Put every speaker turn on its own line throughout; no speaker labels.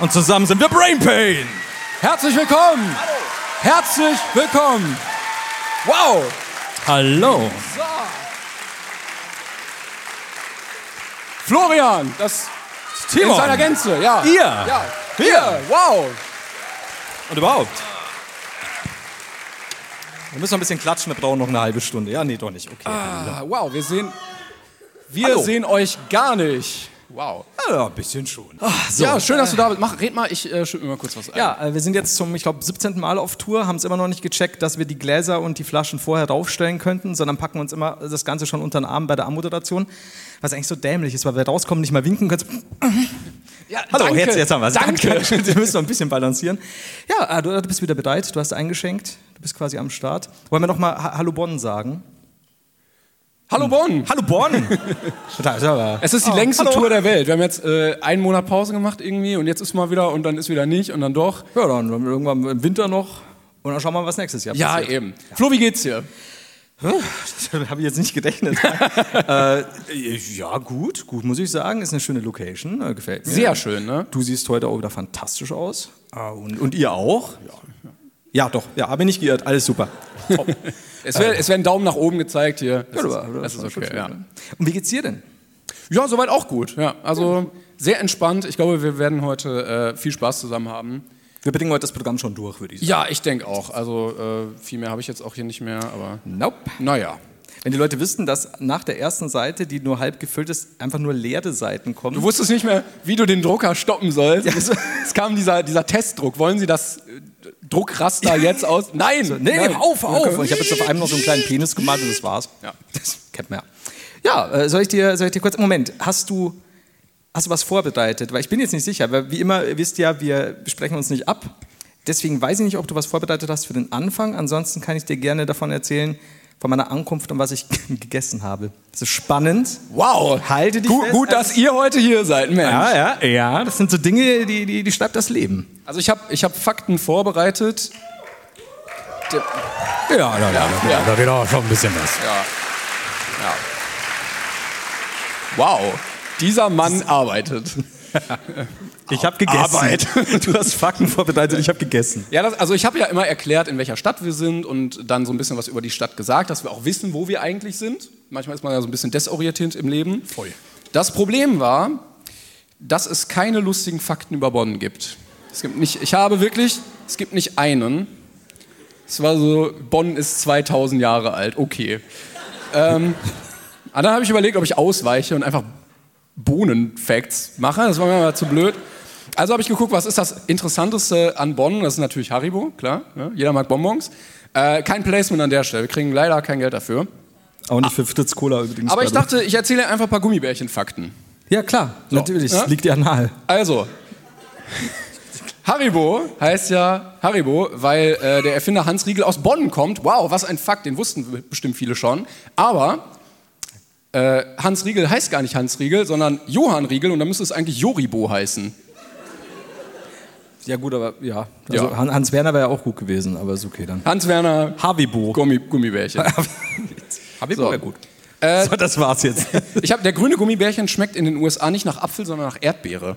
Und zusammen sind wir Brain Pain. Herzlich willkommen. Herzlich willkommen. Wow. Hallo. Florian,
Das
Timon.
in seiner Gänze, ja.
Ihr.
Ja. Hier, wow.
Und überhaupt. Wir müssen noch ein bisschen klatschen, wir brauchen noch eine halbe Stunde. Ja, nee, doch nicht. Okay.
Ah, Wow, wir sehen, wir
Hallo.
sehen euch gar nicht. Wow.
Ja, ein bisschen schon. Ah, so.
Ja, schön, dass du da bist. Mach, red mal, ich äh, schütte mir mal kurz was ein.
Ja, äh, wir sind jetzt zum, ich glaube, 17. Mal auf Tour, haben es immer noch nicht gecheckt, dass wir die Gläser und die Flaschen vorher raufstellen könnten, sondern packen uns immer das Ganze schon unter den Arm bei der Ammoderation. Was eigentlich so dämlich ist, weil wir rauskommen, nicht mal winken können.
Ja,
Hallo,
danke.
jetzt, jetzt haben wir es.
Danke.
Wir müssen noch ein bisschen balancieren. Ja, äh, du, du bist wieder bereit, du hast eingeschenkt, du bist quasi am Start. Wollen wir nochmal ha Hallo Bonn sagen?
Hallo Bonn.
Hallo Bonn! Da ist er aber.
Es ist die
Oh,
längste
hallo.
Tour der Welt. Wir haben jetzt äh, einen Monat Pause gemacht irgendwie und jetzt ist mal wieder und dann ist wieder nicht und dann doch.
Ja, dann irgendwann im Winter noch. Und dann schauen wir mal, was nächstes Jahr
Ja,
passiert.
eben. Flo, wie geht's dir?
Das habe ich jetzt nicht gedächtnis. äh, ja, gut, gut, muss ich sagen. Ist eine schöne Location, äh, gefällt mir.
Sehr schön, ne?
Du siehst heute auch wieder fantastisch aus. Ah, und, und ihr auch? Ja, doch, ja, habe ich nicht geirrt, alles super. Top.
Es
Äh.
wird es werden Daumen nach oben gezeigt hier. Das
aber
ist, das ist okay, ja.
ne? Und wie geht's dir denn?
Ja, soweit auch gut. Ja, also sehr entspannt. Ich glaube, wir werden heute äh, viel Spaß zusammen haben.
Wir bedingen heute das Programm schon durch, würde ich sagen.
Ja, ich denke auch. Also äh, viel mehr habe ich jetzt auch hier nicht mehr, aber
Nope.
naja.
Wenn die Leute wüssten, dass nach der ersten Seite, die nur halb gefüllt ist, einfach nur leere Seiten kommen.
Du wusstest nicht mehr, wie du den Drucker stoppen sollst.
Ja,
es,
so-
es kam dieser, dieser Testdruck. Wollen Sie das äh, Druckraster jetzt aus? Nein!
Nee,
nein.
auf, auf. Und ich habe jetzt auf einem noch so einen kleinen Penis gemalt und das war's.
Ja.
Das kennt man ja. Ja, äh, soll ich dir, soll ich dir kurz. Moment, hast du, hast du was vorbereitet? Weil ich bin jetzt nicht sicher, weil wie immer, ihr wisst ja, wir sprechen uns nicht ab. Deswegen weiß ich nicht, ob du was vorbereitet hast für den Anfang. Ansonsten kann ich dir gerne davon erzählen, von meiner Ankunft und was ich gegessen habe. Das ist spannend.
Wow!
Halte dich
gut,
fest,
gut,
also-
dass ihr heute hier seid, Mensch.
ja, ja. Das sind so Dinge, die, die, die schreibt das Leben.
Also ich habe ich hab Fakten vorbereitet.
Ja, ja, ja. ja,
ja.
Da geht auch schon ein bisschen was.
Wow! Dieser Mann arbeitet.
Ich habe gegessen.
Arbeit.
Du hast Fakten vorbereitet, ich habe gegessen.
Ja, das, also ich habe ja immer erklärt, in welcher Stadt wir sind und dann so ein bisschen was über die Stadt gesagt, dass wir auch wissen, wo wir eigentlich sind. Manchmal ist man ja so ein bisschen desorientiert im Leben. Voll. Das Problem war, dass es keine lustigen Fakten über Bonn gibt. Es gibt nicht, ich habe wirklich, es gibt nicht einen. Es war so, Bonn ist 2000 Jahre alt, okay. ähm, aber dann habe ich überlegt, ob ich ausweiche und einfach Bohnen-Facts mache. Das war mir mal zu blöd. Also habe ich geguckt, was ist das Interessanteste an Bonn? Das ist natürlich Haribo, klar. Ne? Jeder mag Bonbons. Äh, kein Placement an der Stelle. Wir kriegen leider kein Geld dafür.
Auch nicht für Fritz Cola übrigens.
Aber ich
by the way.
dachte, ich erzähle einfach ein paar Gummibärchen-Fakten.
Ja, klar, natürlich.
Ja?
Liegt ja nahe.
Also, Haribo heißt ja Haribo, weil äh, der Erfinder Hans Riegel aus Bonn kommt. Wow, was ein Fakt, den wussten bestimmt viele schon. Aber äh, Hans Riegel heißt gar nicht Hans Riegel, sondern Johann Riegel und dann müsste es eigentlich Joribo heißen.
Ja, gut, aber ja.
Also
Hans Werner wäre ja auch gut gewesen, aber ist okay dann.
Hans-Werner
Habibo.
Gummi Gummibärchen.
Habibo
So.
wäre gut. so, das war's jetzt.
Ich hab, der grüne Gummibärchen schmeckt in den USA nicht nach Apfel, sondern nach Erdbeere.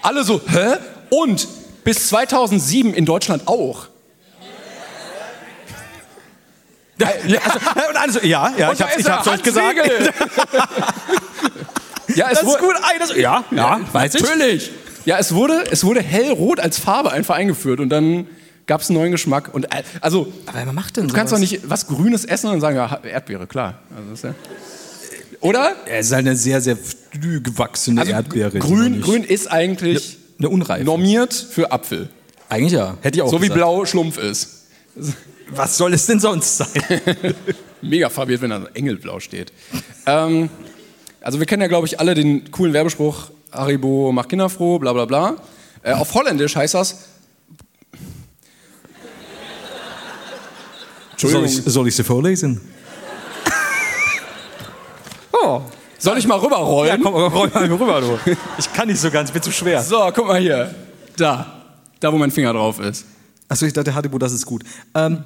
Alle so, hä? Und bis 2007 in Deutschland auch.
ja, also, und also, ja, ja, ich
da
hab's,
ist
ich
er,
hab's euch
Hans
gesagt.
Siegel. ja, es wurde,
ey, das- ja, ja, weiß ich.
Natürlich. Ja, es wurde, es wurde hellrot als Farbe einfach eingeführt und dann gab es einen neuen Geschmack. Und, äh, also,
Aber wer macht denn
du kannst doch nicht was Grünes essen und dann sagen, ja, Erdbeere, klar. Also, das ist ja oder? Also
Es ist halt eine sehr, sehr früh gewachsene Erdbeere. die noch
grün,
nicht-
grün ist eigentlich
Eine unreife.
normiert für Apfel.
Eigentlich ja. Hätte ich auch
So wie
gesagt.
blau Schlumpf ist.
Was soll es denn sonst sein?
Mega verwirrt, wenn da so Engelblau steht. Ähm, Also wir kennen ja, glaube ich, alle den coolen Werbespruch, Haribo macht Kinder froh, bla bla bla. Äh, auf Holländisch heißt das...
Soll
Entschuldigung.
ich, soll ich sie vorlesen? oh.
Soll ich mal
Ja,
rüberrollen?
komm, roll mal rüber, du. Ich kann nicht so ganz, wird zu schwer.
so, guck mal hier. Da. Da, wo mein Finger drauf ist.
Achso, ich dachte, Haribo, das ist gut. Ähm,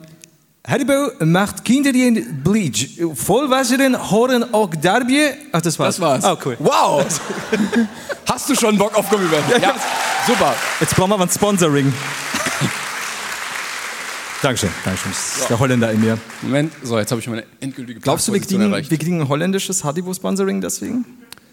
Haribo macht Kinder die in Bleach. Vollwasseren horen auch Darbie. Ach, das war's.
Das war's.
Ah, cool.
Wow! Hast du schon Bock auf Gummibärchen? Ja, super.
Jetzt brauchen wir mal ein Sponsoring. Dankeschön, Dankeschön. Das ist der Holländer in mir.
Moment, so, jetzt habe ich meine endgültige
Glaubst du, wir
Parkposition
kriegen,
erreicht.
wir kriegen ein holländisches Haribo-Sponsoring deswegen?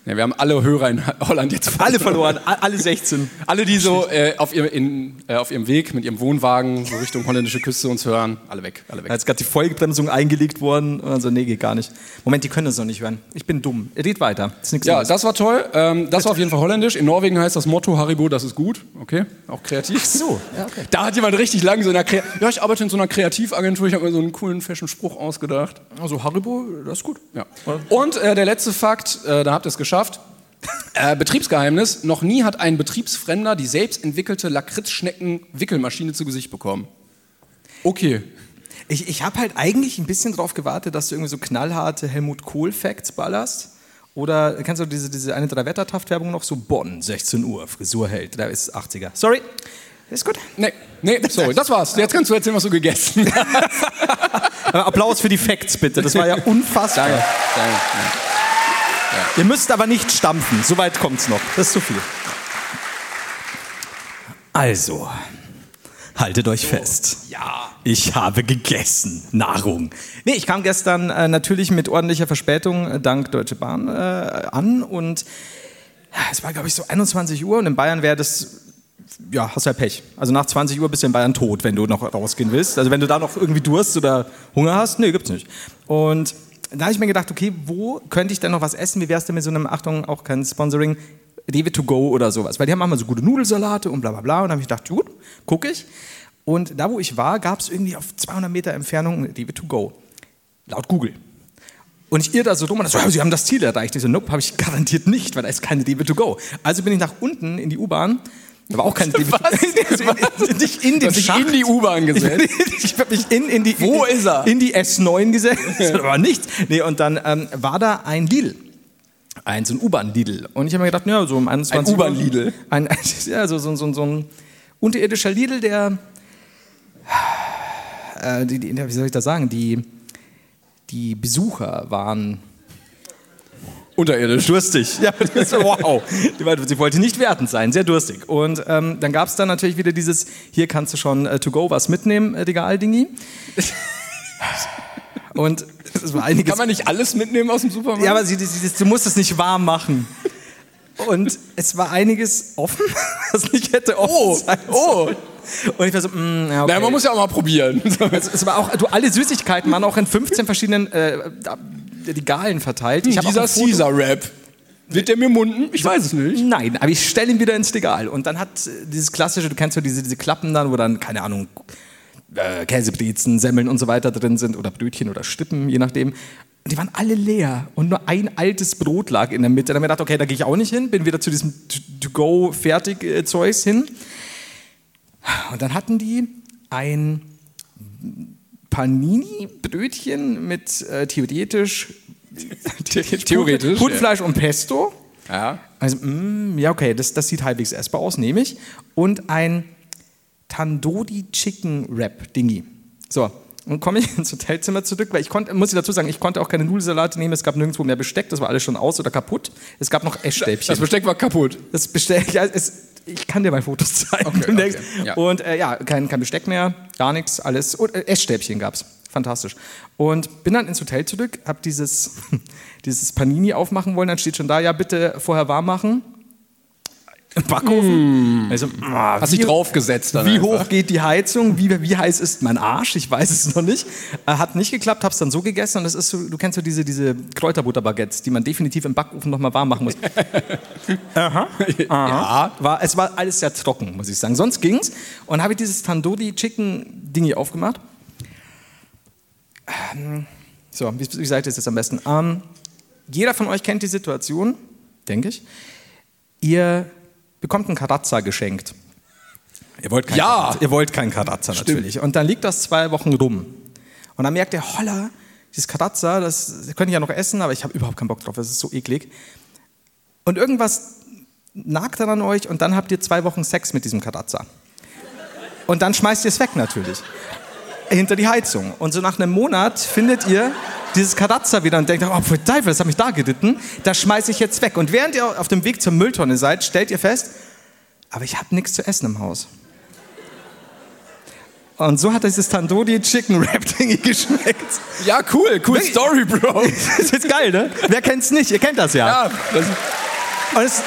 Ja, wir haben alle Hörer in Holland jetzt
alle 16.
Alle, die so äh, auf, ihrem, in, äh, auf ihrem Weg mit ihrem Wohnwagen so Richtung holländische Küste uns hören, alle weg, alle weg.
Da ist gerade die Vollbremsung eingelegt worden. Also, nee, geht gar nicht. Moment, die können das noch nicht hören. Ich bin dumm. Red weiter. Ist nichts
Ja,
Neues.
das war toll. Ähm, das war auf jeden Fall holländisch. In Norwegen heißt das Motto Haribo, das ist gut. Okay, auch kreativ.
so. Ja,
Da hat jemand richtig lang so einer Kre Ja, ich arbeite in so einer Kreativagentur, ich habe mir so einen coolen Fashion-Spruch ausgedacht.
Also, Haribo, das ist gut.
Ja. Und äh, der letzte Fakt, äh, da habt ihr es geschafft. Äh, Betriebsgeheimnis. Noch nie hat ein Betriebsfremder die selbst entwickelte Lakritzschnecken-Wickelmaschine zu Gesicht bekommen. Okay.
Ich, ich habe halt eigentlich ein bisschen drauf gewartet, dass du irgendwie so knallharte Helmut Kohl-Facts ballerst. Oder kennst du diese, diese eine drei Wettertaft-Werbung noch? So Bonn, 16 Uhr, Frisur hält. Da ist 80er. Sorry. Ist gut.
Nee, nee, sorry, das war's. Jetzt kannst du erzählen, was du gegessen hast.
Aber Äh, Applaus für die Facts bitte. Das war ja unfassbar.
Danke, danke.
Ihr müsst aber nicht stampfen. So weit kommt's noch. Das ist zu viel. Also, haltet euch fest. Ja. Ich habe gegessen. Nahrung. Nee, ich kam gestern äh, natürlich mit ordentlicher Verspätung äh, dank Deutsche Bahn äh, an und ja, es war, glaube ich, so 21 Uhr und in Bayern wäre das. Ja, hast halt Pech. Also nach 20 Uhr bist du in Bayern tot, wenn du noch rausgehen willst. Also wenn du da noch irgendwie Durst oder Hunger hast, nee, gibt's nicht. Und da habe ich mir gedacht, okay, wo könnte ich denn noch was essen? Wie wär's denn mit so einem, Achtung, auch kein Sponsoring, Rewe to go oder sowas? Weil die haben manchmal so gute Nudelsalate und bla bla bla. Und da habe ich gedacht, gut, gucke ich. Und da, wo ich war, gab's irgendwie auf 200 Meter Entfernung ein Rewe to go. Laut Google. Und ich irre da so rum und so, ja, sie haben das Ziel erreicht. Ich so, nope, habe ich garantiert nicht, weil da ist keine Rewe to go. Also bin ich nach unten in die U-Bahn. Da war auch kein Rewe to go.
Was?
Nicht in
Du
den
hast dich
Schacht.
in die U-Bahn gesetzt.
Ich habe mich in, in die
Wo
in,
ist er?
In die S9 gesetzt, aber nicht. Nee, und dann ähm, war da ein Lidl. Ein so ein U-Bahn-Lidl. Und ich habe mir gedacht, ja, so um 21 Uhr-
U-Bahn-Lidl?
Ein, ja, so, so, so, so ein unterirdischer Lidl, der äh, die, die, wie soll ich das sagen, die, die Besucher waren
Unterirdisch.
durstig. Ja, das, wow. Die war- Sie wollte nicht wertend sein, sehr durstig. Und ähm, dann gab es dann natürlich wieder dieses, hier kannst du schon äh, to go was mitnehmen, äh, Regal-Dingi. Und es war einiges.
Kann man nicht alles mitnehmen aus dem Supermarkt?
Ja, aber sie, sie, sie, du musst es nicht warm machen. Und es war einiges offen, was nicht hätte offen
Oh,
sein
oh.
sollen. Und ich war so, mm, ja, okay.
naja, man muss ja auch mal probieren.
Also, es war auch, du, alle Süßigkeiten waren auch in 15 verschiedenen äh, da- Regalen verteilt. Ich hab auch
Dieser
ein Foto-
Caesar-Rap. Wird der mir munden? Ich weiß es nicht.
Nein, aber ich stelle ihn wieder ins Regal. Und dann hat äh, dieses klassische, du kennst ja diese, diese Klappen dann, wo dann, keine Ahnung, äh, Käsebrezen, Semmeln und so weiter drin sind oder Brötchen oder Stippen, je nachdem. Und die waren alle leer und nur ein altes Brot lag in der Mitte. Dann habe ich mir gedacht, okay, da gehe ich auch nicht hin, bin wieder zu diesem To-Go-Fertig-Zeugs hin. Und dann hatten die ein Panini-Brötchen mit äh, theoretisch,
Theoretisch, ja.
Hutfleisch und Pesto.
Ja.
Also, mm, ja, okay, das, das sieht halbwegs essbar aus, nehme ich. Und ein Tandoori Chicken Wrap Dingi. So, und komme ich ins Hotelzimmer zurück, weil ich konnte, muss ich dazu sagen, ich konnte auch keine Nudelsalate nehmen, es gab nirgendwo mehr Besteck, das war alles schon aus oder kaputt. Es gab noch Essstäbchen.
Das Besteck war kaputt.
Das Besteck, ja, es, ich kann dir mal Fotos zeigen
Okay,
demnächst.
okay, ja.
Und äh, ja, kein, kein Besteck mehr, gar nichts, alles. Und, äh, Essstäbchen gab's. Fantastisch. Und bin dann ins Hotel zurück, hab dieses, dieses Panini aufmachen wollen, dann steht schon da, ja, bitte vorher warm machen. Im Backofen. Also, ah,
Hm. Hast dich
wie-
draufgesetzt dann.
wie
einfach.
hoch geht die Heizung? Wie, wie heiß ist mein Arsch? Ich weiß es noch nicht. Äh, hat nicht geklappt, hab's dann so gegessen. Und das ist so, du kennst so diese, diese Kräuterbutterbaguettes, die man definitiv im Backofen nochmal warm machen muss. Aha. Aha. War, es war alles sehr trocken, muss ich sagen. Sonst ging's. Und habe ich dieses Tandoori Chicken Dingi aufgemacht. Ähm, so, wie, wie sage ich das jetzt am besten? Ähm, jeder von euch kennt die Situation, denke ich. Ihr bekommt einen Karazza geschenkt. Ihr wollt keinen
Ja.
Karazza, ihr wollt keinen Karazza natürlich. Und dann liegt das zwei Wochen rum. Und dann merkt ihr, holla, dieses Karazza, das, das könnte ich ja noch essen, aber ich habe überhaupt keinen Bock drauf, das ist so eklig. Und irgendwas nagt dann an euch und dann habt ihr zwei Wochen Sex mit diesem Karazza. Und dann schmeißt ihr es weg natürlich. Hinter die Heizung. Und so nach einem Monat findet ihr dieses Karatza wieder und denkt, oh, verdammt, das hat mich da geritten. Das schmeiße ich jetzt weg. Und während ihr auf dem Weg zur Mülltonne seid, stellt ihr fest, aber ich habe nichts zu essen im Haus. Und so hat dieses Tandoori Chicken Wrap Ding geschmeckt.
Ja, cool, cool
Wirklich?
Story, Bro.
Das ist jetzt geil, ne? Wer kennt's nicht? Ihr kennt das ja.
Ja, das,
Und, es,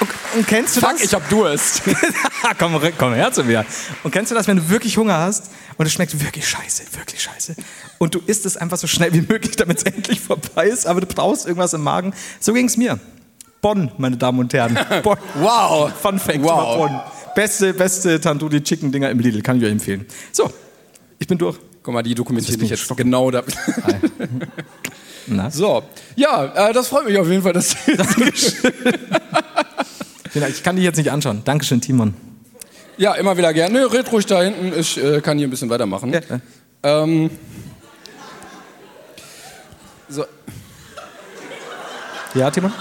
und, und kennst du
fuck,
das?
ich hab Durst.
komm, re- komm her zu mir. Und kennst du das, wenn du wirklich Hunger hast und es schmeckt wirklich scheiße, wirklich scheiße und du isst es einfach so schnell wie möglich, damit es endlich vorbei ist, aber du brauchst irgendwas im Magen. So ging es mir. Bonn, meine Damen und Herren. Bonn.
Wow.
Fun Fact über
Wow.
Bonn. Beste, beste Tandoori Chicken Dinger im Lidl, kann ich euch empfehlen. So, ich bin durch.
Guck mal, die dokumentiere
Das
ich
ist
jetzt
gut. Ah.
genau da.
Na?
So, ja, äh, das freut mich auf jeden Fall, dass
Genau, Ich kann dich jetzt nicht anschauen. Dankeschön, Timon.
Ja, immer wieder gerne. Nö, red ruhig da hinten, ich äh, kann hier ein bisschen weitermachen.
Ja.
Ähm, so,
Ja, Timon?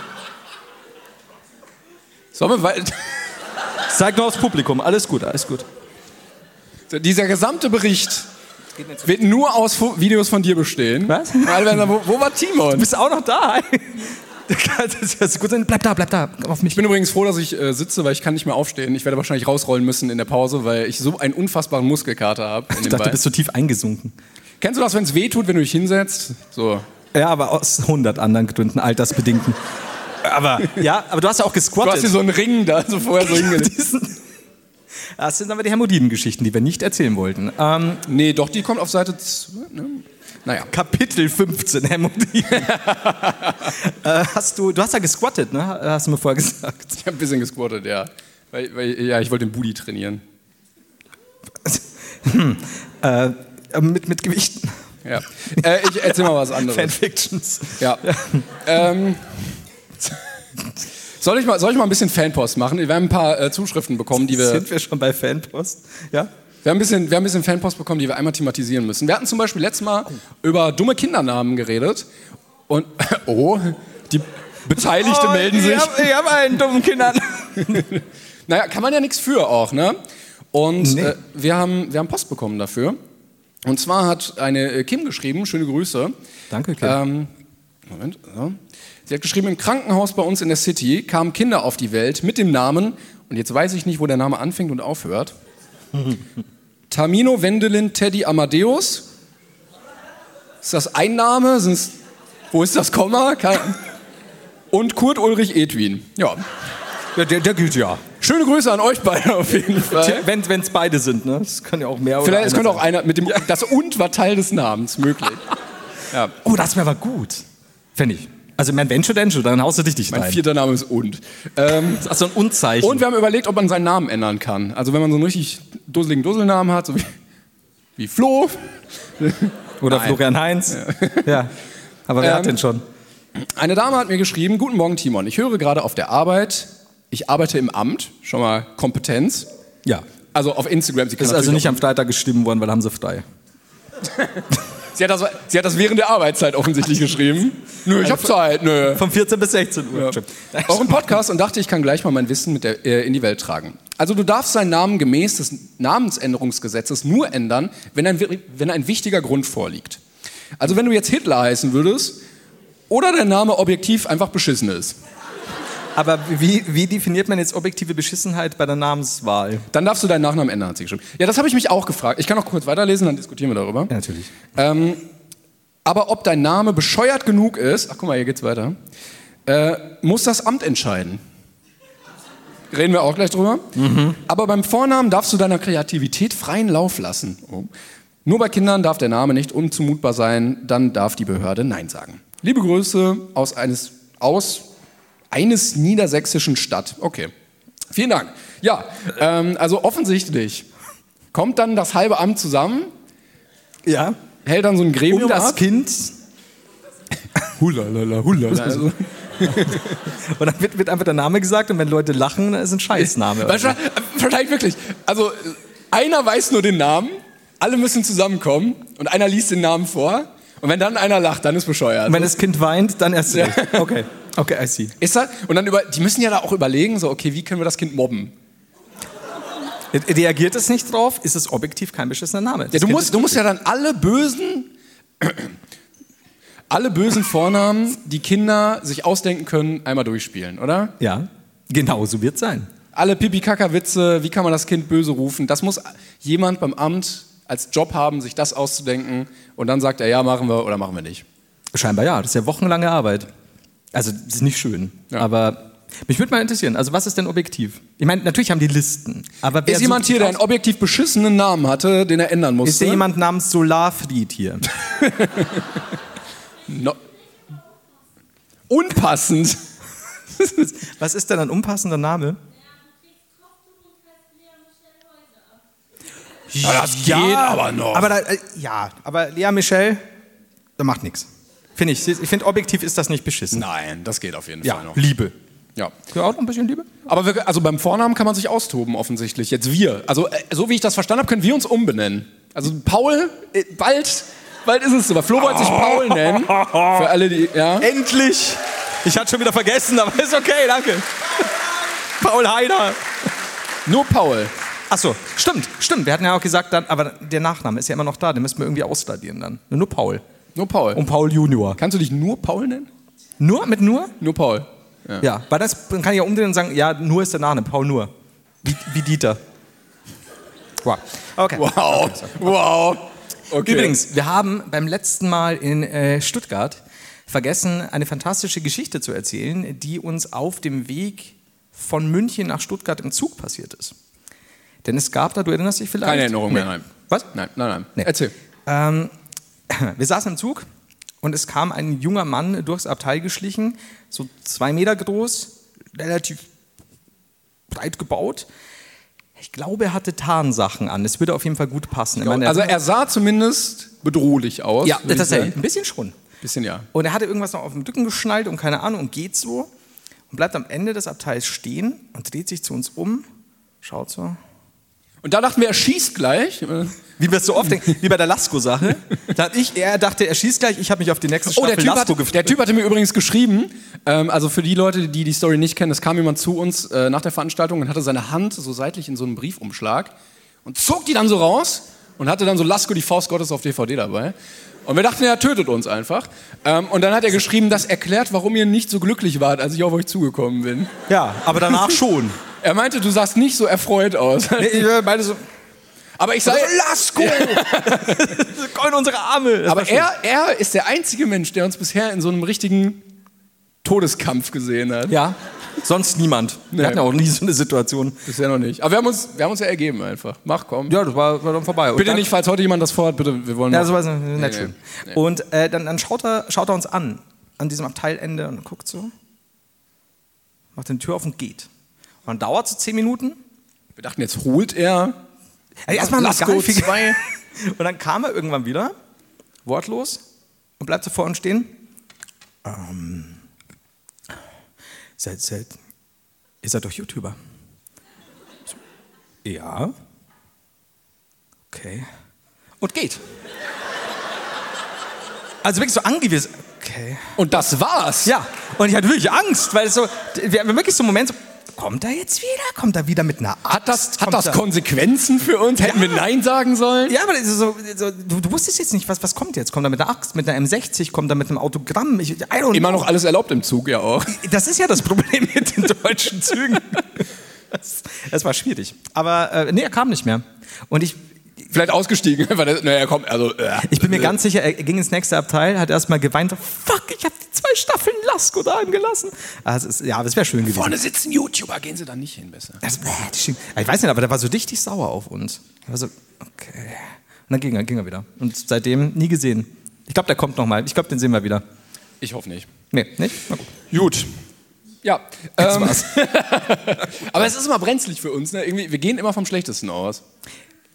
sollen wir wei-
Zeig nur aufs Publikum. Alles gut, alles gut.
So, Dieser gesamte Bericht wird nur aus Fo Videos von dir bestehen.
Was?
Und alle werden sagen, wo, wo war
Du
Timon?
bist auch noch da. Das ist- das ist gut sein. Bleib da, bleib da. Auf mich.
Ich bin übrigens froh, dass ich äh, sitze, weil ich kann nicht mehr aufstehen. Ich werde wahrscheinlich rausrollen müssen in der Pause, weil ich so einen unfassbaren Muskelkater habe. in
Ich
dem
dachte, du
Bein.
bist so tief eingesunken.
Kennst du das, wenn es weh tut, wenn du dich hinsetzt? So.
Ja, aber aus 100 anderen Gründen, altersbedingten. Aber ja, aber du hast ja auch
Du
gesquattet.
hast hier so einen Ring da, so vorher so hingelegt.
Diesen- das sind aber die Hämorrhoiden-Geschichten, die wir nicht erzählen wollten. Ähm,
Nee, doch, die kommt auf Seite 2. Ne? Naja.
Kapitel 15 Hämorrhoiden. äh, hast du, du hast ja gesquattet, ne? Hast du mir vorher gesagt.
Ich habe ein bisschen gesquattet, ja. Weil, weil, ja, ich wollte den Booty trainieren.
Hm. Äh, mit, mit Gewichten.
Ja. Äh, ich erzähl mal was anderes.
Fanfictions.
Ja. ähm, soll, ich mal, soll ich mal ein bisschen Fanpost machen? Wir haben ein paar äh, Zuschriften bekommen, die wir.
Sind wir schon bei Fanpost? Ja?
Wir haben, ein bisschen, wir haben ein bisschen Fanpost bekommen, die wir einmal thematisieren müssen. Wir hatten zum Beispiel letztes Mal über dumme Kindernamen geredet. Und. Oh, die
Oh,
Beteiligten melden sich.
Ich hab, ich hab einen dummen Kindern.
Naja, kann man ja nichts für auch, ne? Und
Nee.
äh, wir, haben, wir haben Post bekommen dafür. Und zwar hat eine äh, Kim geschrieben, schöne Grüße.
Danke, Kim.
Ähm, Moment, so. Sie hat geschrieben, im Krankenhaus bei uns in der City kamen Kinder auf die Welt mit dem Namen, und jetzt weiß ich nicht, wo der Name anfängt und aufhört. Tamino Wendelin Teddy Amadeus. Ist das ein Name? Sind's, wo ist das Komma? Kein, und Kurt Ulrich Edwin. Ja.
Ja, der, der gilt ja.
Schöne Grüße an euch beide auf jeden Fall.
Wenn es beide sind, ne? Es können ja auch mehr
Vielleicht, es
einer
könnte auch
sein.
einer mit dem, das und war Teil des Namens möglich.
Oh, das wäre aber gut. Fände ich. Also, mein Venture Denture, dann haust du dich nicht
Mein
rein.
vierter Name ist und. Ähm,
Das ist so ein Unzeichen.
und wir haben überlegt, ob man seinen Namen ändern kann. Also wenn man so einen richtig dusseligen Dusselnamen hat, so wie, wie Flo.
Oder Florian Heinz. Ja. Ähm, Aber wer hat den schon?
Eine Dame hat mir geschrieben, guten Morgen Timon, ich höre gerade auf der Arbeit, ich arbeite im Amt, schon mal Kompetenz.
Ja.
Also auf Instagram, sie, kann
Ist also
natürlich
nicht am Freitag geschrieben worden, weil haben sie frei.
auch, sie, hat das, sie hat das während der Arbeitszeit offensichtlich geschrieben. Nö, ich hab Zeit, nö.
Von 14 bis 16 Uhr.
Ja.
Oh.
Auch im Podcast und dachte, ich kann gleich mal mein Wissen mit der, äh, in die Welt tragen. Also du darfst seinen Namen gemäß des Namensänderungsgesetzes nur ändern, wenn ein, wir- wenn ein wichtiger Grund vorliegt. Also wenn du jetzt Hitler heißen würdest oder der Name objektiv einfach beschissen ist,
Aber wie, wie definiert man jetzt objektive Beschissenheit bei der Namenswahl?
dann darfst du deinen Nachnamen ändern, hat sie geschrieben. Ja, das habe ich mich auch gefragt. Ich kann noch kurz weiterlesen, dann diskutieren wir darüber.
natürlich.
Ähm, aber ob dein Name bescheuert genug ist, ach guck mal, hier geht's weiter, äh, muss das Amt entscheiden. Reden wir auch gleich drüber.
Mhm.
Aber beim Vornamen darfst du deiner Kreativität freien Lauf lassen. Oh. Nur bei Kindern darf der Name nicht unzumutbar sein, dann darf die Behörde Nein sagen. Liebe Grüße aus eines, aus eines niedersächsischen Stadt. Okay. Vielen Dank. Ja, ähm, also offensichtlich kommt dann das halbe Amt zusammen
Ja.
hält dann so ein Gremium
Um das
ab.
Kind
Hulalala, hulalala. Also,
Und dann wird, wird einfach der Name gesagt und wenn Leute lachen, dann ist ein Scheißname.
Wahrscheinlich, wahrscheinlich wirklich. Also, äh, einer weiß nur den Namen, alle müssen zusammenkommen und einer liest den Namen vor. Und wenn dann einer lacht, dann ist bescheuert.
Und wenn das Kind weint, dann erst recht. Okay, okay, I see.
Ist das? Und dann über, die müssen ja da auch überlegen, so, okay, wie können wir das Kind mobben?
Reagiert es nicht drauf, ist es objektiv kein beschissener Name.
Ja, du musst, du musst ja dann alle bösen, alle bösen Vornamen, die Kinder sich ausdenken können, einmal durchspielen, oder?
ja, genau so wird es sein.
Alle Pipi-Kaka-Witze, wie kann man das Kind böse rufen? Das muss jemand beim Amt als Job haben, sich das auszudenken. Und dann sagt er, ja, machen wir oder machen wir nicht.
Scheinbar ja, das ist ja wochenlange Arbeit. Also, das ist nicht schön,
Ja.
aber mich würde mal interessieren, also was ist denn objektiv? Ich meine, natürlich haben die Listen, aber wer
Ist jemand
sucht
hier,
sich
der einen
aus-
objektiv beschissenen Namen hatte, den er ändern musste?
Ist hier jemand namens Solarfried hier?
No Unpassend.
Was ist denn ein unpassender Name?
Ja, das geht aber noch.
Aber da, äh, ja, aber Lea Michel, da macht nichts. Finde ich. Ich finde, objektiv ist das nicht beschissen.
Nein, das geht auf jeden Fall noch.
Liebe.
Ja.
Ja, auch noch ein bisschen Liebe?
Aber wir, also beim Vornamen kann man sich austoben, offensichtlich. Jetzt wir. Also, äh, so wie ich das verstanden habe, können wir uns umbenennen. Also, Paul, äh, bald, bald ist es so. Flo wollte sich Paul nennen. Für alle, die, ja.
Endlich! Ich hatte schon wieder vergessen, aber ist okay, danke. Paul Heider.
Nur Paul.
Achso, stimmt, stimmt. Wir hatten ja auch gesagt, dann, aber der Nachname ist ja immer noch da, den müssen wir irgendwie ausstadieren dann. Nur Paul.
Nur Paul.
Und Paul Junior.
Kannst du dich nur Paul nennen?
Nur? Mit nur?
Nur Paul.
Ja. Weil das dann kann ich ja umdrehen und sagen, ja, nur ist der Nachname, Paul nur. Wie, wie Dieter. Wow. Okay.
Wow. Wow. Okay.
Übrigens, wir haben beim letzten Mal in äh, Stuttgart vergessen, eine fantastische Geschichte zu erzählen, die uns auf dem Weg von München nach Stuttgart im Zug passiert ist. Denn es gab da, du erinnerst dich vielleicht?
Keine Erinnerung mehr, nein.
Was?
Nein, nein, nein.
Nee.
Erzähl.
Ähm, wir saßen im Zug und es kam ein junger Mann durchs Abteil geschlichen, so zwei Meter groß, relativ breit gebaut. Ich glaube, er hatte Tarnsachen an. Es würde auf jeden Fall gut passen. Ich meine,
Also, er sah zumindest bedrohlich aus.
ja,
würd ich
tatsächlich.
sagen.
Ein bisschen schon.
Bisschen ja.
Und er hatte irgendwas noch auf dem Rücken geschnallt und keine Ahnung und geht so und bleibt am Ende des Abteils stehen und dreht sich zu uns um, schaut so.
Und da dachten wir, er schießt gleich.
Wie wir es so oft denken, wie bei der Lasko-Sache. Da hab ich, er dachte, er schießt gleich, ich habe mich auf die nächste
Oh,
Staffel
der typ,
Lasko
hat, der Typ hatte mir übrigens geschrieben, ähm, also für die Leute, die die Story nicht kennen, es kam jemand zu uns äh, nach der Veranstaltung und hatte seine Hand so seitlich in so einem Briefumschlag und zog die dann so raus und hatte dann so Lasko die Faust Gottes auf DVD dabei. Und wir dachten, er tötet uns einfach. Ähm, und dann hat er geschrieben, das erklärt, warum ihr nicht so glücklich wart, als ich auf euch zugekommen bin.
Ja, aber danach schon.
Er meinte, du sahst nicht so erfreut aus.
beide so,
Aber ich sage,
Lasko! in unsere Arme!
aber er, er ist der einzige Mensch, der uns bisher in so einem richtigen Todeskampf gesehen hat.
Ja, sonst niemand.
Nee.
Wir hatten ja auch nie so eine Situation.
Bisher noch nicht. Aber wir haben uns, wir haben uns ja ergeben einfach. Mach, komm.
Ja, das war, war dann vorbei. Und
bitte
dann-
nicht, falls heute jemand das vorhat, bitte, wir wollen
Ja, also-
noch-
sowas ist nicht
nee,
schön.
nee.
Und äh, dann, dann schaut, er, schaut er uns an, an diesem Abteilende und guckt so, macht die Tür auf und geht. Und dann dauert so zehn Minuten.
Wir dachten, jetzt holt er.
Ey, erstmal haben wir
Lasko
gar nicht viel-
zwei.
Und dann kam er irgendwann wieder, wortlos, und bleibt so vor uns stehen. Ähm, seid, seid, ihr seid doch YouTuber. So, ja. Okay. Und geht. Also wirklich so angewiesen. Okay.
Und das war's.
Ja, und ich hatte wirklich Angst, weil es so, wir haben wirklich so einen Moment, so, kommt er jetzt wieder? Kommt er wieder mit einer Axt?
Hat das, hat
Kommt
das
er-
Konsequenzen für uns? Hätten wir Nein sagen sollen?
Ja, aber das ist so, so, du, du wusstest jetzt nicht, was, was kommt jetzt? Kommt er mit einer Axt, mit einer M60, kommt er mit einem Autogramm? Ich, I don't
Immer
know.
noch alles erlaubt im Zug, ja auch.
Das ist ja das Problem mit den deutschen Zügen. Das, das war schwierig. Aber äh, nee, er kam nicht mehr. Und ich,
Vielleicht ausgestiegen. Weil das- naja, komm, also. Äh.
ich bin mir ganz sicher, er ging ins nächste Abteil, hat erstmal geweint, so, fuck, ich habe die zwei Staffeln Lasko daheim gelassen. Also, es ist- ja, das wäre schön gewesen.
Vorne sitzen YouTuber, gehen sie da nicht hin besser.
Das, äh, das stimmt. ich weiß nicht, aber der war so richtig sauer auf uns. Er war so, okay. Und dann ging er, ging er wieder. Und seitdem nie gesehen. Ich glaube, der kommt nochmal. Ich glaube, den sehen wir wieder.
Ich hoffe nicht.
Nee, nicht? Na gut.
Gut. Ja. Ähm,
war's.
aber es ist immer brenzlig für uns, ne? Irgendwie, wir gehen immer vom Schlechtesten aus.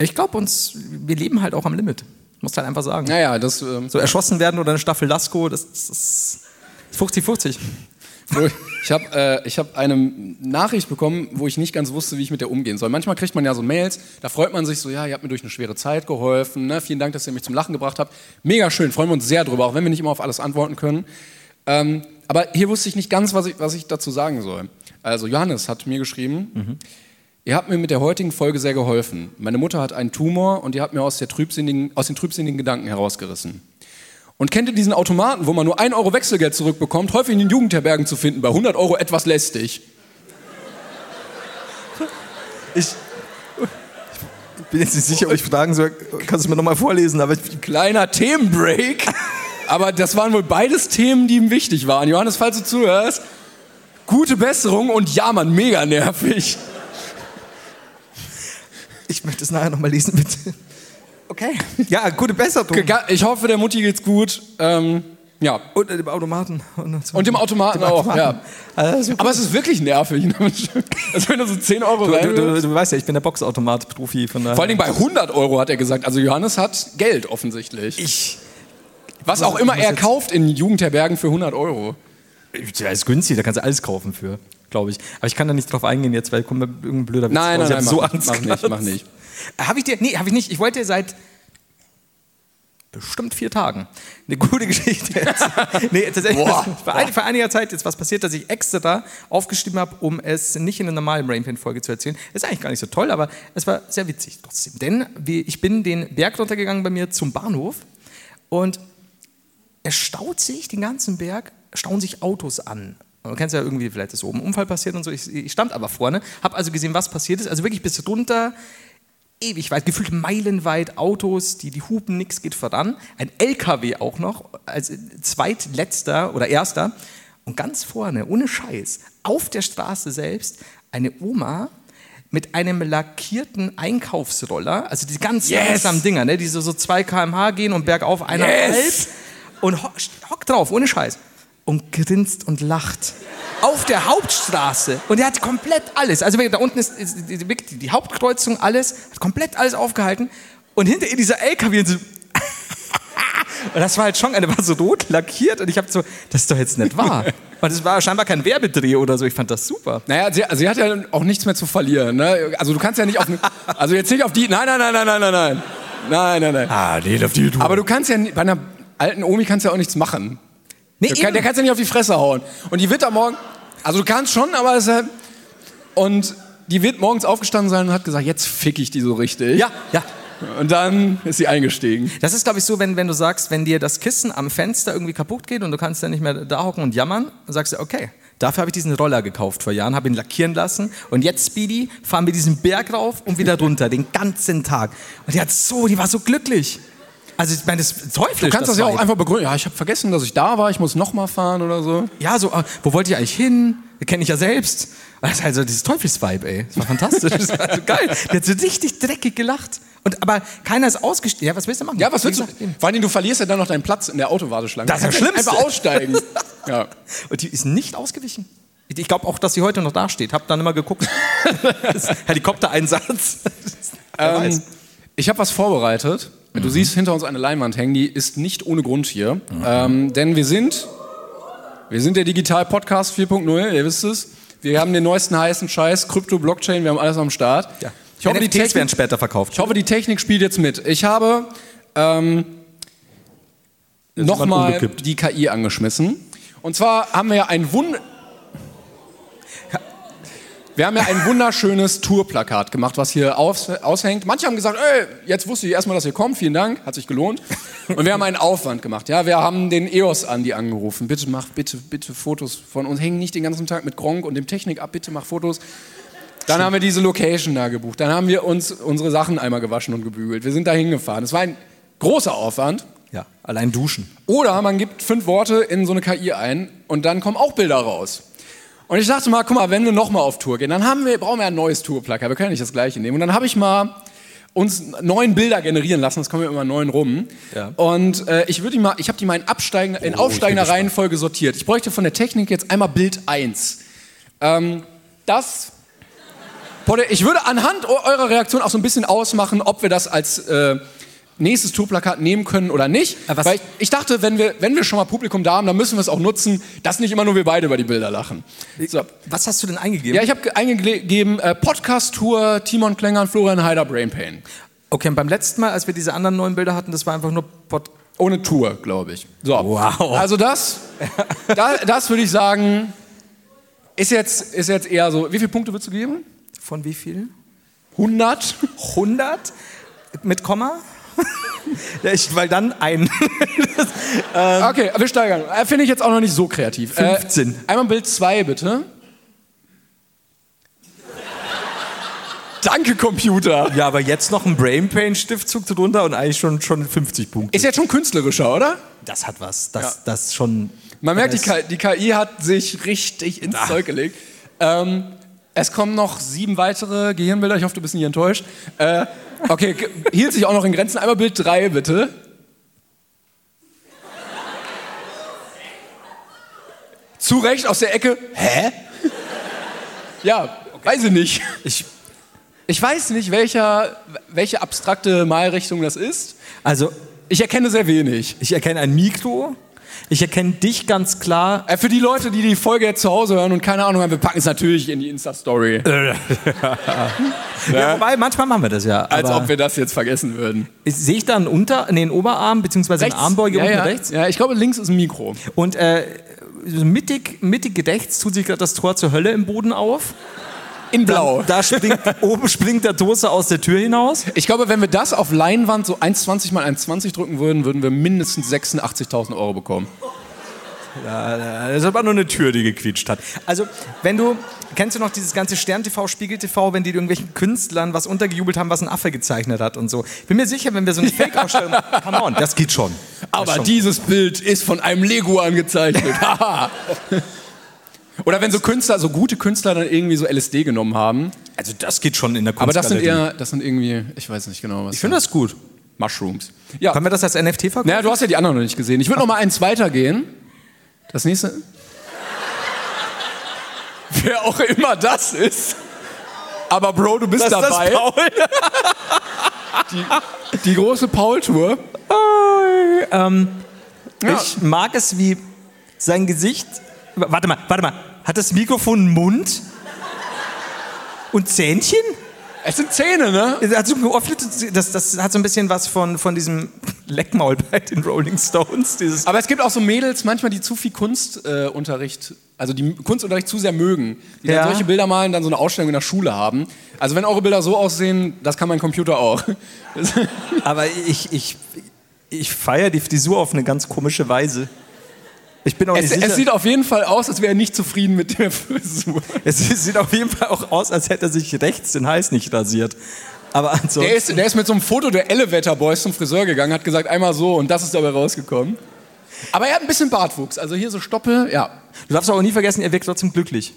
Ich glaube uns, wir leben halt auch am Limit. Muss halt einfach sagen.
Naja, das. Ähm,
So erschossen werden oder eine Staffel Lasko, das, das ist 50-50.
Wo- Ich habe äh, ich hab eine Nachricht bekommen, wo ich nicht ganz wusste, wie ich mit der umgehen soll. Manchmal kriegt man ja so Mails, da freut man sich so, ja, ihr habt mir durch eine schwere Zeit geholfen, ne? vielen Dank, dass ihr mich zum Lachen gebracht habt. Mega schön, freuen wir uns sehr drüber, auch wenn wir nicht immer auf alles antworten können. Ähm, aber hier wusste ich nicht ganz, was ich, was ich dazu sagen soll. Also Johannes hat mir geschrieben, Ihr habt mir mit der heutigen Folge sehr geholfen. Meine Mutter hat einen Tumor und ihr habt mir aus, der trübsinnigen, aus den trübsinnigen Gedanken herausgerissen. Und kennt ihr diesen Automaten, wo man nur 1 Euro Wechselgeld zurückbekommt, häufig in den Jugendherbergen zu finden, bei 100 Euro etwas lästig?
Ich, ich bin jetzt nicht sicher, ob ich fragen soll. Kannst du es mir nochmal vorlesen? Aber ich,
Kleiner Themenbreak. Aber das waren wohl beides Themen, die ihm wichtig waren. Johannes, falls du zuhörst, gute Besserung und ja, Mann, mega nervig.
ich möchte es nachher nochmal lesen, bitte. Okay. Ja, gute Besserung.
Ge- Ich hoffe, der Mutti geht's gut. Ähm, ja.
Und äh, dem Automaten. Und,
Und dem Automaten auch, ja.
Also,
Aber es ist wirklich nervig. ne? Also wenn du so 10 Euro
du, du,
rein
du, du weißt ja, ich bin der Boxautomat-Profi. Von daher.
Vor allen Dingen bei 100 Euro hat er gesagt. Also Johannes hat Geld offensichtlich.
ich.
Was auch
ich
immer
muss
er
jetzt-
kauft in Jugendherbergen für 100 Euro.
Ja, ist günstig, da kannst du alles kaufen für, glaube ich. Aber ich kann da nicht drauf eingehen jetzt, weil kommt mir irgendein blöder Witz
Nein,
raus. ich
nein, nein,
hab so
mach,
Angst
mach nicht,
gerade.
mach nicht.
Habe ich dir? Nee, habe ich nicht. Ich wollte seit bestimmt vier Tagen eine gute Geschichte erzählen. nee, tatsächlich.
Boah.
das- Vor, ein, vor einiger Zeit jetzt was passiert, dass ich extra da aufgeschrieben habe, um es nicht in einer normalen Brainpain-Folge zu erzählen. Ist eigentlich gar nicht so toll, aber es war sehr witzig trotzdem. Denn wir, ich bin den Berg runtergegangen bei mir zum Bahnhof und es staut sich den ganzen Berg, stauen sich Autos an. Du kennst ja irgendwie, vielleicht ist oben ein Unfall passiert und so. Ich, ich stand aber vorne, habe also gesehen, was passiert ist. Also wirklich bis runter, ewig weit, gefühlt meilenweit Autos, die, die hupen, nichts geht voran. Ein LKW auch noch, als zweitletzter oder erster. Und ganz vorne, ohne Scheiß, auf der Straße selbst, eine Oma mit einem lackierten Einkaufsroller, also die ganz langsamen Dinger, ne, die so, so 2 km/h gehen und bergauf einer
Yes!
und ho hockt drauf, ohne Scheiß. Und grinst und lacht. Auf der Hauptstraße. Und er hat komplett alles. Also wirklich, da unten ist, ist die, die, wirklich die Hauptkreuzung, alles. Hat komplett alles aufgehalten. Und hinter ihr dieser LKW. Und, so, und das war halt schon, eine war so rot lackiert. Und ich habe so, das ist doch jetzt nicht wahr. Weil das war scheinbar kein Werbedreh oder so. Ich fand das super.
Naja, sie, sie hat ja auch nichts mehr zu verlieren. Ne? Also du kannst ja nicht auf... Also jetzt nicht auf die... Nein, nein, nein, nein, nein, nein, nein. Nein, nein, nein.
Ah, nee, auf die
Aber du kannst ja... ni- Bei einer alten Omi kannst du ja auch nichts machen.
Nee,
Der, kann, der
eben.
kannst ja nicht auf die Fresse hauen. Und die wird da morgen. Also du kannst schon, aber es ist halt. Und die wird morgens aufgestanden sein und hat gesagt, jetzt fick ich die so richtig.
Ja, ja.
Und dann ist sie eingestiegen.
Das ist, glaube ich, so, wenn, wenn du sagst, wenn dir das Kissen am Fenster irgendwie kaputt geht und du kannst dann nicht mehr da hocken und jammern, dann sagst du, okay, dafür habe ich diesen Roller gekauft vor Jahren, habe ihn lackieren lassen und jetzt, Speedy, fahren wir diesen Berg rauf und wieder runter, den ganzen Tag. Und die hat so, die war so glücklich. Also, ich meine, das ist teuflisch.
Du kannst das, ja
war
auch einfach begründen. Ja, ich habe vergessen, dass ich da war, ich muss nochmal fahren oder so.
Ja, so, äh, wo wollte ich eigentlich hin? Kenne ich ja selbst. Das ist also dieses Teufelsvibe, ey. Das war fantastisch. Das war so Also, geil. Die hat so richtig dreckig gelacht. Und, aber keiner ist ausgestiegen. Ja, was willst du machen?
Ja, was willst
Wie
du?
gesagt, eben.
Vor allem, du verlierst ja dann noch deinen Platz in der Autowarteschlange.
Das ist das
Du kannst
Schlimmste.
Einfach aussteigen. ja.
Und die ist nicht ausgewichen. Ich glaube auch, dass sie heute noch dasteht. Hab dann immer geguckt. Das ist Helikoptereinsatz. Wer
Ähm,
weiß.
ich habe was vorbereitet. Du
Mhm.
siehst hinter uns eine Leinwand hängen, die ist nicht ohne Grund hier. Ähm, denn wir sind, wir sind der Digital-Podcast 4.0, ihr wisst es. Wir haben den neuesten heißen Scheiß, Krypto, Blockchain, wir haben alles am Start. Ich, hoffe, die
NFTs werden
Technik,
später verkauft.
ich hoffe, die Technik spielt jetzt mit. Ich habe ähm, nochmal
umgekippt.
die KI angeschmissen. Und zwar haben wir ja ein Wunder. Wir haben ja ein wunderschönes Tourplakat gemacht, was hier aus, aushängt. Manche haben gesagt, ey, jetzt wusste ich erstmal, dass ihr kommt, vielen Dank, hat sich gelohnt. Und wir haben einen Aufwand gemacht. Ja, wir haben den EOS Andi angerufen. Bitte mach bitte bitte Fotos von uns. Hängen nicht den ganzen Tag mit Gronk und dem Technik ab, bitte mach Fotos. Dann haben wir diese Location da gebucht. Dann haben wir uns unsere Sachen einmal gewaschen und gebügelt. Wir sind da hingefahren. Es war ein großer Aufwand.
ja, allein duschen.
Oder man gibt fünf Worte in so eine KI ein und dann kommen auch Bilder raus. Und ich dachte mal, guck mal, wenn wir nochmal auf Tour gehen, dann haben wir, brauchen wir ein neues Tourplakat. Wir können ja nicht das gleiche nehmen. Und dann habe ich mal uns neun Bilder generieren lassen. Es kommen ja immer neun rum.
Ja.
Und äh, ich würde die mal, ich habe die mal in, absteigender, in aufsteigender Reihenfolge sortiert. Ich bräuchte von der Technik jetzt einmal Bild 1. Ähm, das. Potte, Ich würde anhand eu- eurer Reaktion auch so ein bisschen ausmachen, ob wir das als äh, nächstes Tourplakat nehmen können oder nicht.
Aber Äh, was-
Weil ich, ich dachte, wenn wir, wenn wir schon mal Publikum da haben, dann müssen wir es auch nutzen, dass nicht immer nur wir beide über die Bilder lachen. So.
Was hast du denn eingegeben?
Ja, ich habe eingegeben äh, Podcast-Tour Timon Klenger und Florian Heider Brain Pain.
okay, und beim letzten Mal, als wir diese anderen neuen Bilder hatten, das war einfach nur Pod
Ohne Tour, glaube ich. So.
Wow.
Also das, da, das würde ich sagen, ist jetzt, ist jetzt eher so, wie viele Punkte würdest du geben?
von wie viel?
100?
100 mit Komma? ja, ich, weil dann ein. das, ähm,
Okay, wir steigern. Äh, Finde ich jetzt auch noch nicht so kreativ.
15.
Äh, einmal Bild 2, bitte. Danke, Computer.
ja, aber jetzt noch ein Brain Pain Stiftzug drunter und eigentlich schon, schon 50 Punkte.
Ist jetzt schon künstlerischer, oder?
das hat was. Das, das schon.
Man merkt, die
das-
KI, die KI hat sich richtig ins Zeug gelegt. Ähm, es kommen noch sieben weitere Gehirnbilder. Ich hoffe, du bist nicht enttäuscht. Äh, okay, g- hielt sich auch noch in Grenzen. Einmal Bild 3, bitte. Zu Recht aus der Ecke. Hä? Ja, weiß ich nicht.
Ich,
Ich weiß nicht, welcher, welche abstrakte Malrichtung das ist.
also,
Ich erkenne sehr wenig.
ich erkenne ein Mikro. Ich erkenne dich ganz klar.
Äh, Für die Leute, die die Folge jetzt zu Hause hören und keine Ahnung haben, wir packen es natürlich in die Insta-Story.
Äh, Ja, wobei, manchmal machen wir das ja.
Als
aber-
ob wir das jetzt vergessen würden.
Ist- Sehe ich da einen Unter, nee, einen Oberarm beziehungsweise eine Armbeuge
ja,
unten
ja.
rechts?
Ja, ich glaube, links ist ein Mikro.
Und äh, so mittig, mittig gedächts tut sich gerade das Tor zur Hölle im Boden auf.
In
Dann-
blau.
Da springt, oben springt der Toaster aus der Tür hinaus.
Ich glaube, wenn wir das auf Leinwand so 1,20 mal 1,20 drücken würden, würden wir mindestens 86.000 Euro bekommen.
Das ist aber nur eine Tür, die gequietscht hat. Also, wenn du, kennst du noch dieses ganze Stern-TV, Spiegel-TV, wenn die irgendwelchen Künstlern was untergejubelt haben, was ein Affe gezeichnet hat und so. Bin mir sicher, wenn wir so eine Fake-Ausstellung, come on, das geht schon.
Aber dieses Bild ist von einem Leguan gezeichnet. Haha. Oder wenn so Künstler, so gute Künstler dann irgendwie so LSD genommen haben.
Also, das geht schon in der
Aber das sind
Kunstgalerie.
eher, das sind irgendwie, ich weiß nicht genau was.
Ich finde das gut.
Mushrooms. Ja,
Können wir das als NFT verkaufen?
Naja, du hast ja die anderen noch nicht gesehen. Ich würde noch mal eins weitergehen. Das nächste. Wer auch immer das ist. Aber Bro, du bist
Ist das
dabei.
Paul?
die große Paul-Tour.
Hi. Ähm,
Ja.
Ich mag es, wie sein Gesicht. W- Warte mal, warte mal. Hat das Mikrofon einen Mund? Und Zähnchen?
Es sind Zähne, ne?
Das hat so, ein geöffnetes- das, das hat so ein bisschen was von, von diesem Leckmaul bei den Rolling Stones. Dieses
Aber es gibt auch so Mädels manchmal, die zu viel Kunstunterricht, äh, Unterricht- also die Kunstunterricht zu sehr mögen. Die
Ja.
dann solche Bilder malen, dann so eine Ausstellung in der Schule haben. Also wenn eure Bilder so aussehen, das kann mein Computer auch. Das-
Aber ich, ich, ich feiere die Frisur auf eine ganz komische Weise. Ich bin auch
Es,
nicht sicher.
es sieht auf jeden Fall aus, als wäre er nicht zufrieden mit der Frisur.
es sieht auf jeden Fall auch aus, als hätte er sich rechts den Hals nicht rasiert. Aber ansonsten.
Der ist, der ist mit so einem Foto der Elevator Boys zum Friseur gegangen, hat gesagt, einmal so und das ist dabei rausgekommen. Aber er hat ein bisschen Bartwuchs, also hier so Stoppel, ja.
Du darfst aber auch nie vergessen, er wirkt trotzdem glücklich.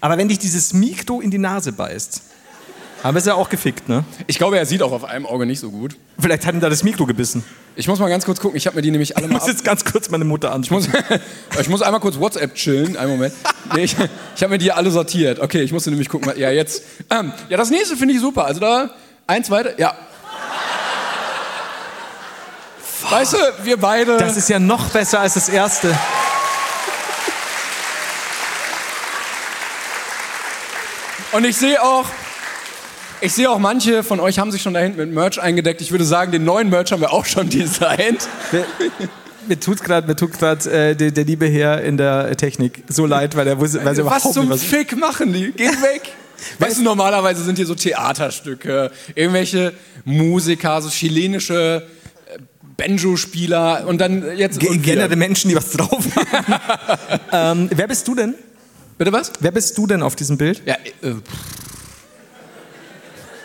Aber wenn dich dieses Mikro in die Nase beißt, aber ist er auch gefickt, ne?
Ich glaube, er sieht auch auf einem Auge nicht so gut.
Vielleicht hat ihm da das Mikro gebissen.
Ich muss mal ganz kurz gucken, ich habe mir die nämlich alle
Ich
mal
muss
ab
jetzt ganz kurz meine Mutter anschauen.
Ich muss einmal kurz WhatsApp chillen, einen Moment. Nee, ich ich habe mir die alle sortiert. Okay, ich musste nämlich gucken, was- ja jetzt. Ähm, ja, das nächste finde ich super, also da, eins weiter, ja. Weißt du, wir beide...
Das ist ja noch besser als das erste.
Und ich sehe auch, ich sehe auch, manche von euch haben sich schon da hinten mit Merch eingedeckt. Ich würde sagen, den neuen Merch haben wir auch schon designt.
Mir- Mir tut gerade mir tut grad, äh, der, der liebe Herr in der Technik so leid, weil er wusste, weil sie
was
überhaupt
zum
nicht was
Fick machen die? Geht weg! Weißt du, normalerweise sind hier so Theaterstücke, irgendwelche Musiker, so chilenische äh, Banjo-Spieler und dann jetzt.
Ge-
und wir.
Generelle Menschen, die was drauf haben. ähm, wer bist du denn?
Bitte was?
Wer bist du denn auf diesem Bild?
Ja, äh, pff,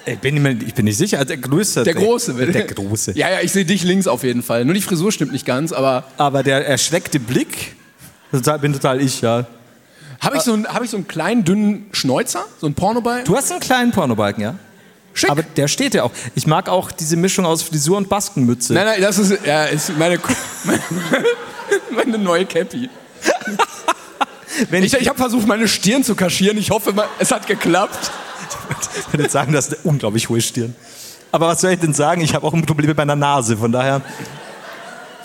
Ich bin, mir- ich bin nicht sicher. Der Größte.
der Große, bitte.
Der Große.
Ja, ja, ich sehe dich links auf jeden Fall. Nur die Frisur stimmt nicht ganz, aber.
Aber der erschreckte Blick, total, bin total ich, ja.
Habe ich, so einen- hab ich so einen kleinen, dünnen Schnäuzer? So einen Pornoball?
Ah. Du hast einen kleinen Pornobalken, ja?
Schick.
Aber der steht ja auch. Ich mag auch diese Mischung aus Frisur und Baskenmütze.
Nein, nein, das ist, ja, ist meine, Ko- meine neue Cappy.
Wenn
Ich, ich habe versucht, meine Stirn zu kaschieren. Ich hoffe, ma- es hat geklappt.
ich würde jetzt sagen, das ist eine unglaublich hohe Stirn. Aber was soll ich denn sagen? Ich habe auch ein Problem mit meiner Nase, von daher.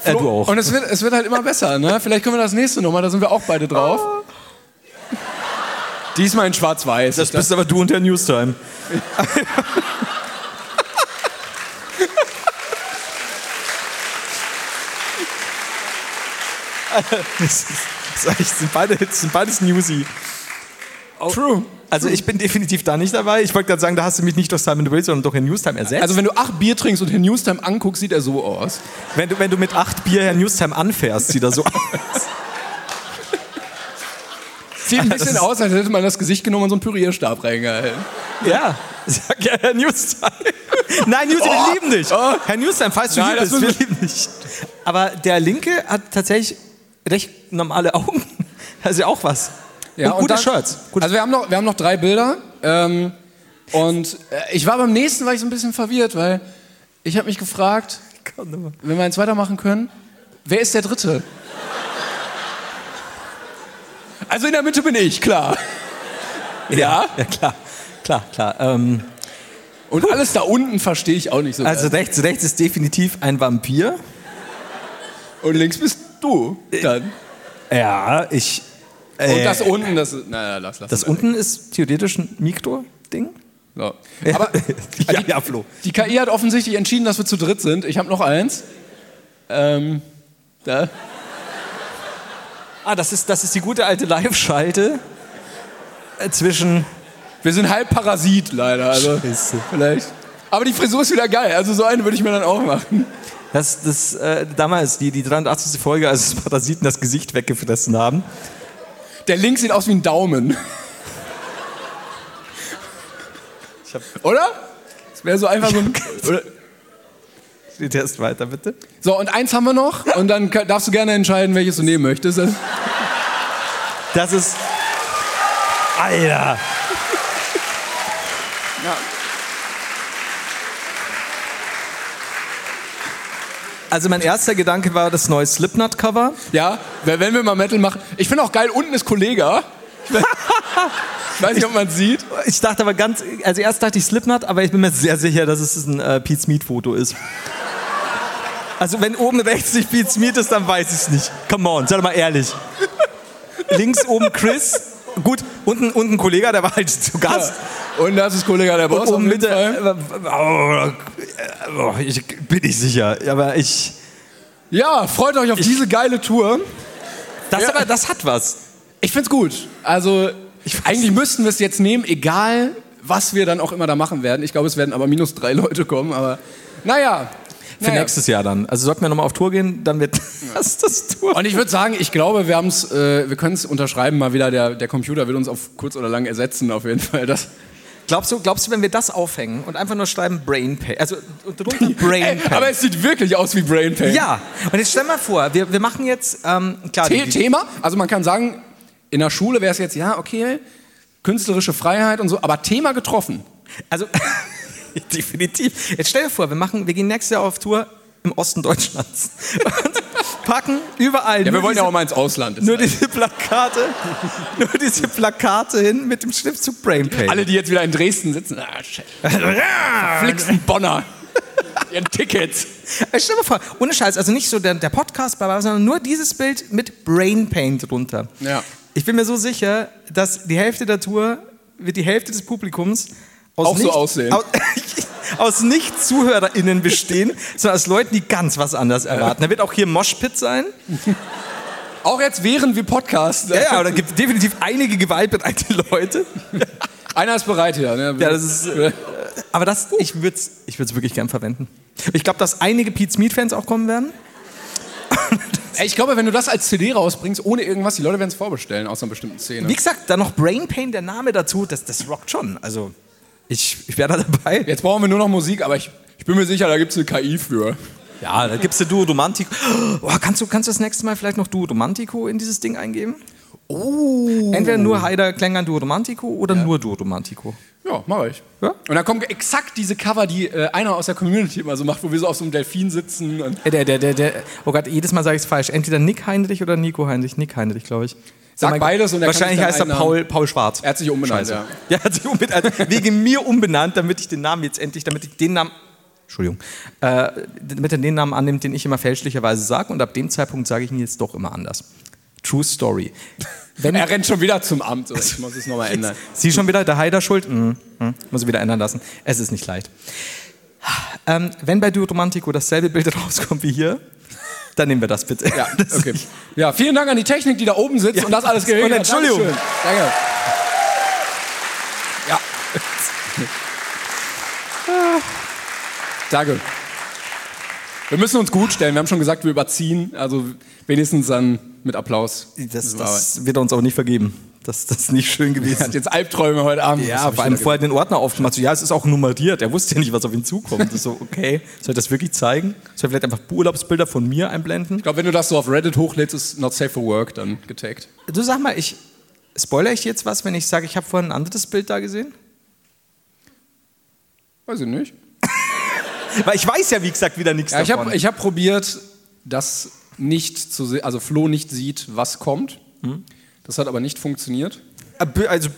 Äh, du auch.
Und es wird, es wird halt immer besser, ne? Vielleicht können wir das nächste nochmal, da sind wir auch beide drauf. Diesmal in schwarz-weiß.
Das bist aber du und der Newstime. das, ist, das, ist eigentlich- das sind beide, das sind beides Newsy.
true.
Also ich bin definitiv da nicht dabei. Ich wollte gerade sagen, da hast du mich nicht durch Simon Will, sondern durch Herrn Newstime ersetzt.
Also wenn du acht Bier trinkst und den Newstime anguckst, sieht er so aus.
wenn, du, wenn du mit acht Bier Herrn Newstime anfährst, sieht er so aus.
Sieht ein
Das
bisschen
ist-
aus, als hätte man das Gesicht genommen und so einen Pürierstab reingehalten.
Ja, sag ja Herr Newstime. Nein, Newstime, wir
Oh.
lieben dich.
Oh.
Herr Newstime, falls du
Nein,
hier
das
bist, wir
müssen
lieben dich. Aber der Linke hat tatsächlich recht normale Augen. Das ist ja auch was. und gute
dann-
Shirts. Gute
Also wir haben noch, wir haben noch drei Bilder. Ähm, und äh, ich war beim nächsten, war ich so ein bisschen verwirrt, weil ich habe mich gefragt, wenn wir eins weitermachen können, wer ist der Dritte? Also in der Mitte bin ich, klar. Ja.
ja, klar. Klar, klar. Ähm,
Und alles da unten verstehe ich auch nicht so.
also
ganz.
rechts, rechts ist definitiv ein Vampir.
und links bist du
Äh,
dann.
Ja, ich.
Und das unten, das ist. Naja, lass, lass.
äh. Das unten ist theoretisch ein Mikro-Ding.
So. Aber
ja, ja, Flo.
Die KI hat offensichtlich entschieden, dass wir zu dritt sind. Ich habe noch eins. Ähm, da.
Ah, das ist, das ist die gute alte Live-Schalte äh, zwischen.
Wir sind halb Parasit leider. Also
Scheiße.
vielleicht. Aber die Frisur ist wieder geil. Also so eine würde ich mir dann auch machen.
Das, das, äh, damals, die, die 83. Folge, als es Parasiten das Gesicht weggefressen haben.
Der links sieht aus wie ein Daumen. Oder? Das wäre so einfach so ein. Oder?
Den Test weiter, bitte.
So, und eins haben wir noch. Und dann ka- darfst du gerne entscheiden, welches du nehmen möchtest. Das-
Das ist. Alter! Also mein erster Gedanke war das neue Slipknot-Cover.
Ja, wenn wenn wir mal Metal machen. Ich finde auch geil, unten ist Kollega. Ich weiß nicht, ob man sieht.
Ich dachte aber ganz, also erst dachte ich Slipknot, aber ich bin mir sehr sicher, dass es ein äh, Pete Smith-Foto ist. Also wenn oben rechts nicht Pete Smith ist, dann weiß ich es nicht. Come on, sei doch mal ehrlich. Links oben Chris, gut, unten, unten ein Kollege, der war halt zu Gast.
Und das ist Kollega der Boss. auf
oben
jeden
Mitte,
Fall.
äh, oh, ich bin nicht sicher, aber ich...
Ja, freut euch auf diese geile Tour.
Das,
Ja.
aber, das hat was.
Ich find's gut. Also, eigentlich müssten wir es jetzt nehmen, egal was wir dann auch immer da machen werden. Ich glaube, es werden aber minus drei Leute kommen, aber naja.
Für
naja.
nächstes Jahr dann. Also sollten wir nochmal auf Tour gehen, dann wird das das Tour.
Und ich würde sagen, ich glaube, wir, haben's, äh, wir können es unterschreiben, mal wieder. Der, der Computer wird uns auf kurz oder lang ersetzen, auf jeden Fall. Das,
Glaubst du, glaubst du, wenn wir das aufhängen und einfach nur schreiben Brain Pain, also und drunter Brain
Ey, aber
Pain.
es sieht wirklich aus wie Brain Pain.
Ja, und jetzt stell mal vor, wir, wir machen jetzt, ähm, klar,
The
die, die,
Thema, also man kann sagen, in der Schule wäre es jetzt, ja, okay, künstlerische Freiheit und so, aber Thema getroffen.
also definitiv. Jetzt stell dir vor, wir machen, wir gehen nächstes Jahr auf Tour im Osten Deutschlands und packen überall
Ja, wir
nur,
wollen ja
diese,
auch mal ins Ausland.
nur diese Plakate, nur diese Plakate hin mit dem Schriftzug Brain Pain.
Alle, die jetzt wieder in Dresden sitzen, ah, shit. Flixen Bonner. Ihren Tickets.
Ey, Stell dir mal vor, ohne Scheiß, also nicht so der, der Podcast, bla, bla, sondern nur dieses Bild mit Brain Pain drunter.
Ja.
Ich bin mir so sicher, dass die Hälfte der Tour wird die Hälfte des Publikums aus
Auch so aussehen.
Aus, aus Nicht-ZuhörerInnen bestehen, sondern aus Leuten, die ganz was anderes erwarten. Da wird auch hier Moshpit sein.
Auch jetzt während wir podcasten.
Ja, ja, aber Genau, da gibt es definitiv einige gewaltbereite Leute.
Einer ist bereit hier. Ne?
Ja, das ist. Äh, aber das, ich würde es ich würd's wirklich gern verwenden. Ich glaube, dass einige Pete Smith-Fans auch kommen werden.
Ey, ich glaube, wenn du das als CD rausbringst, ohne irgendwas, die Leute werden es vorbestellen aus einer bestimmten Szene.
Wie gesagt, dann noch Brain Pain, der Name dazu, das, das rockt schon. Also, ich, ich wäre da dabei.
Jetzt brauchen wir nur noch Musik, aber ich, ich bin mir sicher, da gibt es eine KI für.
Ja, da gibst du Duo Romantico. Oh, kannst, du, kannst du das nächste Mal vielleicht noch Duo Romantico in dieses Ding eingeben? Oh. Entweder nur Haider Klängern Duo Romantico oder nur Duo Romantico.
Ja, mache ich.
Ja?
Und dann kommen exakt diese Cover, die äh, einer aus der Community immer so macht, wo wir so auf so einem Delfin sitzen. Und
Äh, Der, der, der, der, oh Gott, jedes Mal sage ich es falsch. Entweder Nick Heinrich oder Nico Heinrich. Nick Heinrich, glaube ich.
Sag beides und dann kann
Wahrscheinlich
ich dann
heißt er
einen
Paul, Paul Schwarz.
er hat sich umbenannt.
Scheiße. Ja, hat sich umbenannt, also wegen mir umbenannt, damit ich den Namen jetzt endlich, damit ich den Namen Entschuldigung, äh, damit er den Namen annimmt, den ich immer fälschlicherweise sage. Und ab dem Zeitpunkt sage ich ihn jetzt doch immer anders. True Story. Wenn
Er rennt schon wieder zum Amt. oder? Ich muss es nochmal ändern.
Sie schon wieder, der Haider schuld? Mhm. Mhm. Muss ich wieder ändern lassen. Es ist nicht leicht. Ähm, wenn bei Duodomantico dasselbe Bild rauskommt wie hier, dann nehmen wir das bitte.
Ja,
Das-
okay. ja, vielen Dank an die Technik, die da oben sitzt
Ja,
und das alles
und
geregelt hat.
Entschuldigung.
Dankeschön. Danke. Ja. Danke. Wir müssen uns gut stellen. Wir haben schon gesagt, wir überziehen. Also wenigstens dann mit Applaus.
Das, das wird er uns aber nicht vergeben. Das, das ist nicht schön
Er hat
gewesen.
jetzt Albträume heute Abend. Das
Ja,
hab ich
vor allem
schon
vorher den Ordner aufgemacht. So, ja, es ist auch nummeriert. Er wusste ja nicht, was auf ihn zukommt. Das ist so, okay, soll ich das wirklich zeigen? Soll ich vielleicht einfach Urlaubsbilder von mir einblenden?
Ich glaube, wenn du das so auf Reddit hochlädst, ist Not Safe for Work dann getaggt.
Du sag mal, ich spoiler ich jetzt was, wenn ich sage, ich habe vorhin ein anderes Bild da gesehen?
Weiß ich nicht.
Weil ich weiß ja, wie gesagt, wieder nichts
Ja, ich
davon.
habe ich hab probiert, das nicht zu sehen, also Flo nicht sieht, was kommt. Das hat aber nicht funktioniert.
Äh, also,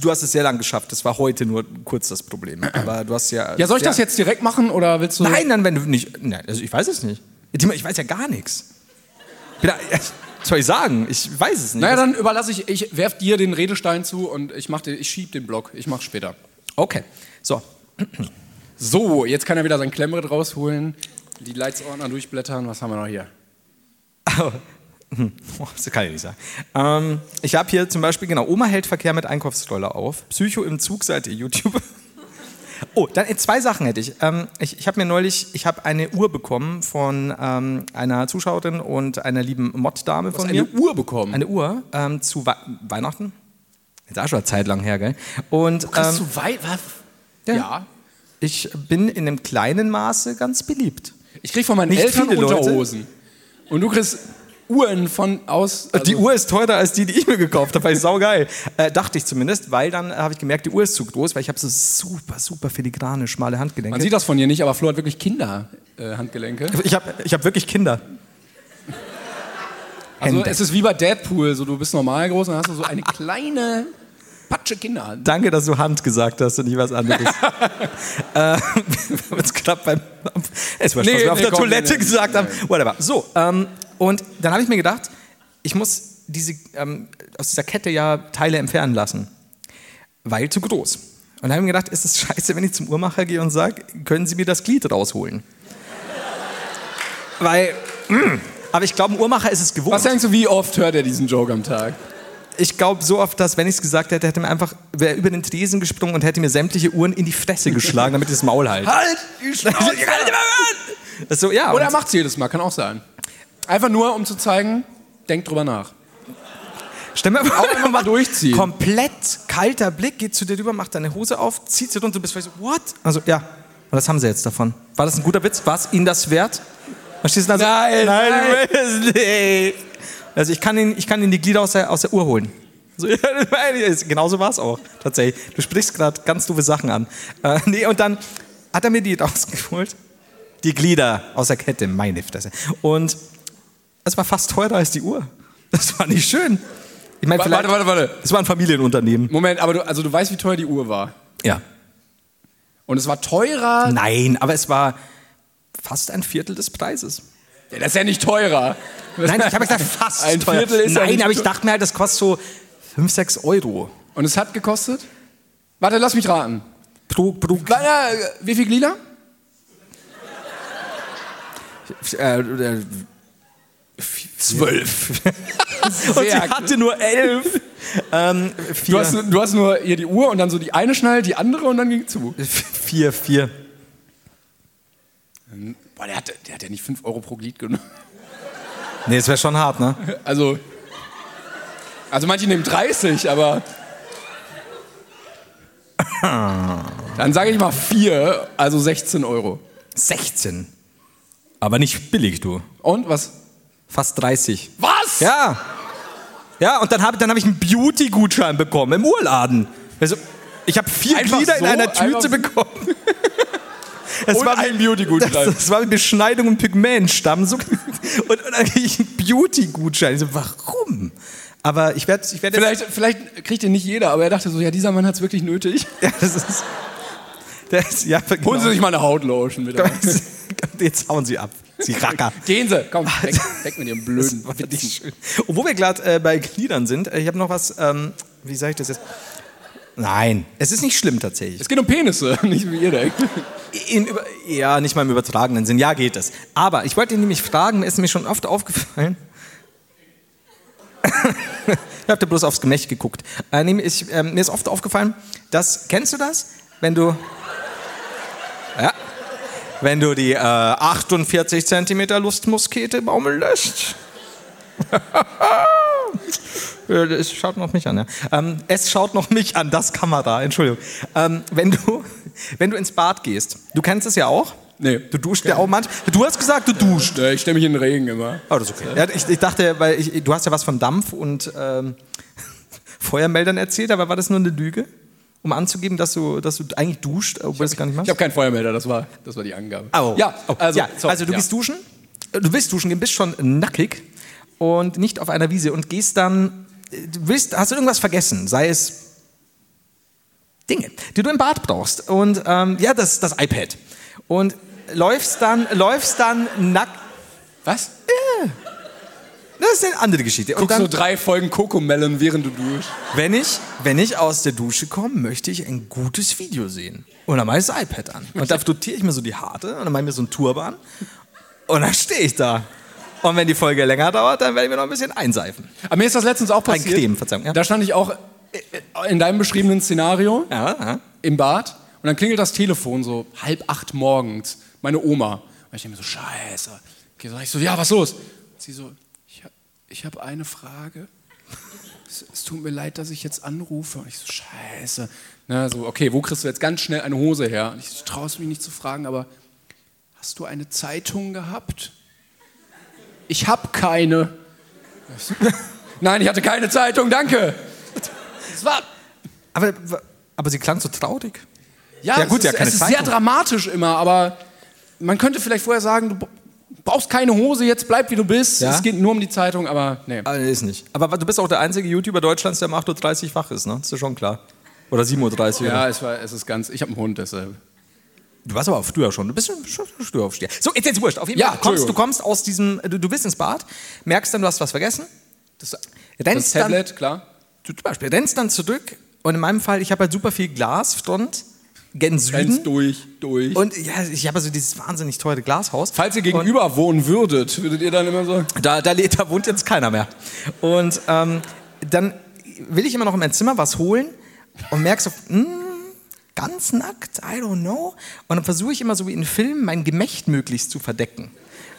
du hast es sehr lang geschafft. Das war heute nur kurz das Problem. Aber du hast ja.
Ja, soll ich
sehr-
das jetzt direkt machen oder willst du.
Nein, dann wenn du nicht. Nein, also ich weiß es nicht. Dima, ich weiß ja gar nichts. Bin da- Was soll ich sagen? Ich weiß es nicht.
Naja, dann überlasse ich, ich werf dir den Redestein zu und ich, mach den, ich schieb den Block. Ich mach später.
okay. So.
So, jetzt kann er wieder sein Klemmbrett rausholen, die Leitsordner durchblättern. Was haben wir noch hier?
Oh, das kann ich nicht sagen. Ähm, ich habe hier zum Beispiel, genau, Oma hält Verkehr mit Einkaufstroller auf. Psycho im Zug seid ihr YouTuber. Oh, dann äh, zwei Sachen hätte ich. Ähm, ich ich habe mir neulich, ich habe eine Uhr bekommen von ähm, einer Zuschauerin und einer lieben Mod-Dame von
eine
mir.
Uhr bekommen?
Eine Uhr ähm, zu Wei- Weihnachten. Ist auch schon eine Zeit lang her, gell? Und ähm,
du weit? Was? Ja.
Ja. ich bin in einem kleinen Maße ganz beliebt.
Ich krieg von meinen
Nicht
Eltern
viele Leute.
Unterhosen. Und du kriegst Uhren von aus. Also
die Uhr ist teurer als die, die ich mir gekauft habe. Fand ich saugeil. Äh, dachte ich zumindest, weil dann äh, habe ich gemerkt, die Uhr ist zu groß, weil ich habe so super, super filigrane, schmale Handgelenke.
Man sieht das von dir nicht, aber Flo hat wirklich Kinderhandgelenke.
ich habe ich hab wirklich Kinder.
also
Hände.
es ist wie bei Deadpool, so du bist normal groß und dann hast du so eine kleine Patsche Kinderhand.
Danke, dass du Hand gesagt hast und nicht was anderes. äh, es knapp beim. Es war Spaß,
Nee,
wir auf
nee,
der
komm,
Toilette
nee, nee.
gesagt haben. Whatever. So, ähm, und dann habe ich mir gedacht, ich muss diese, ähm, aus dieser Kette ja Teile entfernen lassen. Weil zu groß. Und dann habe ich mir gedacht, ist es scheiße, wenn ich zum Uhrmacher gehe und sage, können Sie mir das Glied rausholen? Weil. mm, aber ich glaube, ein Uhrmacher ist es gewohnt.
Was denkst du, wie oft hört er diesen Joke am Tag?
Ich glaube so oft, dass wenn ich es gesagt hätte, hätte mir einfach wäre über den Tresen gesprungen und hätte mir sämtliche Uhren in die Fresse geschlagen, damit ich das Maul halt.
Halt! die Schnauze!
Das so, ja,
Oder er
und-
macht's jedes Mal, kann auch sein. Einfach nur, um zu zeigen, denk drüber nach.
stell mir
Auch einfach mal durchziehen.
Komplett kalter Blick, geht zu dir rüber, macht deine Hose auf, zieht sie runter, du bist vielleicht so, what? Also ja, und das haben sie jetzt davon. War das ein guter Witz? War es ihnen das wert? Dann stehst du da so,
Nein, nein.
nein. nein. Also ich kann ihn, ich kann ihn die Glieder aus der, aus der Uhr holen. So, ja, das meine ich. Ist- Genauso war es auch, tatsächlich. Du sprichst gerade ganz doofe Sachen an. Äh, nee, und dann hat er mir die rausgeholt. Die Glieder aus der Kette, meine Fresse. Und es war fast teurer als die Uhr. Das war nicht schön. Ich meine,
Warte,
vielleicht-
warte, warte, warte.
Es war ein Familienunternehmen.
Moment, aber du, also du weißt, wie teuer die Uhr war.
Ja.
Und es war teurer.
Nein, aber es war fast ein Viertel des Preises.
Ja, das ist ja nicht teurer.
Nein, ich habe gesagt, fast
Ein
teuer.
Viertel ist ja
Nein,
nicht
aber ich
teuer.
dachte mir halt, das kostet so 5, 6 Euro.
Und es hat gekostet? Warte, lass mich raten.
Pro, pro,
War da, äh, wie viel Glieder?
äh, äh, zwölf. Und sie
Sehr
hatte nur elf. ähm, vier,
Du, hast, du hast nur hier die Uhr und dann so die eine schnallt, die andere und dann ging zu.
vier, vier.
Boah, der hat, der hat ja nicht 5 Euro pro Glied genommen.
Nee, das wäre schon hart, ne?
Also, also manche nehmen 30, aber. Dann sage ich mal 4, also 16 Euro.
16. Aber nicht billig, du.
Und was?
Fast 30.
Was?
Ja. Ja, und dann habe dann hab ich einen Beauty-Gutschein bekommen im Urladen. Also, ich habe vier
Einfach
Glieder in
so?
einer Tüte
Einfach-
bekommen. Es
Und ein Beauty-Gutschein.
Das, das war mit Beschneidung und Pigmentstamm. So, und, und dann krieg ich einen Beauty-Gutschein. Ich So, warum? Aber ich werde ich werd jetzt-
Vielleicht, vielleicht kriegt den nicht jeder, aber er dachte so, ja, dieser Mann hat es wirklich nötig.
Ja, das ist. Das, ja, genau.
Holen Sie sich mal eine Hautlotion mit.
Jetzt hauen Sie ab. Sie Racker.
Gehen Sie, komm, weg, weg mit Ihrem blöden
war
Witzen.
nicht schön. Und wo wir gerade äh, bei Gliedern sind, äh, ich habe noch was, ähm, wie sage ich das jetzt? Nein, es ist nicht schlimm tatsächlich.
Es geht um Penisse, nicht wie ihr denkt.
In über, ja, nicht mal im übertragenen Sinn. Ja, geht es. Aber ich wollte ihn nämlich fragen, mir ist mir schon oft aufgefallen. ich habe da bloß aufs Gemächt geguckt. Äh, nämlich, ich, ähm, mir ist oft aufgefallen, dass, kennst du das? Wenn du. Ja. Wenn du die äh, 48 Zentimeter Lustmuskete baumeln lässt. Ja, Es schaut noch mich an, ja. Ähm, es schaut noch mich an, das Kamera, Entschuldigung. Ähm, wenn, du, wenn du ins Bad gehst, du kennst es ja auch.
Nee.
Du duschst ja auch manchmal. Du hast gesagt, du duschst.
Ja, ich stelle mich in den Regen immer.
Oh, das ist okay. Ja, ich, ich dachte, weil ich, du hast ja was von Dampf und ähm, Feuermeldern erzählt, aber war das nur eine Lüge? Um anzugeben, dass du, dass du eigentlich duscht, obwohl du es gar nicht machst?
Ich habe keinen Feuermelder, das war, das war die Angabe.
Oh.
Ja,
Oh.
also,
ja,
sorry,
also du
ja.
bist duschen, äh, du bist duschen, gehen, bist schon nackig und nicht auf einer Wiese und gehst dann, äh, du willst, hast du irgendwas vergessen, sei es Dinge, die du im Bad brauchst und ähm, ja, das, das iPad und läufst dann, läufst dann nackt,
Was?
das ist eine andere Geschichte. Und
Guckst
dann,
nur drei Folgen Cocomelon, während du duschst.
wenn ich, wenn ich aus der Dusche komme, möchte ich ein gutes Video sehen. Und dann mache ich das iPad an. Und da dotiere ich mir so die Haare und dann mache ich mir so einen Turban. Und dann stehe ich da. Und wenn die Folge länger dauert, dann werde ich mir noch ein bisschen einseifen.
Aber mir ist das letztens auch passiert.
Creme, Verzeihung, ja.
Da stand ich auch äh, äh, in deinem beschriebenen Szenario
Ja, ja.
im Bad und dann klingelt das Telefon so halb acht morgens. Meine Oma. Und ich denke mir so, scheiße. Okay, so, ich so, ja, was los? Sie so, ich, hab- ich habe eine Frage. Es, es tut mir leid, dass ich jetzt anrufe. Und ich so, scheiße. Na, so, okay, wo kriegst du jetzt ganz schnell eine Hose her? Und ich so, traue es mich nicht zu fragen, aber hast du eine Zeitung gehabt? Ich habe keine. Ich so, Nein, ich hatte keine Zeitung, danke. Es war
Aber, aber sie klang so traurig.
ja,
Ja, gut,
es
ja,
ist,
keine
es ist
Zeitung.
sehr dramatisch immer, aber man könnte vielleicht vorher sagen, du b- brauchst keine Hose, jetzt bleib wie du bist.
Ja?
Es geht nur um die Zeitung, aber nee.
Aber ist nicht. Aber du bist auch der einzige YouTuber Deutschlands, der um 8.30 Uhr wach ist, ne? Ist ja schon klar. Oder 7.30 Uhr.
Ja, es, war, es ist ganz. Ich habe einen Hund, deshalb.
Du warst aber auch früher schon. Du bist schon schon früher aufsteher. So, jetzt, jetzt wurscht. Auf jeden
Ja,
Fall, du kommst, du
Entschuldigung.
kommst aus diesem, du, du bist ins Bad, merkst dann, du hast was vergessen.
Das, das
Rennst dann-
Tablet, klar.
Du zum Beispiel rennst dann zurück und in meinem Fall, ich habe halt super viel Glasfront gen
Rennst
Süden.
durch, durch.
Mhm. Und ja, ich habe also dieses wahnsinnig teure Glashaus.
Falls ihr gegenüber wohnen würdet, würdet ihr dann immer so.
Da, da, le- da wohnt jetzt keiner mehr. Und ähm, dann will ich immer noch in mein Zimmer was holen und merkst so, hm, ganz nackt, I don't know. Und dann versuche ich immer so wie in Filmen, mein Gemächt möglichst zu verdecken.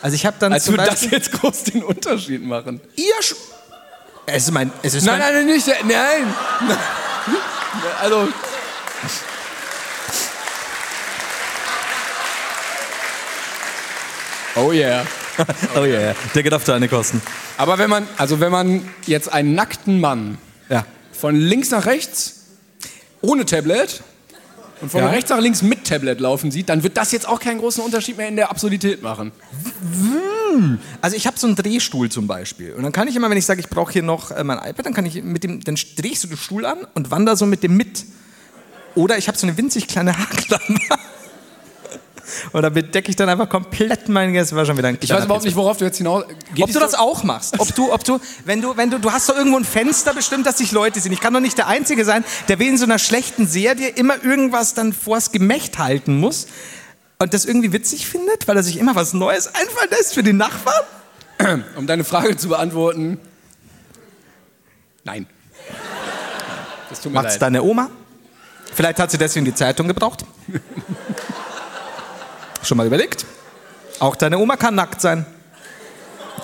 Also ich habe dann
Als
zum
würde das
Beispiel...
jetzt groß den Unterschied machen.
ihr Sch es ist mein... Es ist
Nein,
mein
nein, nein, nicht. Nein. Also, oh yeah.
oh ja, ja, der geht auf deine Kosten.
Aber wenn man, also wenn man jetzt einen nackten Mann
Ja.
von links nach rechts ohne Tablet und von
Ja.
rechts nach links mit Tablet laufen sieht, dann wird das jetzt auch keinen großen Unterschied mehr in der Absurdität machen.
Also ich habe so einen Drehstuhl zum Beispiel. Und dann kann ich immer, wenn ich sage, ich brauche hier noch äh, mein iPad, dann kann ich mit dem, dann drehe ich so den Stuhl an und wandere so mit dem mit. Oder ich habe so eine winzig kleine Haarklammer. Und da bedecke ich dann einfach komplett mein Gesicht. war schon wieder ein
Ich weiß überhaupt nicht, worauf du jetzt hinaus. Geht
ob du das auch machst. Ob du, ob du, wenn du, wenn du, du hast doch irgendwo ein Fenster bestimmt, dass dich Leute sehen. Ich kann doch nicht der Einzige sein, der wegen so einer schlechten Serie immer irgendwas dann vors Gemächt halten muss und das irgendwie witzig findet, weil er sich immer was Neues einfallen lässt für den Nachbarn.
Um deine Frage zu beantworten. Nein. Das tut mir
Macht's
leid.
deine Oma? Vielleicht hat sie deswegen die Zeitung gebraucht. Schon mal überlegt? Auch deine Oma kann nackt sein.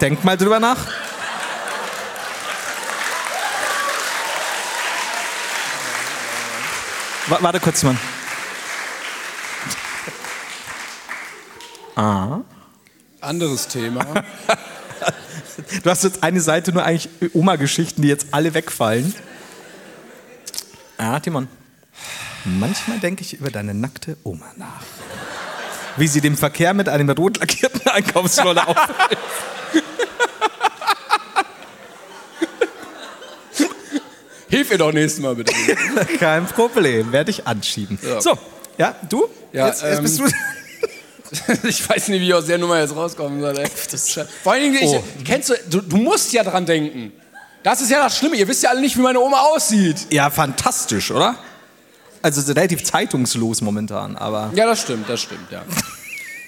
Denk mal drüber nach. Wa- Warte kurz, Mann.
Anderes Thema.
Du hast jetzt eine Seite nur eigentlich Oma-Geschichten, die jetzt alle wegfallen. Ah, Timon. Manchmal denke ich über deine nackte Oma nach. Wie sie dem Verkehr mit einem rot lackierten Einkaufsroller auf.
Hilf ihr doch nächstes Mal bitte.
Kein Problem, werde ich anschieben. So, Ja, du?
Ja,
jetzt, jetzt
ähm,
bist du.
ich weiß nicht, wie ich aus der Nummer jetzt rauskommen soll. Ey. Vor allen Dingen,
Oh.
ich, kennst du, du, du musst ja dran denken. Das ist ja das Schlimme. Ihr wisst ja alle nicht, wie meine Oma aussieht.
Ja, fantastisch, oder? Also so relativ zeitungslos momentan, aber.
Ja, das stimmt, das stimmt, ja.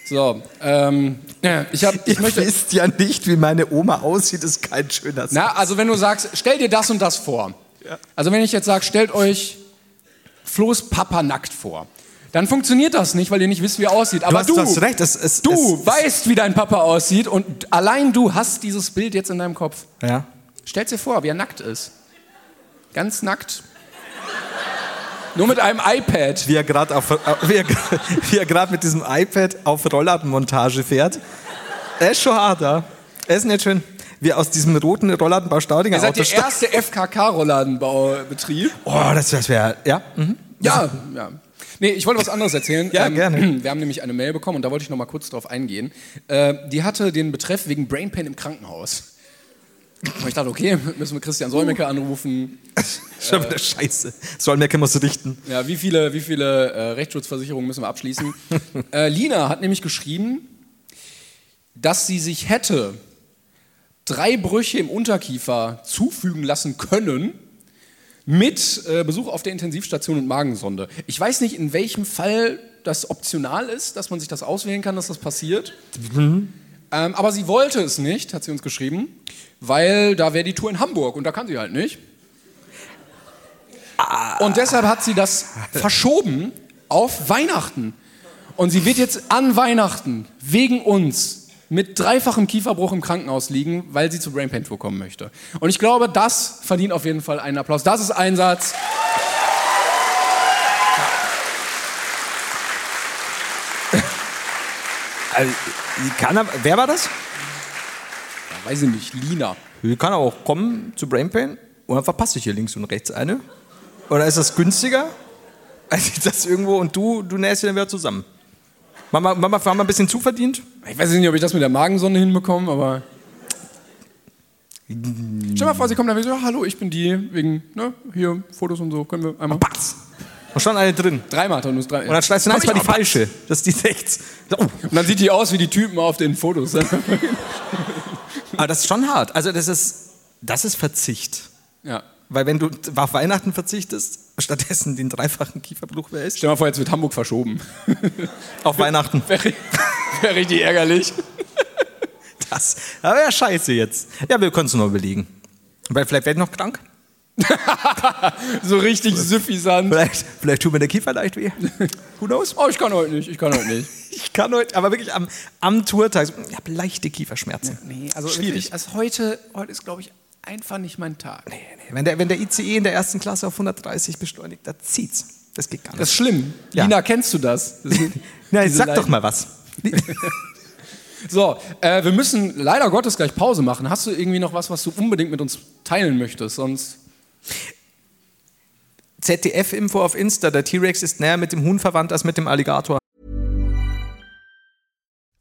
So, ähm, ja, ich, hab, ich möchte.
wisst ja nicht, wie meine Oma aussieht, ist kein schöner Satz.
Na, also wenn du sagst, stell dir das und das vor. Also wenn ich jetzt sage, stellt euch Flo's Papa nackt vor. Dann funktioniert das nicht, weil ihr nicht wisst, wie er aussieht. Aber
hast- du hast recht, es- es-
du
es- es-
weißt, wie dein Papa aussieht und allein du hast dieses Bild jetzt in deinem Kopf.
Ja.
Stellt dir vor, wie er nackt ist. Ganz nackt. Nur mit einem iPad.
Wie er gerade auf, äh, wie er, wie er grad mit diesem iPad auf Rollladenmontage fährt. Er ist schon hart, ja. Er ist nicht schön. Wie er aus diesem roten Rollladenbau Staudinger
Ihr seid
Auto
der
steigt.
erste FKK-Rollladenbaubetrieb.
Oh, das wäre schwer. Ja? Mhm.
Ja, ja. Nee, ich wollte was anderes erzählen. Ähm,
Ja, gerne.
Wir haben nämlich eine Mail bekommen und da wollte ich noch mal kurz drauf eingehen. Äh, die hatte den Betreff wegen Brain Pain im Krankenhaus. Und ich dachte, okay, müssen wir Christian Solmecke anrufen.
Schon wieder scheiße. Solmecke musst du dichten.
Ja, wie viele, wie viele äh, Rechtsschutzversicherungen müssen wir abschließen? äh, Lina hat nämlich geschrieben, dass sie sich hätte drei Brüche im Unterkiefer zufügen lassen können mit äh, Besuch auf der Intensivstation und Magensonde. Ich weiß nicht, in welchem Fall das optional ist, dass man sich das auswählen kann, dass das passiert. Ähm, aber sie wollte es nicht, hat sie uns geschrieben, weil da wäre die Tour in Hamburg und da kann sie halt nicht. Und deshalb hat sie das verschoben auf Weihnachten. Und sie wird jetzt an Weihnachten wegen uns mit dreifachem Kieferbruch im Krankenhaus liegen, weil sie zu Brain Pain Tour kommen möchte. Und ich glaube, das verdient auf jeden Fall einen Applaus. Das ist Einsatz.
Also, kann er, wer war das?
Ja, weiß ich nicht, Lina.
Die kann auch kommen zu Brain Pain und dann verpasse ich hier links und rechts eine. Oder ist das günstiger? Also das irgendwo und du, du nähst dir dann wieder zusammen. Mama, Mama, haben wir ein bisschen zuverdient?
Ich weiß nicht, ob ich das mit der Magensonde hinbekomme, aber. Stell mal vor, sie kommt dann wieder so, "Ja, hallo, ich bin die, wegen, ne, hier, Fotos und so, können wir einmal.
Batz! Und schon eine drin.
Dreimal hat er uns drei.
Und dann schreist du,
Komm,
nein, das
ich
war die
mach-
falsche. Das ist die rechts. Oh.
Und dann sieht die aus wie die Typen auf den Fotos.
Aber das ist schon hart. Also das ist, das ist Verzicht.
ja.
Weil wenn du auf Weihnachten verzichtest, stattdessen den dreifachen Kieferbruch wählst,
Stell mal vor, jetzt wird Hamburg verschoben.
auf Weihnachten.
Wäre wär richtig ärgerlich.
Das. Aber ja, scheiße jetzt. Ja, wir können es noch überlegen. Weil vielleicht werde ich noch krank.
so richtig süffisant.
Vielleicht, vielleicht tut mir der Kiefer leicht weh. Who knows?
Oh, ich kann heute nicht, ich kann heute nicht.
Ich kann heute, aber wirklich am, am Tourtag, so, ich habe leichte Kieferschmerzen. Schwierig.
also heute, heute ist, glaube ich, einfach nicht mein Tag.
Wenn der, wenn der ICE in der ersten Klasse auf 130 beschleunigt, da zieht's. Das geht gar
Das
nicht.
ist schlimm.
Ja.
Lina, kennst du das? das sind
Na,
diese
sag doch
Leiden.
mal was.
So, äh, wir müssen leider Gottes gleich Pause machen. Hast du irgendwie noch was, was du unbedingt mit uns teilen möchtest? Sonst.
ZDF-Info auf Insta, der T-Rex ist näher mit dem Huhn verwandt als mit dem Alligator.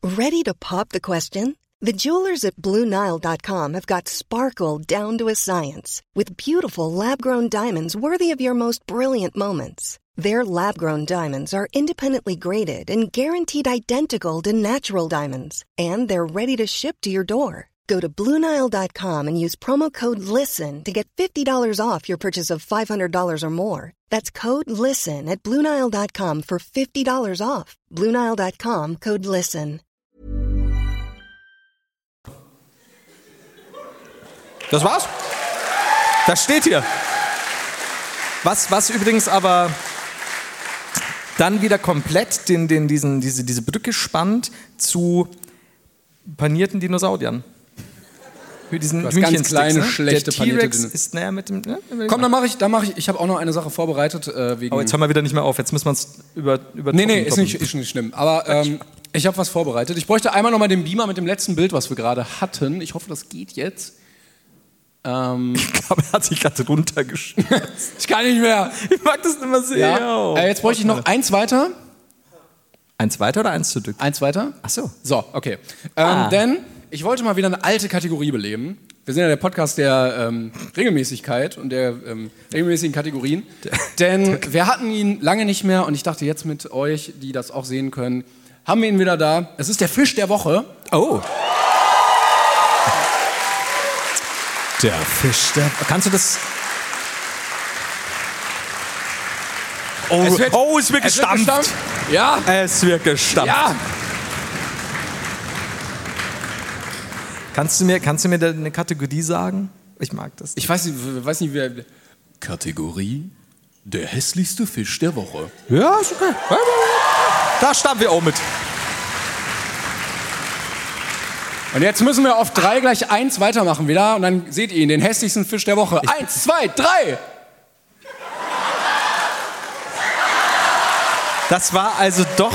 Ready to pop the question? The jewelers at BlueNile.com have got sparkle down to a science with beautiful lab grown diamonds worthy of your most brilliant moments. Their lab grown diamonds are independently graded and guaranteed identical to natural diamonds, and they're ready to ship to your door. Go to BlueNile.com and use promo code LISTEN to get $50 off your purchase of $500 or more. That's code LISTEN at BlueNile.com for $50 off. BlueNile.com code LISTEN.
Das war's. Das steht hier. Was, was übrigens aber dann wieder komplett den, den, diesen, diese, diese Brücke spannt zu panierten Dinosauriern. Für diesen
hast ganz
Hühnchensticks,
kleine, schlechte
Der T-Rex
panierte Dino-
ist näher mit dem... Ne?
Komm, dann mache ich, dann mache ich. Ich habe auch noch eine Sache vorbereitet äh, wegen.
Oh, jetzt hören wir wieder nicht mehr auf. Jetzt müssen wir uns über... über
Nee, nee, ist nicht, ist nicht schlimm. Aber ähm, ich habe was vorbereitet. Ich bräuchte einmal nochmal den Beamer mit dem letzten Bild, was wir gerade hatten. Ich hoffe, das geht jetzt. Ähm,
Ich glaube, er hat sich gerade runtergeschmissen.
ich kann nicht mehr.
ich mag das nicht mehr sehen.
Ja. Äh, jetzt bräuche ich noch eins weiter.
Eins weiter oder eins zurück?
Eins weiter.
Ach so.
So, okay. Ähm,
Ah.
Denn ich wollte mal wieder eine alte Kategorie beleben. Wir sind ja der Podcast der ähm, Regelmäßigkeit und der ähm, regelmäßigen Kategorien. Denn wir hatten ihn lange nicht mehr und ich dachte jetzt mit euch, die das auch sehen können, haben wir ihn wieder da. Es ist der Fisch der Woche.
Oh. Der Fisch, der. Kannst du das. Oh,
Es wird-
oh, es wird
Es wird
gestampft.
gestampft. Ja,
Es wird gestampft.
ja.
Kannst, du mir, kannst du mir da eine Kategorie sagen? Ich mag das.
Ich weiß nicht, w- weiß nicht wer. Kategorie der hässlichste Fisch der Woche.
Ja, ist okay. Da stampfen wir auch mit.
Und jetzt müssen wir auf drei gleich eins weitermachen wieder und dann seht ihr ihn, den hässlichsten Fisch der Woche. eins, zwei, drei.
Das war also doch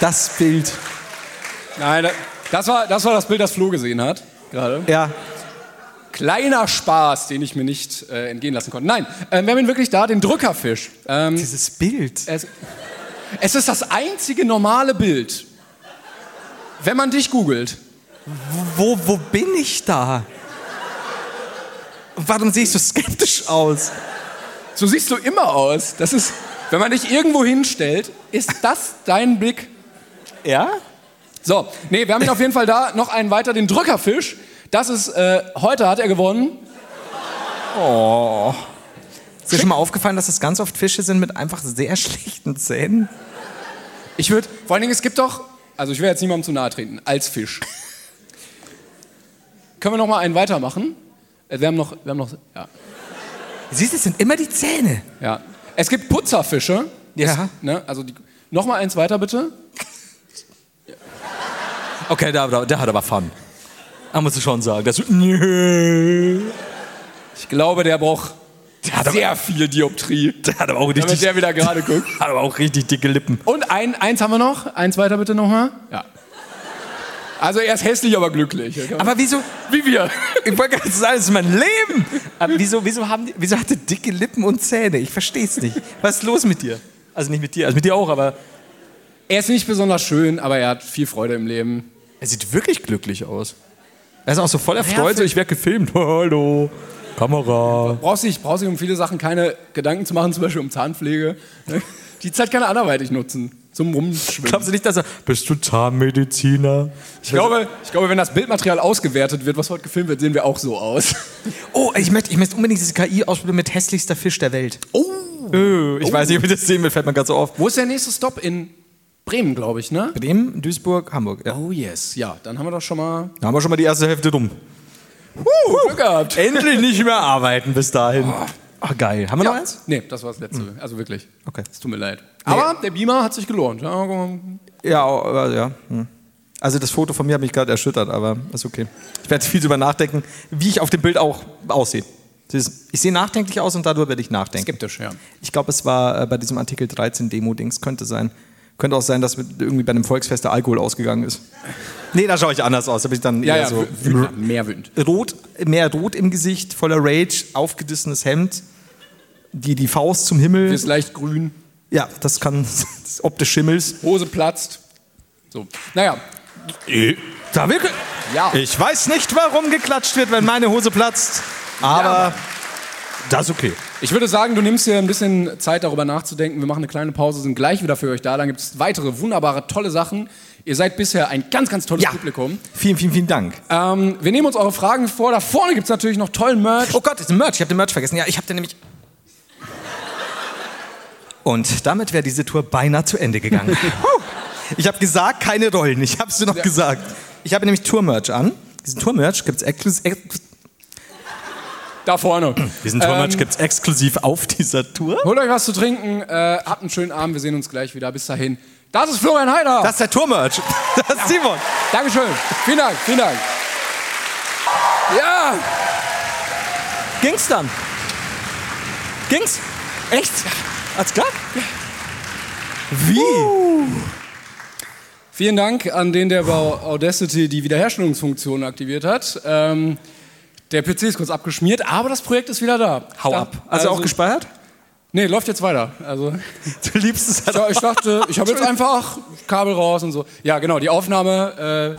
das Bild.
Nein, da- das war, das war das Bild, das Flo gesehen hat. Gerade.
Ja.
Kleiner Spaß, den ich mir nicht äh, entgehen lassen konnte. Nein, äh, wir haben ihn wirklich da, den Drückerfisch. Ähm,
Dieses Bild.
es, es ist das einzige normale Bild, wenn man dich googelt.
Wo, wo bin ich da? Warum sehe ich so skeptisch aus?
So siehst du immer aus. Das ist, wenn man dich irgendwo hinstellt, ist das dein Blick.
Ja?
So, nee, wir haben ihn auf jeden Fall da. Noch einen weiter, den Drückerfisch. Das ist, äh, heute hat er gewonnen.
Ist dir schon mal aufgefallen, dass das ganz oft Fische sind mit einfach sehr schlechten Zähnen?
Ich würde, vor allen Dingen, es gibt doch, also ich will jetzt niemandem zu nahe treten, als Fisch. Können wir noch mal einen weitermachen? Äh, Wir haben noch, wir haben noch, ja.
Siehst du, es sind immer die Zähne.
ja. Es gibt Putzerfische.
Ja.
Ne? Also die, noch mal eins weiter, bitte.
Okay, der, der, der hat aber Fun. Da musst du schon sagen. Das, der
Ich glaube, der braucht
hat aber-
sehr viel Dioptrie,
hat aber auch
damit der wieder gerade guckt.
hat aber auch richtig dicke Lippen.
Und ein, eins haben wir noch. Eins weiter, bitte noch mal. Ja. Also er ist hässlich, aber glücklich.
Aber wieso?
wie wir.
Ich wollte gerade sagen, das ist mein Leben. Aber wieso, wieso, haben die, wieso hat der dicke Lippen und Zähne? Ich versteh's nicht. Was ist los mit dir? Also nicht mit dir, also mit dir auch, aber
Er ist nicht besonders schön, aber er hat viel Freude im Leben.
er sieht wirklich glücklich aus. Er ist auch so voller Freude, so, ich werde gefilmt. Hallo, Kamera.
brauchst dich, brauchst dich um viele Sachen keine Gedanken zu machen, zum Beispiel um Zahnpflege. ne? Die Zeit kann er anderweitig nutzen, zum Rumschwimmen.
Glaubst du nicht, dass er, bist du Zahnmediziner?
Ich glaube, ich glaube, wenn das Bildmaterial ausgewertet wird, was heute gefilmt wird, sehen wir auch so aus.
Oh, ich möchte, ich möchte unbedingt diese KI ausprobieren mit hässlichster Fisch der Welt.
Oh.
Öh, ich weiß nicht, ob ich das sehen will, fällt mir ganz so auf.
Wo ist der nächste Stop? In Bremen, glaube ich, ne?
Bremen, Duisburg, Hamburg. Ja.
Oh yes, ja, dann haben wir doch schon mal
Da haben wir schon mal die erste Hälfte dumm.
Glück gehabt.
Endlich nicht mehr arbeiten bis dahin. Ah, geil. Haben wir noch eins? Hm.
Nee, das war das letzte. Also wirklich.
Okay.
Es tut mir leid. Aber der Beamer hat sich gelohnt. Ja, guck mal.
Ja, also, ja. Hm. Also das Foto von mir hat mich gerade erschüttert, aber ist okay. Ich werde viel drüber nachdenken, wie ich auf dem Bild auch aussehe. Siehst du, Ich sehe nachdenklich aus und dadurch werde ich nachdenken.
Skeptisch, ja.
Ich glaube, es war äh, bei diesem Artikel 13 Demo-Dings, könnte sein. Könnte auch sein, dass mit, irgendwie bei einem Volksfest der Alkohol ausgegangen ist. Nee, da schaue ich anders aus. Da bin ich dann
Ja,
eher
ja,
so
wü- wütend, mehr wütend.
rot, mehr rot im Gesicht, voller Rage, aufgedissenes Hemd, die, die Faust zum Himmel.
Ist leicht grün,
ja, das kann das optisch Schimmels.
Hose platzt. So. Naja,
Da wirklich.
Ja.
Ich weiß nicht, warum geklatscht wird, wenn meine Hose platzt. Aber das ist okay.
Ich würde sagen, du nimmst dir ein bisschen Zeit, darüber nachzudenken. Wir machen eine kleine Pause, sind gleich wieder für euch da. Dann gibt es weitere wunderbare, tolle Sachen. Ihr seid bisher ein ganz, ganz tolles Publikum.
Vielen, vielen, vielen Dank.
Ähm, wir nehmen uns eure Fragen vor. Da vorne gibt es natürlich noch tollen Merch.
Oh Gott, ist ein Merch. Ich habe den Merch vergessen. Ja, ich habe den nämlich. Und damit wäre diese Tour beinahe zu Ende gegangen. Huh. ich habe gesagt, keine Rollen. Ich habe es dir noch gesagt. Ich habe nämlich Tour-Merch an. Diesen Tour-Merch gibt es exklusiv.
Da vorne.
Diesen
Ähm,
gibt's exklusiv auf dieser Tour.
Holt euch was zu trinken. Äh, habt einen schönen Abend. Wir sehen uns gleich wieder. Bis dahin. Das ist Florian Heider.
Das ist der Tour-Merch. Das ist Simon.
Dankeschön. Vielen Dank. Vielen Dank. Ja.
Ging's dann? Ging's? Echt? Hat's klar? Wie?
Vielen Dank an den, der bei Audacity die Wiederherstellungsfunktion aktiviert hat. Ähm, der PC ist kurz abgeschmiert, aber das Projekt ist wieder da.
Hau
da,
ab. Also, auch gespeichert?
Nee, läuft jetzt weiter. Also,
Du liebst es halt
ja, ich dachte, ich habe jetzt einfach Kabel raus und so. Ja, genau, die Aufnahme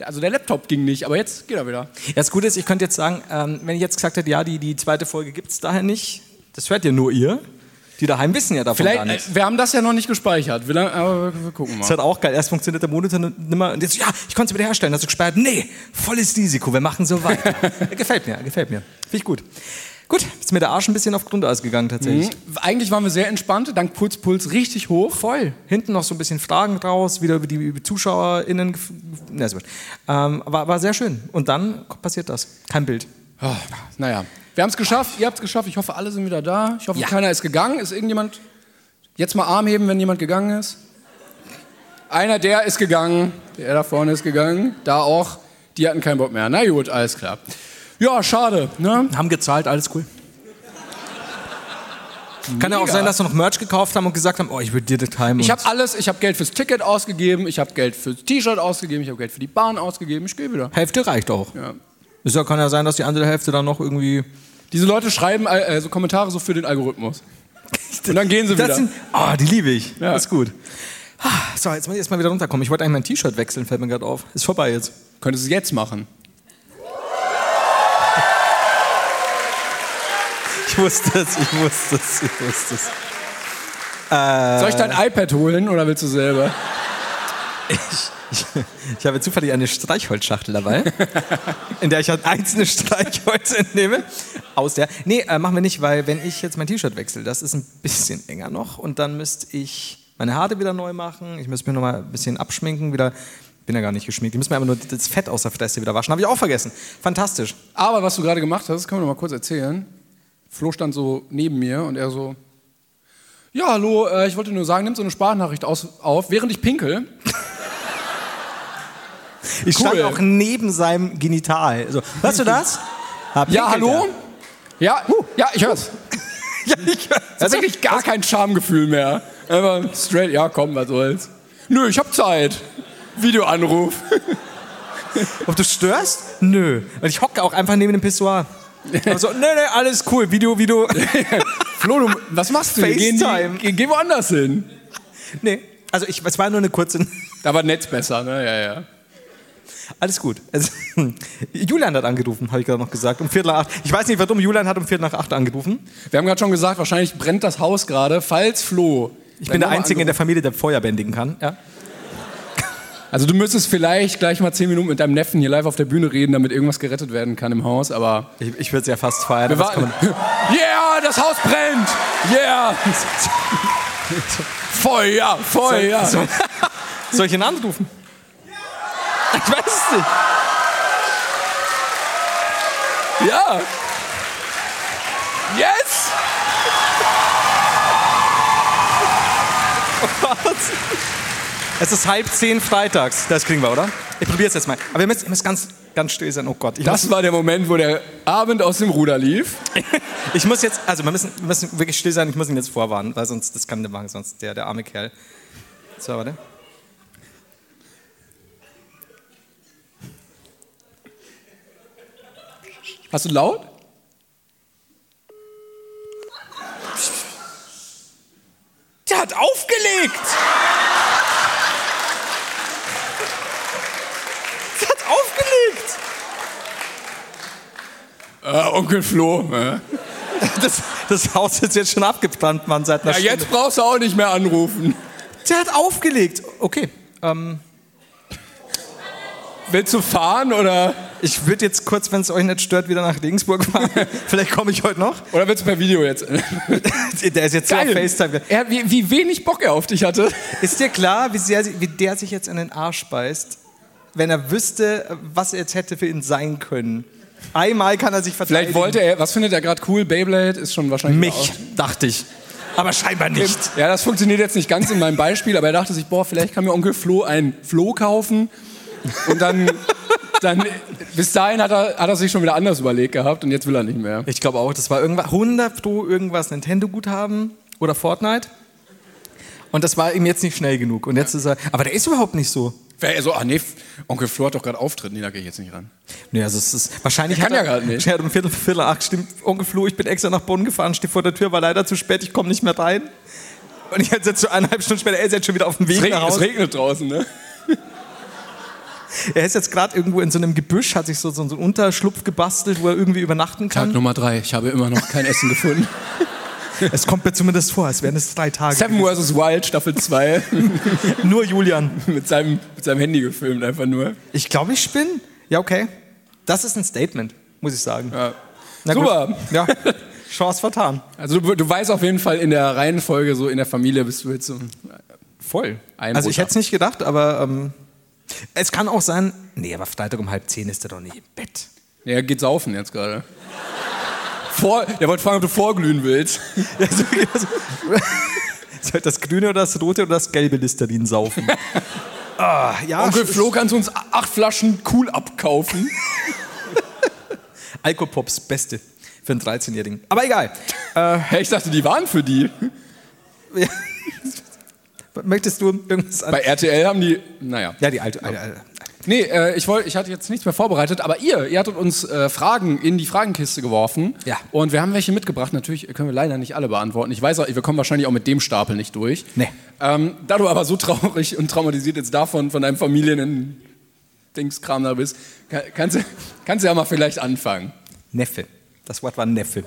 Also der Laptop ging nicht, aber jetzt geht er wieder.
Ja, das Gute ist, ich könnte jetzt sagen, ähm, wenn ich jetzt gesagt hätte, ja, die, die zweite Folge gibt es daher nicht, das hört ja nur ihr. Die daheim wissen ja davon
Vielleicht,
gar nichts.
äh, wir haben das ja noch nicht gespeichert. Wir, la- aber wir gucken mal.
Das hat auch geil. Erst funktioniert der Monitor nimmer und jetzt, ja, ich konnte es wieder herstellen. Hast du gesperrt? Nee, volles Risiko, wir machen so weiter. gefällt mir, gefällt mir. Finde ich gut. Gut, ist mir der Arsch ein bisschen auf Grundeis gegangen tatsächlich.
Eigentlich waren wir sehr entspannt, dank Putzpuls richtig hoch. Voll.
Hinten noch so ein bisschen Fragen draus, wieder über die über ZuschauerInnen. gef- Na, ist gut. Ähm, war, war sehr schön. Und dann passiert das. Kein Bild.
Ah, naja, wir haben es geschafft, ihr habt es geschafft. Ich hoffe, alle sind wieder da. Ich hoffe,
Ja.
keiner ist gegangen. Ist irgendjemand? Jetzt mal Arm heben, wenn jemand gegangen ist. Einer, der ist gegangen. Der da vorne ist gegangen. Da auch. Die hatten keinen Bock mehr. Na gut, alles klar. Ja, schade. Ne?
Haben gezahlt, alles cool. Kann ja auch
Mega.
sein, dass wir noch Merch gekauft haben und gesagt haben, oh, ich würde dir das heim.
Ich habe alles. Ich habe Geld fürs Ticket ausgegeben. Ich habe Geld fürs T-Shirt ausgegeben. Ich habe Geld für die Bahn ausgegeben. Ich gehe wieder.
Hälfte reicht auch. Ja. Es ja- kann ja sein, dass die andere Hälfte dann noch irgendwie
Diese Leute schreiben äh, äh, so Kommentare so für den Algorithmus. Und dann gehen sie wieder.
Das sind, Ah, die liebe ich.
Ja.
Ist gut. Ah, So, jetzt muss ich erstmal wieder runterkommen. Ich wollte eigentlich mein T-Shirt wechseln, fällt mir gerade auf. Ist vorbei jetzt.
Könntest du es jetzt machen.
Ich wusste es, ich wusste es, ich wusste es.
Soll ich
Äh.
dein iPad holen oder willst du selber?
Ich, ich habe zufällig eine Streichholzschachtel dabei, in der ich halt einzelne Streichholz entnehme. Aus der. Nee, äh, machen wir nicht, weil wenn ich jetzt mein T-Shirt wechsle, das ist ein bisschen enger noch und dann müsste ich meine Haare wieder neu machen. Ich müsste mir nochmal ein bisschen abschminken, wieder. Bin ja gar nicht geschminkt. Ich muss mir einfach nur das Fett aus der Fresse wieder waschen. Habe ich auch vergessen. Fantastisch.
Aber was du gerade gemacht hast, können wir noch mal kurz erzählen. Flo stand so neben mir und er so, ja, hallo, äh, ich wollte nur sagen, nimm so eine Sprachnachricht aus, auf, während ich pinkel.
Ich stand
Cool.
auch neben seinem Genital. So, hörst du das? Hab
Ja,
pinkelt
hallo? Ja, ja, ich hör's.
er. Ja, ich
Das ist wirklich gar kein Schamgefühl mehr. Einfach straight, ja, komm, was soll's. Nö, ich hab Zeit. Videoanruf.
Ob du störst? Nö. Weil ich hocke auch einfach neben dem Pissoir. Also, nee, nee, alles cool. Video, Video.
Flo, du, was machst du? hier? Geh in die-
FaceTime.
Geh, geh woanders hin.
nee. Also, ich, es war nur eine kurze.
Da war Netz besser, ne? Ja, ja.
Alles gut. Also, Julian hat angerufen, habe ich gerade noch gesagt. Um Viertel nach acht. Ich weiß nicht, warum. Julian hat um Viertel nach acht angerufen.
Wir haben gerade schon gesagt, wahrscheinlich brennt das Haus gerade, falls Flo.
Ich bin der Einzige in der Familie, der Feuer bändigen kann. Ja.
Also du müsstest vielleicht gleich mal zehn Minuten mit deinem Neffen hier live auf der Bühne reden, damit irgendwas gerettet werden kann im Haus, aber...
Ich, ich würde es ja fast feiern.
Wir
aber das kann
warten.
man-
Yeah, das Haus brennt! Yeah! Feuer, Feuer!
So, soll ich ihn anrufen? Ich weiß es nicht.
Ja! Yes!
Es ist halb zehn freitags. Das kriegen wir, oder? Ich probiere es jetzt mal. Aber wir müssen, wir müssen ganz, ganz still sein. Oh Gott. Ich,
Das war der Moment, wo der Abend aus dem Ruder lief.
ich muss jetzt, also wir müssen, wir müssen wirklich still sein. Ich muss ihn jetzt vorwarnen, weil sonst, das kann der machen, sonst der, der arme Kerl. So, warte.
Hast du laut?
Der hat aufgelegt! der hat aufgelegt!
Äh, Onkel Flo. äh.
Das, das Haus ist jetzt schon abgebrannt, Mann, seit einer
Ja,
Stunde.
jetzt brauchst du auch nicht mehr anrufen.
Der hat aufgelegt! Okay. Ähm,
Willst du fahren oder,
Ich würde jetzt kurz, wenn es euch nicht stört, wieder nach Regensburg fahren. Vielleicht komme ich heute noch.
oder willst du per Video jetzt?
Der ist jetzt sehr auf FaceTime.
Er, wie, wie wenig Bock er auf dich hatte.
Ist dir klar, wie, sehr, sie- wie der sich jetzt in den Arsch beißt, wenn er wüsste, was er jetzt hätte für ihn sein können? Einmal kann er sich verteidigen.
Vielleicht wollte er, was findet er gerade cool? Beyblade ist schon wahrscheinlich.
mich, dachte ich. Aber scheinbar nicht.
auch- Ähm, Ja, das funktioniert jetzt nicht ganz in meinem Beispiel, aber er dachte sich, boah, vielleicht kann mir Onkel Flo ein Flo kaufen. Und dann, dann bis dahin hat er, hat er sich schon wieder anders überlegt gehabt und jetzt will er nicht mehr.
Ich glaube auch, das war irgendwas, 100 Pro irgendwas Nintendo-Guthaben oder Fortnite. Und das war ihm jetzt nicht schnell genug. Und jetzt ist er, aber der ist überhaupt nicht so.
Wäre er so, ah nee, Onkel Flo hat doch gerade Auftritt, nee, da gehe ich jetzt nicht ran.
Nee, also es ist wahrscheinlich.
Ich kann
hat
ja gar nicht.
Er hat um Viertel, Viertel acht stimmt, Onkel Flo, ich bin extra nach Bonn gefahren, stehe vor der Tür, war leider zu spät, ich komme nicht mehr rein. Und ich jetzt so eineinhalb Stunden später, er ist jetzt schon wieder auf dem Weg nach
Es regnet, es
Hause.
regnet draußen, ne?
Er ist jetzt gerade irgendwo in so einem Gebüsch, hat sich so, so, so einen Unterschlupf gebastelt, wo er irgendwie übernachten
Tag
kann.
Nummer drei. Ich habe immer noch kein Essen gefunden.
Es kommt mir zumindest vor, es wären es drei Tage.
Seven vs. Wild, Staffel 2.
Nur Julian.
mit, seinem, mit seinem Handy gefilmt, einfach nur.
Ich glaube, ich spinne. Ja, okay. Das ist ein Statement, muss ich sagen.
Ja.
Na gut.
Super.
Ja. Chance vertan.
Also du, du weißt auf jeden Fall in der Reihenfolge, so in der Familie bist du jetzt so voll. Ein
also ich
Butter.
hätte es nicht gedacht, aber ähm, es kann auch sein. Nee, aber Freitag um halb zehn ist er doch nicht im Bett.
Ja, er geht saufen jetzt gerade. Vor, der wollte fragen, ob du vorglühen willst.
Also, also, soll das grüne oder das rote oder das gelbe Listerin saufen? ah, ja,
Onkel
sch-
Flo, kannst du uns acht Flaschen cool abkaufen?
Alkopops, beste für einen 13-Jährigen. Aber egal. Äh,
Hä, Äh, ich dachte, die waren für die.
Möchtest du irgendwas an
Bei RTL haben die, naja.
Ja, die alte. alte, alte.
Nee, äh, ich, wollt, ich hatte jetzt nichts mehr vorbereitet, aber ihr, ihr hattet uns äh, Fragen in die Fragenkiste geworfen.
Ja.
Und wir haben welche mitgebracht. Natürlich können wir leider nicht alle beantworten. Ich weiß auch, wir kommen wahrscheinlich auch mit dem Stapel nicht durch.
Nee.
Ähm, da du aber so traurig und traumatisiert jetzt davon, von deinem Familien-Dingskram da bist, kann, kannst, du- kannst du ja mal vielleicht anfangen.
Neffe. Das Wort war Neffe.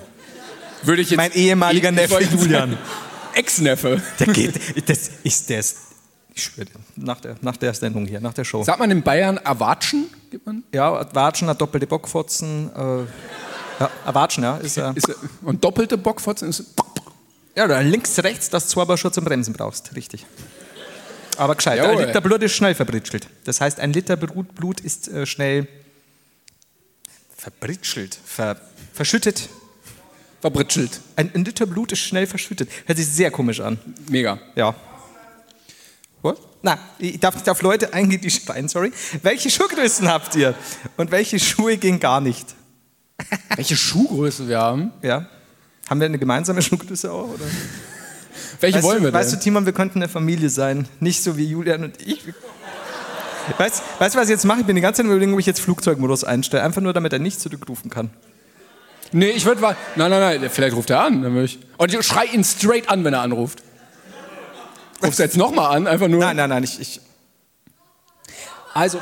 Würde ich jetzt.
Mein ehemaliger
Ich- ich
Neffe
wollte-
Julian.
Ex-Neffe.
Der geht. Das ist der. ist- Ich schwöre, dir, nach der, nach der Sendung hier, nach der Show.
Sagt man in Bayern Erwatschen? Gibt man?
Ja, Watschen hat doppelte Bockfotzen. Äh, ja, Watschen, ja. Ist, äh,
Ist, und doppelte Bockfotzen ist.
ja, oder links, rechts, dass du aber schon zum Bremsen brauchst. Richtig. Aber gescheit.
Jawohl.
Ein Liter Blut ist schnell verbritschelt. Das heißt, ein Liter Blut, Blut ist äh, schnell verbritschelt, ver, verschüttet.
Verbritschelt.
Ein, ein Liter Blut ist schnell verschüttet. Hört sich sehr komisch an.
Mega.
Ja. What? Na, ich darf nicht auf Leute eingehen, die schreien, sorry. Welche Schuhgrößen habt ihr? Und welche Schuhe gehen gar nicht?
Welche Schuhgröße wir haben?
Ja. Haben wir eine gemeinsame Schuhgröße auch? Oder?
Welche
weißt
wollen
du,
wir denn?
Weißt du, Timon, wir könnten eine Familie sein. Nicht so wie Julian und ich. Weißt weißt du, was ich jetzt mache? Ich bin die ganze Zeit am überlegen, ob ich jetzt Flugzeugmodus einstelle. Einfach nur, damit er nicht zurückrufen kann.
nee, ich würde mal. Nein, nein, nein, vielleicht ruft er an. Dann würd ich, und ich schrei ihn straight an, wenn er anruft. Rufst du jetzt nochmal an, einfach nur.
Nein, nein, nein, ich. ich. Also,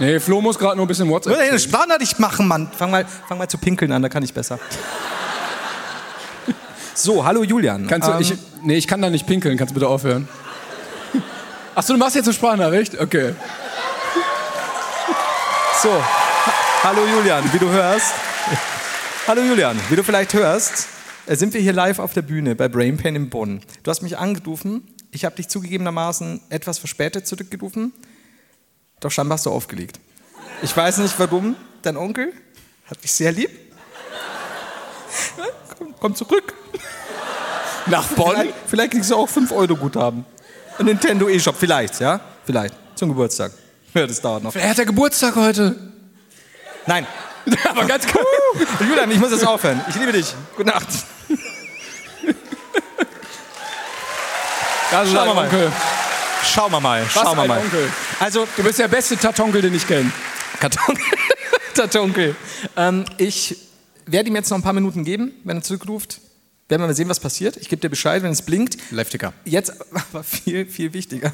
Nee, Flo muss gerade nur ein bisschen WhatsApp.
eine Sprachnachricht machen, Mann. Fang mal, fang mal zu pinkeln an, da kann ich besser. So, hallo Julian.
Kannst du,
Ähm,
ich, nee, ich kann da nicht pinkeln, kannst du bitte aufhören? Achso, du machst jetzt eine Sprachnachricht? Okay.
So, ha- hallo Julian, wie du hörst. Hallo Julian, wie du vielleicht hörst, äh, sind wir hier live auf der Bühne bei Brain Pain in Bonn. Du hast mich angerufen, ich habe dich zugegebenermaßen etwas verspätet zurückgerufen, doch scheinbar hast du aufgelegt. Ich weiß nicht warum, dein Onkel hat mich sehr lieb. Komm, komm zurück.
Nach Bonn?
Vielleicht, vielleicht kriegst du auch 5 Euro Guthaben. Ein Nintendo E-Shop, vielleicht, ja? Vielleicht. Zum Geburtstag. Ja, das dauert noch.
Er hat ja Geburtstag heute.
Nein,
Aber ganz cool.
Julian, ich muss jetzt aufhören. Ich liebe dich. Gute Nacht.
Das ist
Schauen wir
dein
mal.
Onkel.
Schauen wir mal. Schauen wir
ein
mal.
Onkel.
Also,
Du bist der beste Tatonkel, den ich kenne.
Kartonkel. Kartonkel. Ähm, ich werde ihm jetzt noch ein paar Minuten geben, wenn er zurückruft. Werden wir mal sehen, was passiert. Ich gebe dir Bescheid, wenn es blinkt.
Live-Ticker.
Jetzt aber viel, viel wichtiger.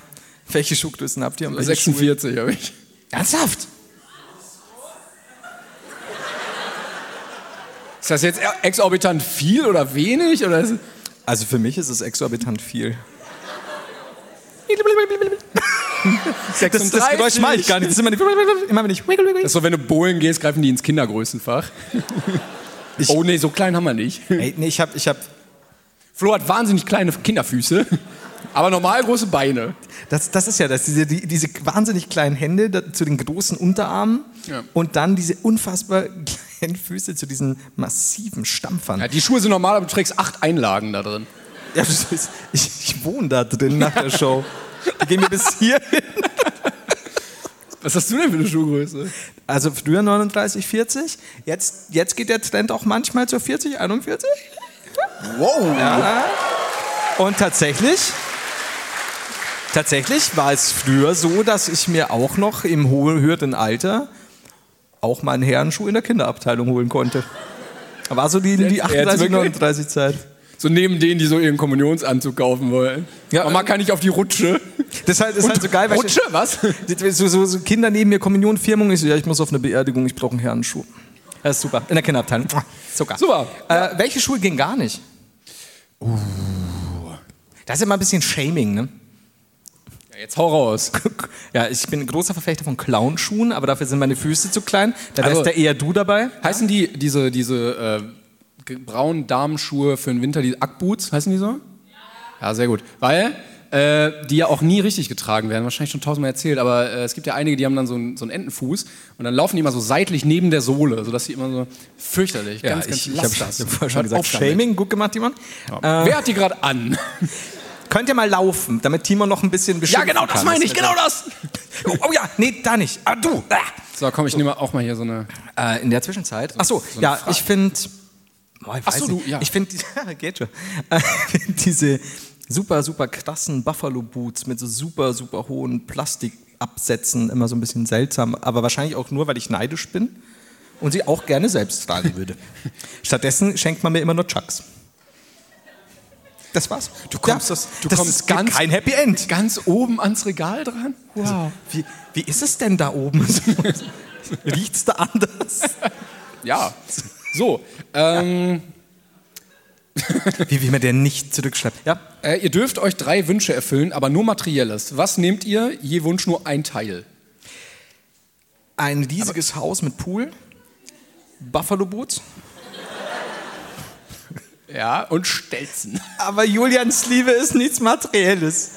Welche Schuhgrößen habt ihr? Und welche Schuhe?
46 habe ich.
Ernsthaft?
Ist das jetzt e- exorbitant viel oder wenig? Oder ist,
Also für mich ist es exorbitant viel. Das, das
36.
Geräusch mache ich gar nicht. Das ist immer, nicht, immer wenn ich wiggle, wiggle.
Das ist so, wenn du bowlen gehst, greifen die ins Kindergrößenfach. oh nee, so klein haben wir nicht.
Ey, nee, ich habe ich hab
Flo hat wahnsinnig kleine Kinderfüße, aber normal große Beine.
Das, das ist ja das, diese, die, diese wahnsinnig kleinen Hände da, zu den großen Unterarmen und dann diese unfassbar kleinen Füße zu diesen massiven Stampfern.
Ja, die Schuhe sind normal, aber du trägst acht Einlagen da drin.
Ja, das ist, ich, ich wohne da drin nach der Show. Die gehen mir bis hier hin.
Was hast du denn für eine Schuhgröße?
Also früher 39, 40. Jetzt, jetzt geht der Trend auch manchmal zur 40, 41.
Wow.
Und tatsächlich, tatsächlich war es früher so, dass ich mir auch noch im hohen, höheren Alter auch mal einen Herrenschuh in der Kinderabteilung holen konnte. Da War so die, die
Jetzt- jetzt
38,
wirklich?
39 Zeit.
So neben denen, die so ihren Kommunionsanzug kaufen wollen.
Ja,
Mama,
äh,
kann ich auf die Rutsche?
Das ist halt, das ist halt so geil, weil
Rutsche, was?
ich, so, so, so Kinder neben mir Kommunion, Firmung, ich so, ja, ich muss auf eine Beerdigung, ich brauche einen Herrenschuh. Das ist super. In der Kinderabteilung. Zucker.
Super.
Äh, welche Schuhe gehen gar nicht? Uh. Das ist immer ein bisschen Shaming, ne?
Ja, jetzt hau raus.
Ja, ich bin ein großer Verfechter von Clownschuhen, aber dafür sind meine Füße zu klein. Da wärst
Also-
da eher du dabei.
Heißen die diese, diese äh, ge- braunen Damenschuhe für den Winter, die Ackboots, heißen die so? Ja, sehr gut. Weil äh, die ja auch nie richtig getragen werden, wahrscheinlich schon tausendmal erzählt, aber äh, es gibt ja einige, die haben dann so einen, so einen Entenfuß und dann laufen die immer so seitlich neben der Sohle, sodass sie immer so fürchterlich, ganz, ganz,
ich,
lass
ich
das.
habe vorher schon
Hört
gesagt,
auf damit.
Shaming, gut gemacht, Timon. Äh,
Wer hat die gerade an?
könnt ihr mal laufen, damit Timon noch ein bisschen beschimpfen kann.
genau das!
genau Oh, oh ja, nee, da nicht. Ah, du. Ah.
So, komm, ich nehme auch mal hier so eine.
Äh, in der Zwischenzeit. Achso,
so eine
ja,
Frage.
ich finde. Oh, ich
Ach
weiß
so,
nicht.
du, ja.
Ich finde geht schon. Äh, diese super, super krassen Buffalo Boots mit so super, super hohen Plastikabsätzen immer so ein bisschen seltsam, aber wahrscheinlich auch nur, weil ich neidisch bin und sie auch gerne selbst tragen würde. Stattdessen schenkt man mir immer nur Chucks. Das war's. Du
kommst das- du
das
kommst
ist gibt
ganz-
kein Happy End.
Ganz oben ans Regal dran? Wow.
Also, Wie, wie ist es denn da oben? Riecht's da anders?
Ja. So, ähm,
Wie, wie man der nicht zurückschreibt. Ja,
äh, ihr dürft euch drei Wünsche erfüllen, aber nur materielles. Was nehmt ihr? Je Wunsch nur ein Teil.
Ein riesiges Haus mit Pool, Buffalo Boots.
Ja, und Stelzen.
Aber Julians Liebe ist nichts Materielles.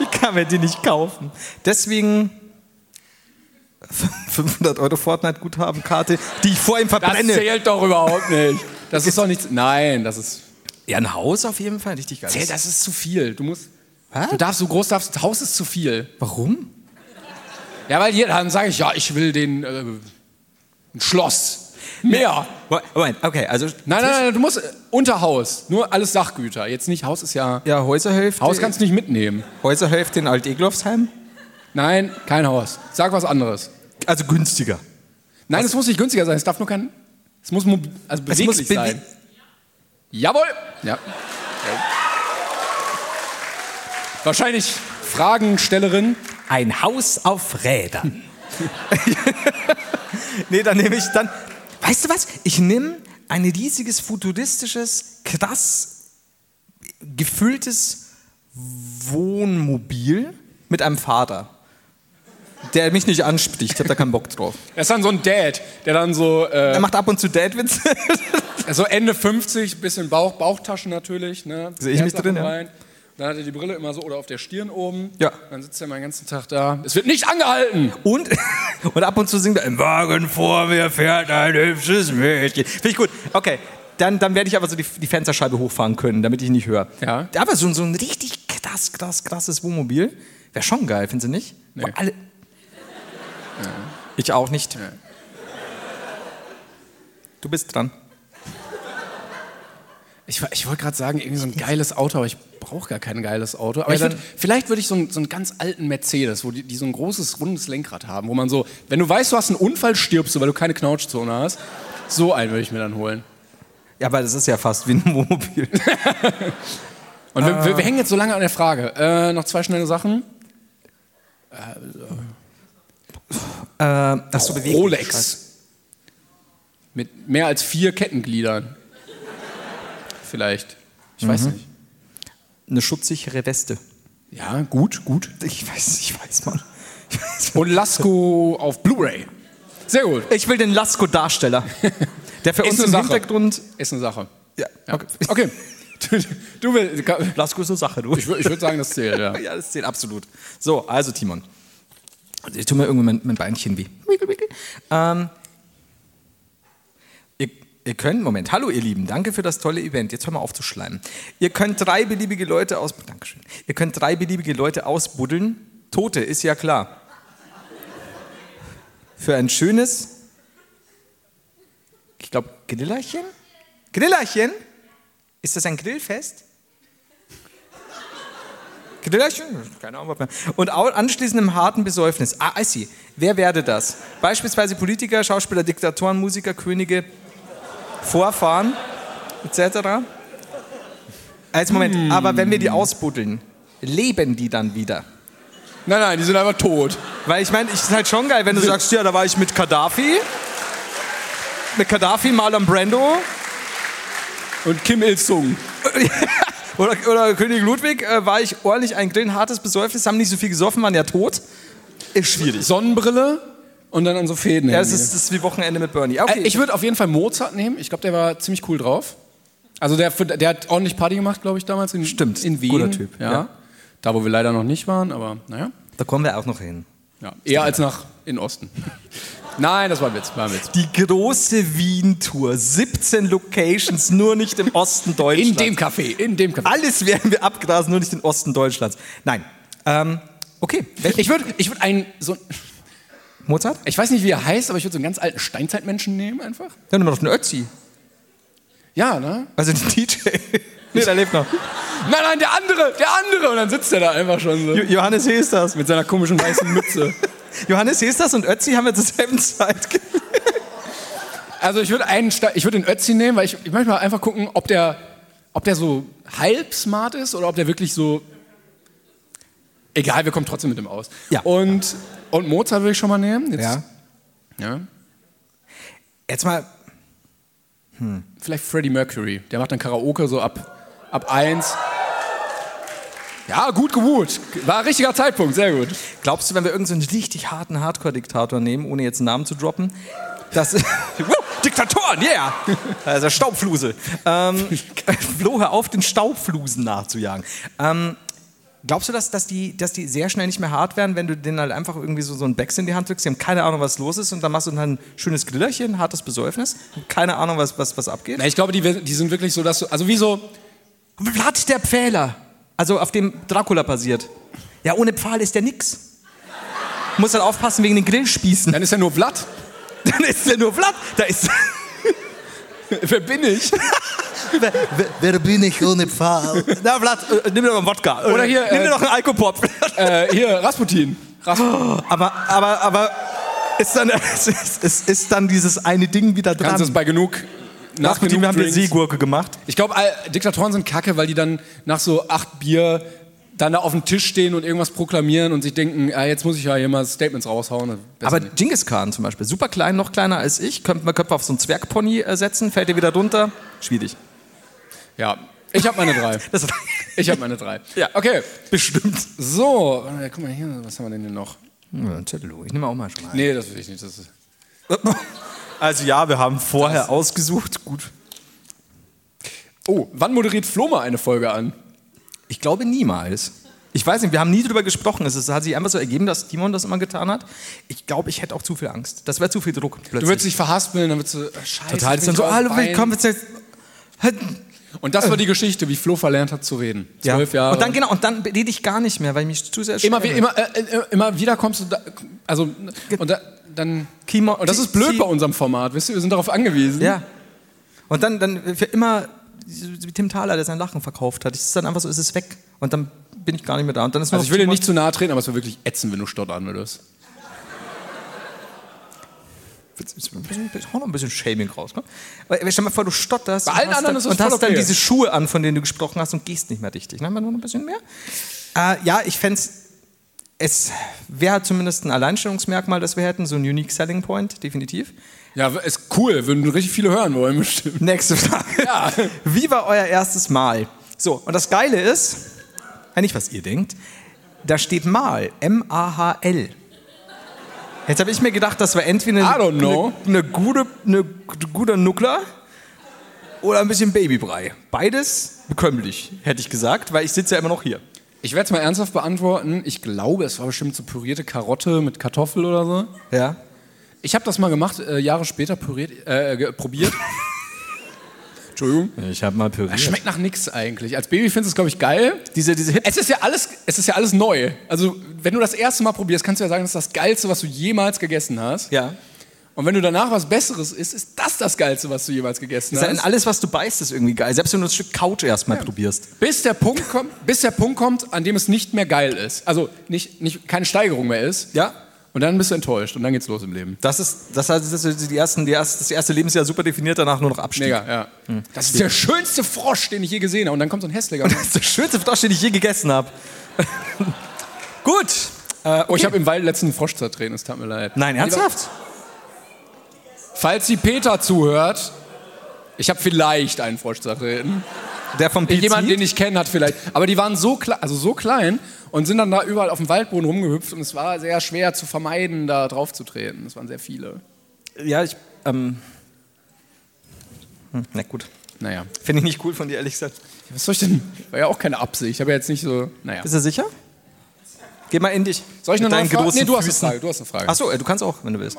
Ich kann mir die nicht kaufen. Deswegen 500 Euro Fortnite-Guthabenkarte, die ich vor ihm
Das
verbrenne.
zählt doch überhaupt nicht. Das ist doch nichts. Nein, das ist.
Ja, ein Haus auf jeden Fall, richtig geil.
Das ist zu viel. Du musst.
Was?
Du darfst so groß darfst. Das Haus ist zu viel.
Warum?
Ja, weil jeder dann sage ich, ja, ich will den. Äh, ein Schloss. Mehr.
Mo- Moment, okay, also.
Nein, nein, nein, du musst äh, unter Haus. Nur alles Sachgüter. Jetzt nicht, Haus ist ja.
Ja, Häuserhälfte.
Haus kannst du nicht mitnehmen.
Häuserhälfte in Alt-Eglofsheim.
Nein, kein Haus. Sag was anderes.
Also günstiger.
Nein, es muss nicht günstiger sein. Es darf nur kein. Es muss mob- also
Es muss
beweglich
bewe-
sein. Jawohl! Ja. Wahrscheinlich Fragenstellerin.
Ein Haus auf Rädern. nee, dann nehme ich dann. Weißt du was? Ich nehme ein riesiges, futuristisches, krass gefülltes Wohnmobil mit einem Vater, der mich nicht anspricht. Ich habe da keinen Bock drauf.
Das ist dann so ein Dad, der dann so, äh,
Er macht ab und zu Dadwitze.
so Ende 50, bisschen Bauch, Bauchtaschen natürlich. Ne?
Sehe ich mich
Herzlachen
drin, ja.
rein. Dann hat er die Brille immer so oder auf der Stirn oben.
Ja.
Dann sitzt er mal den ganzen Tag da. Es wird nicht angehalten!
Und, und ab und zu singt er, im Wagen vor mir fährt ein hübsches Mädchen. Finde ich gut. Okay, dann, dann werde ich aber so die, die Fensterscheibe hochfahren können, damit ich ihn nicht höre.
Ja.
Aber so, so ein richtig krass, krass, krasses Wohnmobil wäre schon geil, findest du nicht?
Nee.
Wo Alle Ich auch nicht. Du bist dran.
Ich, wa- ich wollte gerade sagen, irgendwie so ein geiles Auto, aber ich brauche gar kein geiles Auto. Aber ich
dann-
würd, vielleicht würde ich so, einen- so einen ganz alten Mercedes, wo die, die so ein großes, rundes Lenkrad haben, wo man so, wenn du weißt, du hast einen Unfall, stirbst du, weil du keine Knautschzone hast. So einen würde ich mir dann holen.
Ja, aber das ist ja fast wie ein Wohnmobil.
Und wir, wir, wir hängen jetzt so lange an der Frage. Äh, noch zwei schnelle Sachen.
Äh, Ach so, beweglich.
Rolex. Mit mehr als vier Kettengliedern. Vielleicht. Ich weiß nicht.
Eine schutzsichere Weste.
Ja, gut, gut.
Ich weiß, ich weiß, Mann. Ich weiß,
Und Lasko auf Blu-ray. Sehr gut.
Ich will den Lasko-Darsteller. Der für
Ist
uns
eine
im
Sache.
Hintergrund.
Ist eine Sache.
Ja,
Okay. okay. Du, du willst.
Lasko ist eine Sache, du.
Ich, wür- ich würde sagen, das zählt, ja.
ja, das zählt absolut. So, also Timon. Also ich tue mir irgendwie mein, mein Beinchen weh. Wickel, wickel. Ähm, ihr, ihr könnt, Moment, hallo ihr Lieben, danke für das tolle Event. Jetzt hör mal auf zu schleimen. Ihr könnt drei beliebige Leute aus... Dankeschön. Ihr könnt drei beliebige Leute ausbuddeln. Tote, ist ja klar. Für ein schönes, ich glaube, Grillerchen? Grillerchen? Ist das ein Grillfest? Grillerchen? Keine Ahnung. was mehr. Und au- anschließend im harten Besäufnis. Ah, I see. Wer werde das? Beispielsweise Politiker, Schauspieler, Diktatoren, Musiker, Könige, Vorfahren, etc. Als Moment, aber wenn wir die ausbuddeln, leben die dann wieder?
Nein, nein, die sind einfach tot.
Weil ich meine, es ist halt schon geil, wenn du sagst, ja, da war ich mit Gaddafi, mit Gaddafi, Marlon Brando
Und Kim Il-sung.
oder, oder König Ludwig, äh, war ich ordentlich ein Grillen, hartes Besäufnis, haben nicht so viel gesoffen, waren ja tot. Ist schwierig.
Sonnenbrille und dann an so Fäden.
Ja,
hängen
es ist, es ist wie Wochenende mit Bernie.
Äh,
Okay.
Ich würde auf jeden Fall Mozart nehmen. Ich glaube, der war ziemlich cool drauf. Also der, der hat ordentlich Party gemacht, glaube ich, damals in,
Stimmt,
in Wien.
guter Typ,
Ja.
ja.
Da, wo wir leider noch nicht waren, aber naja.
da kommen wir auch noch hin.
Ja. Eher als nach in den Osten. Nein, das war ein Witz, war ein Witz.
Die große Wien-Tour, 17 Locations, nur nicht im Osten Deutschlands.
In dem Café, in dem Café.
Alles werden wir abgrasen, nur nicht den Osten Deutschlands. Nein. Ähm, okay. Welchen?
Ich würde ich würd einen, so,
Mozart?
ich weiß nicht, wie er heißt, aber ich würde so einen ganz alten Steinzeitmenschen nehmen einfach.
Dann nehmen wir noch den Ötzi.
Ja, ne?
Also den DJ. nee, der lebt noch.
Nein, nein, der andere, der andere. Und dann sitzt er da einfach schon so.
Jo Johannes Hesters.
Mit seiner komischen weißen Mütze.
Johannes Hesters und Ötzi haben wir zur selben Zeit ge-
Also ich würde einen, Sta- ich würde den Ötzi nehmen, weil ich, ich möchte mal einfach gucken, ob der, ob der so halb smart ist oder ob der wirklich so. Egal, wir kommen trotzdem mit dem aus.
Ja.
Und, und Mozart würde ich schon mal nehmen. Jetzt, ja.
Jetzt mal.
Vielleicht Freddie Mercury. Der macht dann Karaoke so ab, ab eins. Ja, gut gebucht. War richtiger Zeitpunkt, sehr gut.
Glaubst du, wenn wir irgendeinen so einen richtig harten Hardcore-Diktator nehmen, ohne jetzt einen Namen zu droppen, dass. Woo, Diktatoren, yeah! Also Staubfluse. Ähm, Flo, hör auf, den Staubflusen nachzujagen. Ähm, glaubst du, dass, dass, die, dass die sehr schnell nicht mehr hart werden, wenn du denen halt einfach irgendwie so, so einen Becks in die Hand drückst? Die haben keine Ahnung, was los ist und dann machst du dann ein schönes Grillerchen, hartes Besäufnis, und keine Ahnung, was, was, was abgeht?
Na, ich glaube, die, die sind wirklich so, dass du, also wie so,
Vlad der Pfähler. Also auf dem Dracula basiert. Ja, ohne Pfahl ist der nix. Muss halt aufpassen wegen den Grillspießen.
dann ist ja nur Vlad.
Dann ist der nur Vlad. Da ist.
Wer bin ich?
Wer bin ich ohne Pfahl? Na, Vlad, äh, nimm dir doch einen Wodka.
Oder hier,
Nimm dir
äh,
doch einen Alkopop.
äh, hier, Rasputin. Rasputin.
aber, aber, aber. Ist dann, ist, ist, ist dann dieses eine Ding wieder dran?
Kannst es bei genug, nach
Ach, mit
genug
dem haben wir
Drinks-
Seegurke gemacht.
Ich glaube, Diktatoren sind kacke, weil die dann nach so acht Bier dann da auf dem Tisch stehen und irgendwas proklamieren und sich denken, ah, jetzt muss ich ja hier mal Statements raushauen. Besser
Aber
nicht.
Genghis Khan zum Beispiel, super klein, noch kleiner als ich, könnten wir Köpfe auf so einen Zwergpony äh, setzen, fällt dir wieder runter. Schwierig.
ja, ich habe meine drei.
Das
Ich habe meine drei.
Ja.
Okay,
bestimmt.
so, warte mal, guck mal hier, was haben wir denn hier noch?
Ja, ein Zettel, ich nehme auch mal schon mal.
Nee, das will ich nicht. Das ist
Also ja, wir haben vorher ausgesucht. Gut.
oh, wann moderiert Flo mal eine Folge an?
Ich glaube niemals. Ich weiß nicht, wir haben nie drüber gesprochen. Es ist- hat sich einfach so ergeben, dass Timon das immer getan hat. Ich glaube, ich hätte auch zu viel Angst. Das wäre zu viel Druck plötzlich.
Du würdest dich verhaspeln, dann würdest du, ah, scheiße.
total
ich
das
bin
dann so,
schon
hallo,
beim
willkommen. Jetzt, jetzt,
Bein." Und das war die Geschichte, wie Flo verlernt hat zu reden. Zwölf Jahre.
Und dann genau, und dann rede ich gar nicht mehr, weil ich mich zu sehr
immer, wie,
schäme.
immer, äh, äh, immer wieder kommst du da, also und da, dann
Kimo-
und das ist blöd bei unserem Format, wisst ihr, wir sind darauf angewiesen.
Ja. Und dann, dann für immer so wie Tim Thaler, der sein Lachen verkauft hat. Es ist dann einfach so, es ist weg. Und dann bin ich gar nicht mehr da. Und dann ist nur
Also
noch
ich will dir
Timon-
nicht zu nahe treten, aber es wäre wirklich ätzend, wenn du stottern würdest.
ein bisschen, hau noch ein bisschen Shaming raus. Ne? Aber stell dir mal vor, du stotterst
Bei
und
allen
hast,
anderen
dann,
ist es
und
voll
hast dann
okay.
diese Schuhe an, von denen du gesprochen hast und gehst nicht mehr richtig. Ne? Mal Nur noch ein bisschen mehr. Äh, ja, ich fände es wäre zumindest ein Alleinstellungsmerkmal, das wir hätten, so ein Unique Selling Point, definitiv.
Ja, w- ist cool, würden richtig viele hören wollen bestimmt.
Nächste Frage.
Ja.
Wie war euer erstes Mal? So, und das Geile ist, ja, nicht was ihr denkt, da steht Mal, M-A-H-L. Jetzt habe ich mir gedacht, das war entweder
I don't know.
eine, eine gute, eine g- guter Nuckler oder ein bisschen Babybrei. Beides bekömmlich, hätte ich gesagt, weil ich sitze ja immer noch hier.
Ich werde es mal ernsthaft beantworten. Ich glaube, es war bestimmt so pürierte Karotte mit Kartoffel oder so.
Ja.
Ich habe das mal gemacht, äh, Jahre später püriert, äh, ge- probiert. Entschuldigung.
Ich habe mal Püree.
Schmeckt nach nix eigentlich. Als Baby findest du es, glaube ich, geil.
Diese, diese Hit
Es ist ja alles, es ist ja alles neu. Also, wenn du das erste Mal probierst, kannst du ja sagen, das ist das Geilste, was du jemals gegessen hast.
ja.
Und wenn du danach was Besseres isst, ist das das Geilste, was du jemals gegessen
Ist
hast.
ja in alles, was du beißt, ist irgendwie geil. Selbst wenn du ein Stück Couch erstmal probierst.
bis der Punkt kommt, bis der Punkt kommt, an dem es nicht mehr geil ist. Also nicht, nicht keine Steigerung mehr ist.
Ja.
Und dann bist du enttäuscht und dann geht's los im Leben.
Das ist, das heißt, das ist die ersten, die erste, das erste Lebensjahr super definiert, danach nur noch Abstieg.
Mega, ja. Das ist der schönste Frosch, den ich je gesehen habe. Und dann kommt so ein hässlicher.
Das ist der schönste Frosch, den ich je gegessen habe. Gut. Äh,
Oh, ich habe im Wald letzten Frosch zertreten, es tut mir leid.
Nein, ernsthaft?
Falls die Peter zuhört, ich habe vielleicht einen Frosch zertreten.
Der vom Pete
Jemand,
Smith?
den ich kenne, hat vielleicht. Aber die waren so klein, also so klein und sind dann da überall auf dem Waldboden rumgehüpft und es war sehr schwer zu vermeiden, da drauf zu treten. Es waren sehr viele.
Ja, ich. Ähm, hm, na gut.
Naja.
Finde ich nicht cool von dir, ehrlich gesagt.
Was soll ich denn? War ja auch keine Absicht. Ich habe ja jetzt nicht so. Naja.
Bist du sicher? Geh mal in dich.
Soll ich
Mit
noch eine
deinen
Frage?
großen
Nee, du hast eine
Füßen.
Frage, du hast eine Frage.
Ach so, äh, du kannst auch, wenn du willst.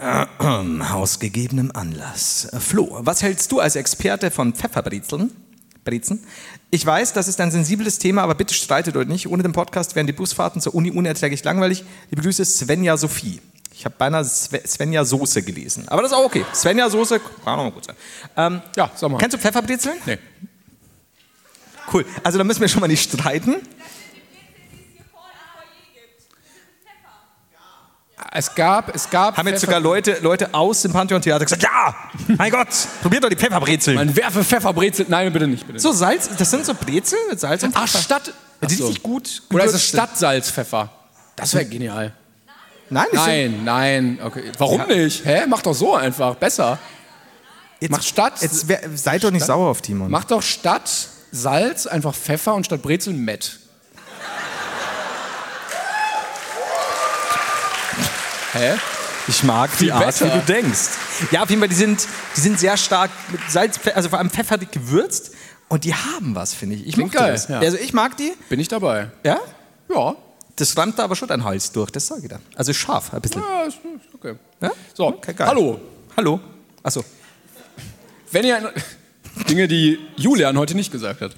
Ahem, Äh, Aus gegebenem Anlass. Äh, Flo, was hältst du als Experte von Pfefferbrezeln? Brezen? Ich weiß, das ist ein sensibles Thema, aber bitte streitet euch nicht. Ohne den Podcast wären die Busfahrten zur Uni unerträglich langweilig. Liebe Grüße, Svenja Sophie. Ich habe beinahe Sve Svenja Soße gelesen. Aber das ist auch okay. Svenja Soße, kann auch mal gut sein. Ähm,
Ja, sag mal.
Kennst du Pfefferbrezeln?
Nee.
Cool. Also da müssen wir schon mal nicht streiten.
Es gab, es gab.
Haben jetzt sogar Leute, Leute aus dem Pantheon-Theater gesagt, ja, mein Gott, probiert doch die Pfefferbrezeln.
Man werfe Pfefferbrezel. Nein, bitte nicht, bitte.
So Salz, das sind so Brezeln mit Salz und
Ach,
Pfeffer.
Stadt.
Die
Ach so.
richtig gut
Oder ist es
gewürzt
Stadtsalzpfeffer? Das wäre genial.
sind. Nein, das Sind,
Nein, nein. Okay. Warum nicht? Hä? Mach doch so einfach. Besser.
jetzt,
Macht Stadt.
Jetzt wär, seid doch nicht sauer auf Timon.
Mach doch statt Salz einfach Pfeffer und statt Brezel Met. Hä?
ich mag die
Viel
Art,
besser.
wie du denkst. Ja, auf jeden Fall, die sind, die sind sehr stark mit Salz, Pfe- also vor allem Pfeffer gewürzt. Und die haben was, finde ich. Ich
Klingt
mochte
geil,
das.
ja.
Also ich mag die.
Bin ich dabei?
Ja?
Ja.
Das rammt da aber schon ein Hals durch, das sage ich da. Also scharf, ein bisschen.
ja ist, ist okay.
Ja?
So,
Okay, geil.
hallo.
Hallo. Achso.
Wenn ihr Dinge, die Julian heute nicht gesagt hat.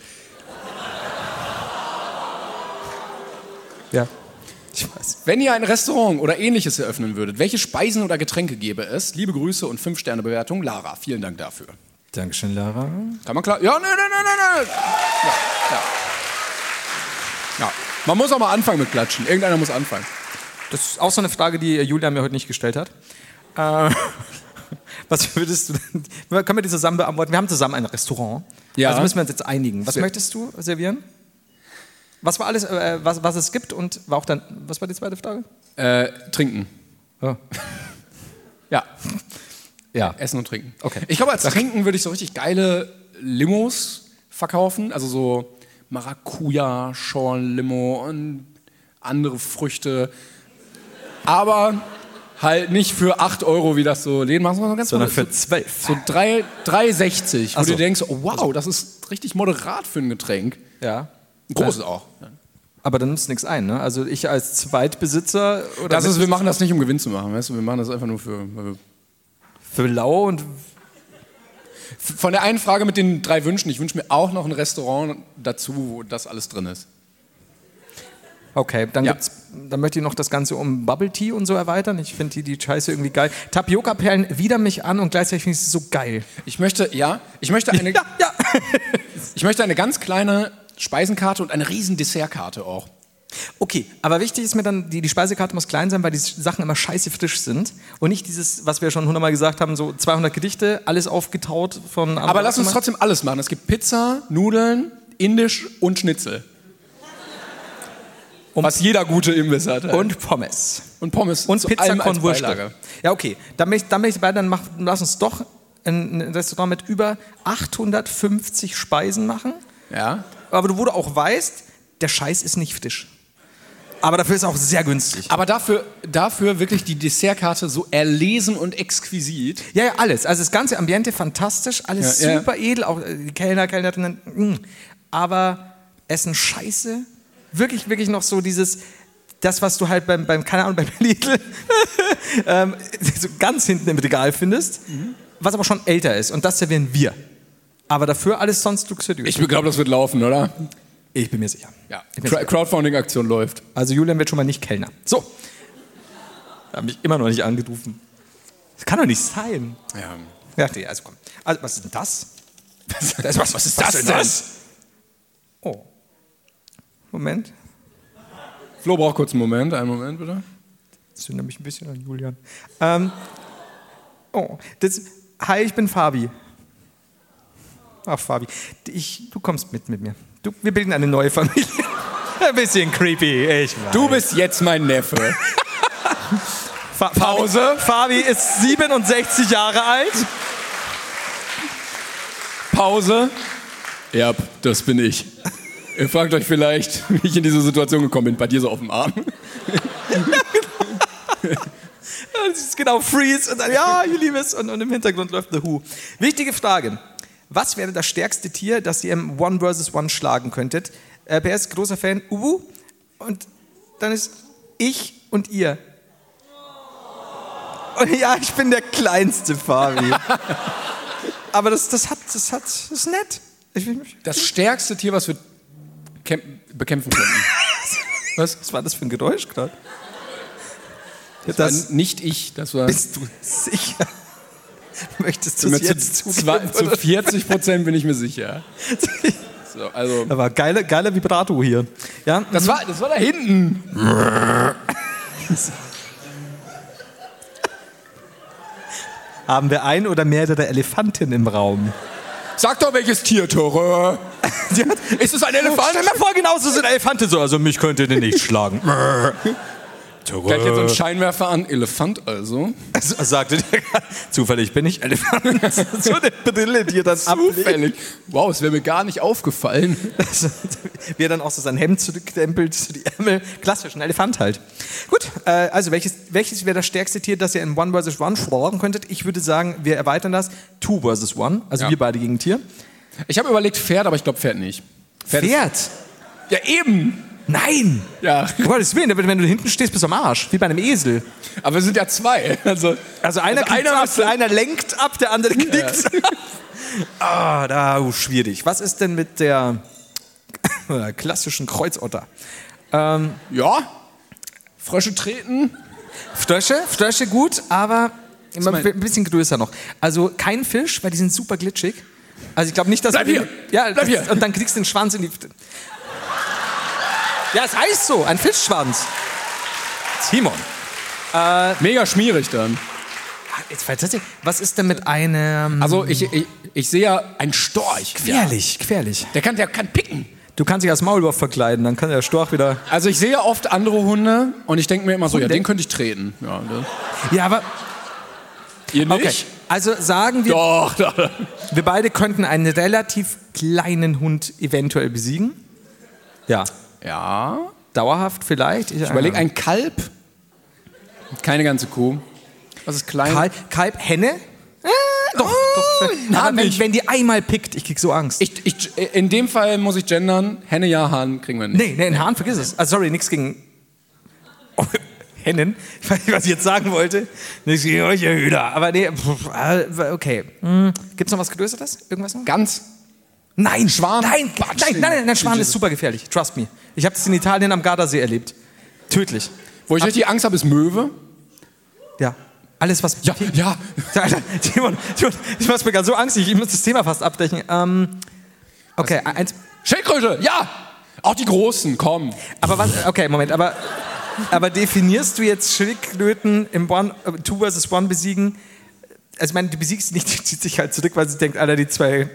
Ja. Ich weiß.
Wenn ihr ein Restaurant oder ähnliches eröffnen würdet, welche Speisen oder Getränke gäbe es? Liebe Grüße und 5-Sterne-Bewertung. Lara, vielen Dank dafür.
Dankeschön, Lara.
Kann man klar. Ja, nein, nein, nein, nein, nein. Ja, ja. ja. Man muss auch mal anfangen mit Klatschen. Irgendeiner muss anfangen.
Das ist auch so eine Frage, die äh, Julia mir heute nicht gestellt hat. Äh, was würdest du denn, können wir die zusammen beantworten? Wir haben zusammen ein Restaurant.
Ja.
Also müssen wir uns jetzt einigen. Was
Sehr-
möchtest du servieren? Was war alles, äh, was, was es gibt und war auch dann, was war die zweite Frage?
Äh, trinken.
Oh.
Ja,
Ja.
essen und trinken.
Okay.
Ich glaube, als Trinken würde ich so richtig geile Limos verkaufen. Also so Maracuja, Schornlimo und andere Früchte. Aber halt nicht für 8 Euro, wie das so Läden machen, sondern ganz
Sondern
modern.
für 12.
So 3 3,60. Wo
Ach so.
du denkst, oh, wow, das ist richtig moderat für ein Getränk.
Ja.
Ein großes auch.
Aber dann nimmst du nichts ein, ne? Also ich als Zweitbesitzer oder
Das ist, wir machen das nicht, um Gewinn zu machen, weißt du? Wir machen das einfach nur für. Weil wir
für lau und
Von der einen Frage mit den drei Wünschen, ich wünsche mir auch noch ein Restaurant dazu, wo das alles drin ist.
Okay, dann,
Ja.
gibt's, dann möchte ich noch das Ganze um Bubble Tea und so erweitern. Ich finde die, die Scheiße irgendwie geil. Tapioca-Perlen wieder mich an und gleichzeitig finde ich sie so geil.
Ich möchte, ja, ich möchte eine,
ja.
ich möchte eine ganz kleine Speisenkarte und eine riesen Dessertkarte auch.
Okay, aber wichtig ist mir dann, die, die Speisekarte muss klein sein, weil die Sachen immer scheiße frisch sind. Und nicht dieses, was wir schon hundertmal gesagt haben, so 200 Gedichte, alles aufgetaut von...
Aber lass uns trotzdem alles machen. Es gibt Pizza, Nudeln, Indisch und Schnitzel. was jeder gute Imbiss hat. halt.
Äh, Und Pommes.
und Pommes.
Und
zu
Pizza
allem als
con Wurst.
Beilage.
Ja, okay. Dann bin ich, dann bin ich dabei, dann mach, lass uns doch ein, ein Restaurant mit über 850 Speisen machen.
Ja.
Aber du, wo du auch weißt, der Scheiß ist nicht frisch. Aber dafür ist er auch sehr günstig.
Aber dafür, dafür wirklich die Dessertkarte so erlesen und exquisit.
Ja, ja, alles. Also das ganze Ambiente fantastisch, alles
Ja, ja.
super edel, auch äh, die Kellner, Kellnerinnen. mm. Aber Essen scheiße. Wirklich, wirklich noch so dieses, das, was du halt beim, beim keine Ahnung, beim Lidl ähm, so ganz hinten im Regal findest, was aber schon älter ist. Und das servieren wir. Aber dafür alles sonst luxuriös.
Ich glaube, das wird laufen, oder?
ich bin mir sicher.
Ja.
Ich bin mir
Cra- Crowdfunding-Aktion läuft.
Also Julian wird schon mal nicht Kellner. So. Haben mich immer noch nicht angerufen. Das kann doch nicht sein.
Ja.
Ja, nee, also komm. Also, was ist denn das? Das- was, was ist das denn? Oh. Moment.
Flo braucht kurz einen Moment, einen Moment bitte.
Das erinnert mich ein bisschen an Julian. Ähm, oh, das, hi, ich bin Fabi. Ach, Fabi, ich, du kommst mit mit mir. Du, wir bilden eine neue Familie. ein bisschen creepy, ich weiß.
Du bist jetzt mein Neffe.
Fa Pause. Fabi ist 67 Jahre alt.
Pause. Ja, das bin ich. Ihr fragt euch vielleicht, wie ich in diese Situation gekommen bin. Bei dir so auf dem Arm.
Das ist genau Freeze und dann, ja, ich liebe es. Und, und im Hintergrund läuft The Who. Wichtige Frage. Was wäre das stärkste Tier, das ihr im One vs. One schlagen könntet? Äh, PS, großer Fan, Ubu. Und dann ist ich und ihr. Und ja, ich bin der kleinste Fabi. Aber das, das hat, das hat, das ist nett. Ich, will mich-
Das stärkste Tier, was wir kämp- bekämpfen könnten. Was?
was war das für ein Geräusch gerade? Das,
Das war nicht ich. Das war
bist du sicher. Möchtest du
Bin mir
es
zu,
jetzt
zwei,
zugeben?
zu
oder?
40 Prozent bin ich mir sicher. So, also,
Da war geiler, geiler Vibrato hier. Ja,
das, war, das war da hinten.
haben wir ein oder mehrere Elefanten im Raum?
Sag doch, welches Tier, Töre. Ist es ein Elefant?
Stell dir mal vor, genauso sind Elefanten so. Also mich könnte ihr nicht schlagen.
Gleich jetzt so einen Scheinwerfer an. Elefant also.
Also, sagte der Zufällig bin ich Elefant. Das ist so eine Brille, die er dann ablegt.
Zufällig. Wow, es wäre mir gar nicht aufgefallen.
Also, Wie er dann auch so sein Hemd zurückkrempelt, so die Ärmel. Klassisch, ein Elefant halt. Gut, äh, also welches, welches wäre das stärkste Tier, das ihr in One vs. One schlagen könntet? Ich würde sagen, wir erweitern das. Two vs. One, also
Ja.
wir beide gegen ein Tier.
Ich habe überlegt Pferd, aber ich glaube Pferd nicht.
Pferd?
Ist, ja, eben.
Nein!
Ja,
Um Gottes Willen, wenn du hinten stehst, bist du am Arsch, wie bei einem Esel.
aber wir sind ja zwei. Also,
Also einer, knickt
einer
ab, einer lenkt ab, der andere knickt ab. Ah, da, uh, schwierig. Was ist denn mit der klassischen Kreuzotter? Ähm,
Ja. Frösche treten.
Frösche, Frösche gut, aber immer
mein-
ein bisschen größer noch. Also kein Fisch, weil die sind super glitschig. Also ich glaube nicht, dass...
Bleib
du-
hier!
Ja,
Bleib
das,
hier!
Und dann kriegst du den Schwanz in die... Ja, es heißt so, ein Fischschwanz. Timon.
Mega schmierig dann.
Ah, Jetzt weiß ich, was ist denn mit einem...
Also ich, ich, ich sehe ja einen Storch.
Gefährlich, gefährlich.
Der kann, der kann picken.
Du kannst dich als Maulwurf verkleiden, dann kann der Storch wieder.
Also ich sehe ja oft andere Hunde und ich denke mir immer so, ja,
Hunde?
den könnte ich treten. Ja, ne?
Ja, aber.
Ihr
Okay. Also sagen wir,
Doch, da, da.
wir beide könnten einen relativ kleinen Hund eventuell besiegen. Ja.
Ja.
Dauerhaft vielleicht. Ich,
Überleg ein Kalb. Keine ganze Kuh. Was ist klein? Ah,
Kalb, Kalb Henne? Äh, doch, doch.
Oh, na,
Aber wenn,
nicht.
wenn die einmal pickt, ich krieg so Angst.
Ich, ich, in dem Fall muss ich gendern. Henne, ja, Hahn kriegen wir nicht.
nee, nee, ein Hahn, vergiss es. Ah, sorry, nichts gegen. Oh, Hennen? Ich weiß nicht, was ich jetzt sagen wollte. Nichts gegen euch, ihr Hühner. Aber nee, pff, ah, okay. Hm, Gibt's noch was Größeres? Irgendwas noch?
Ganz.
Nein,
Schwan?
Nein,
Quatsch.
nein, nein, nein, nein Schwan ist super gefährlich. Trust me. Ich habe das in Italien am Gardasee erlebt. Tödlich.
Wo ich richtig Angst habe, ist Möwe.
Ja. Alles was.
Ja, ja.
Alter, Timon, Timon, ich mach's mir gerade so Angst. Ich muss das Thema fast abdecken. Ähm, okay, eins.
Schildkröte, ja. Auch die Großen, komm.
Aber was? Okay, Moment. Aber, aber definierst du jetzt Schildkröten im One, äh, Two versus One besiegen? Also ich meine, du besiegst sie nicht, die zieht sich halt zurück, weil sie denkt, Alter, die zwei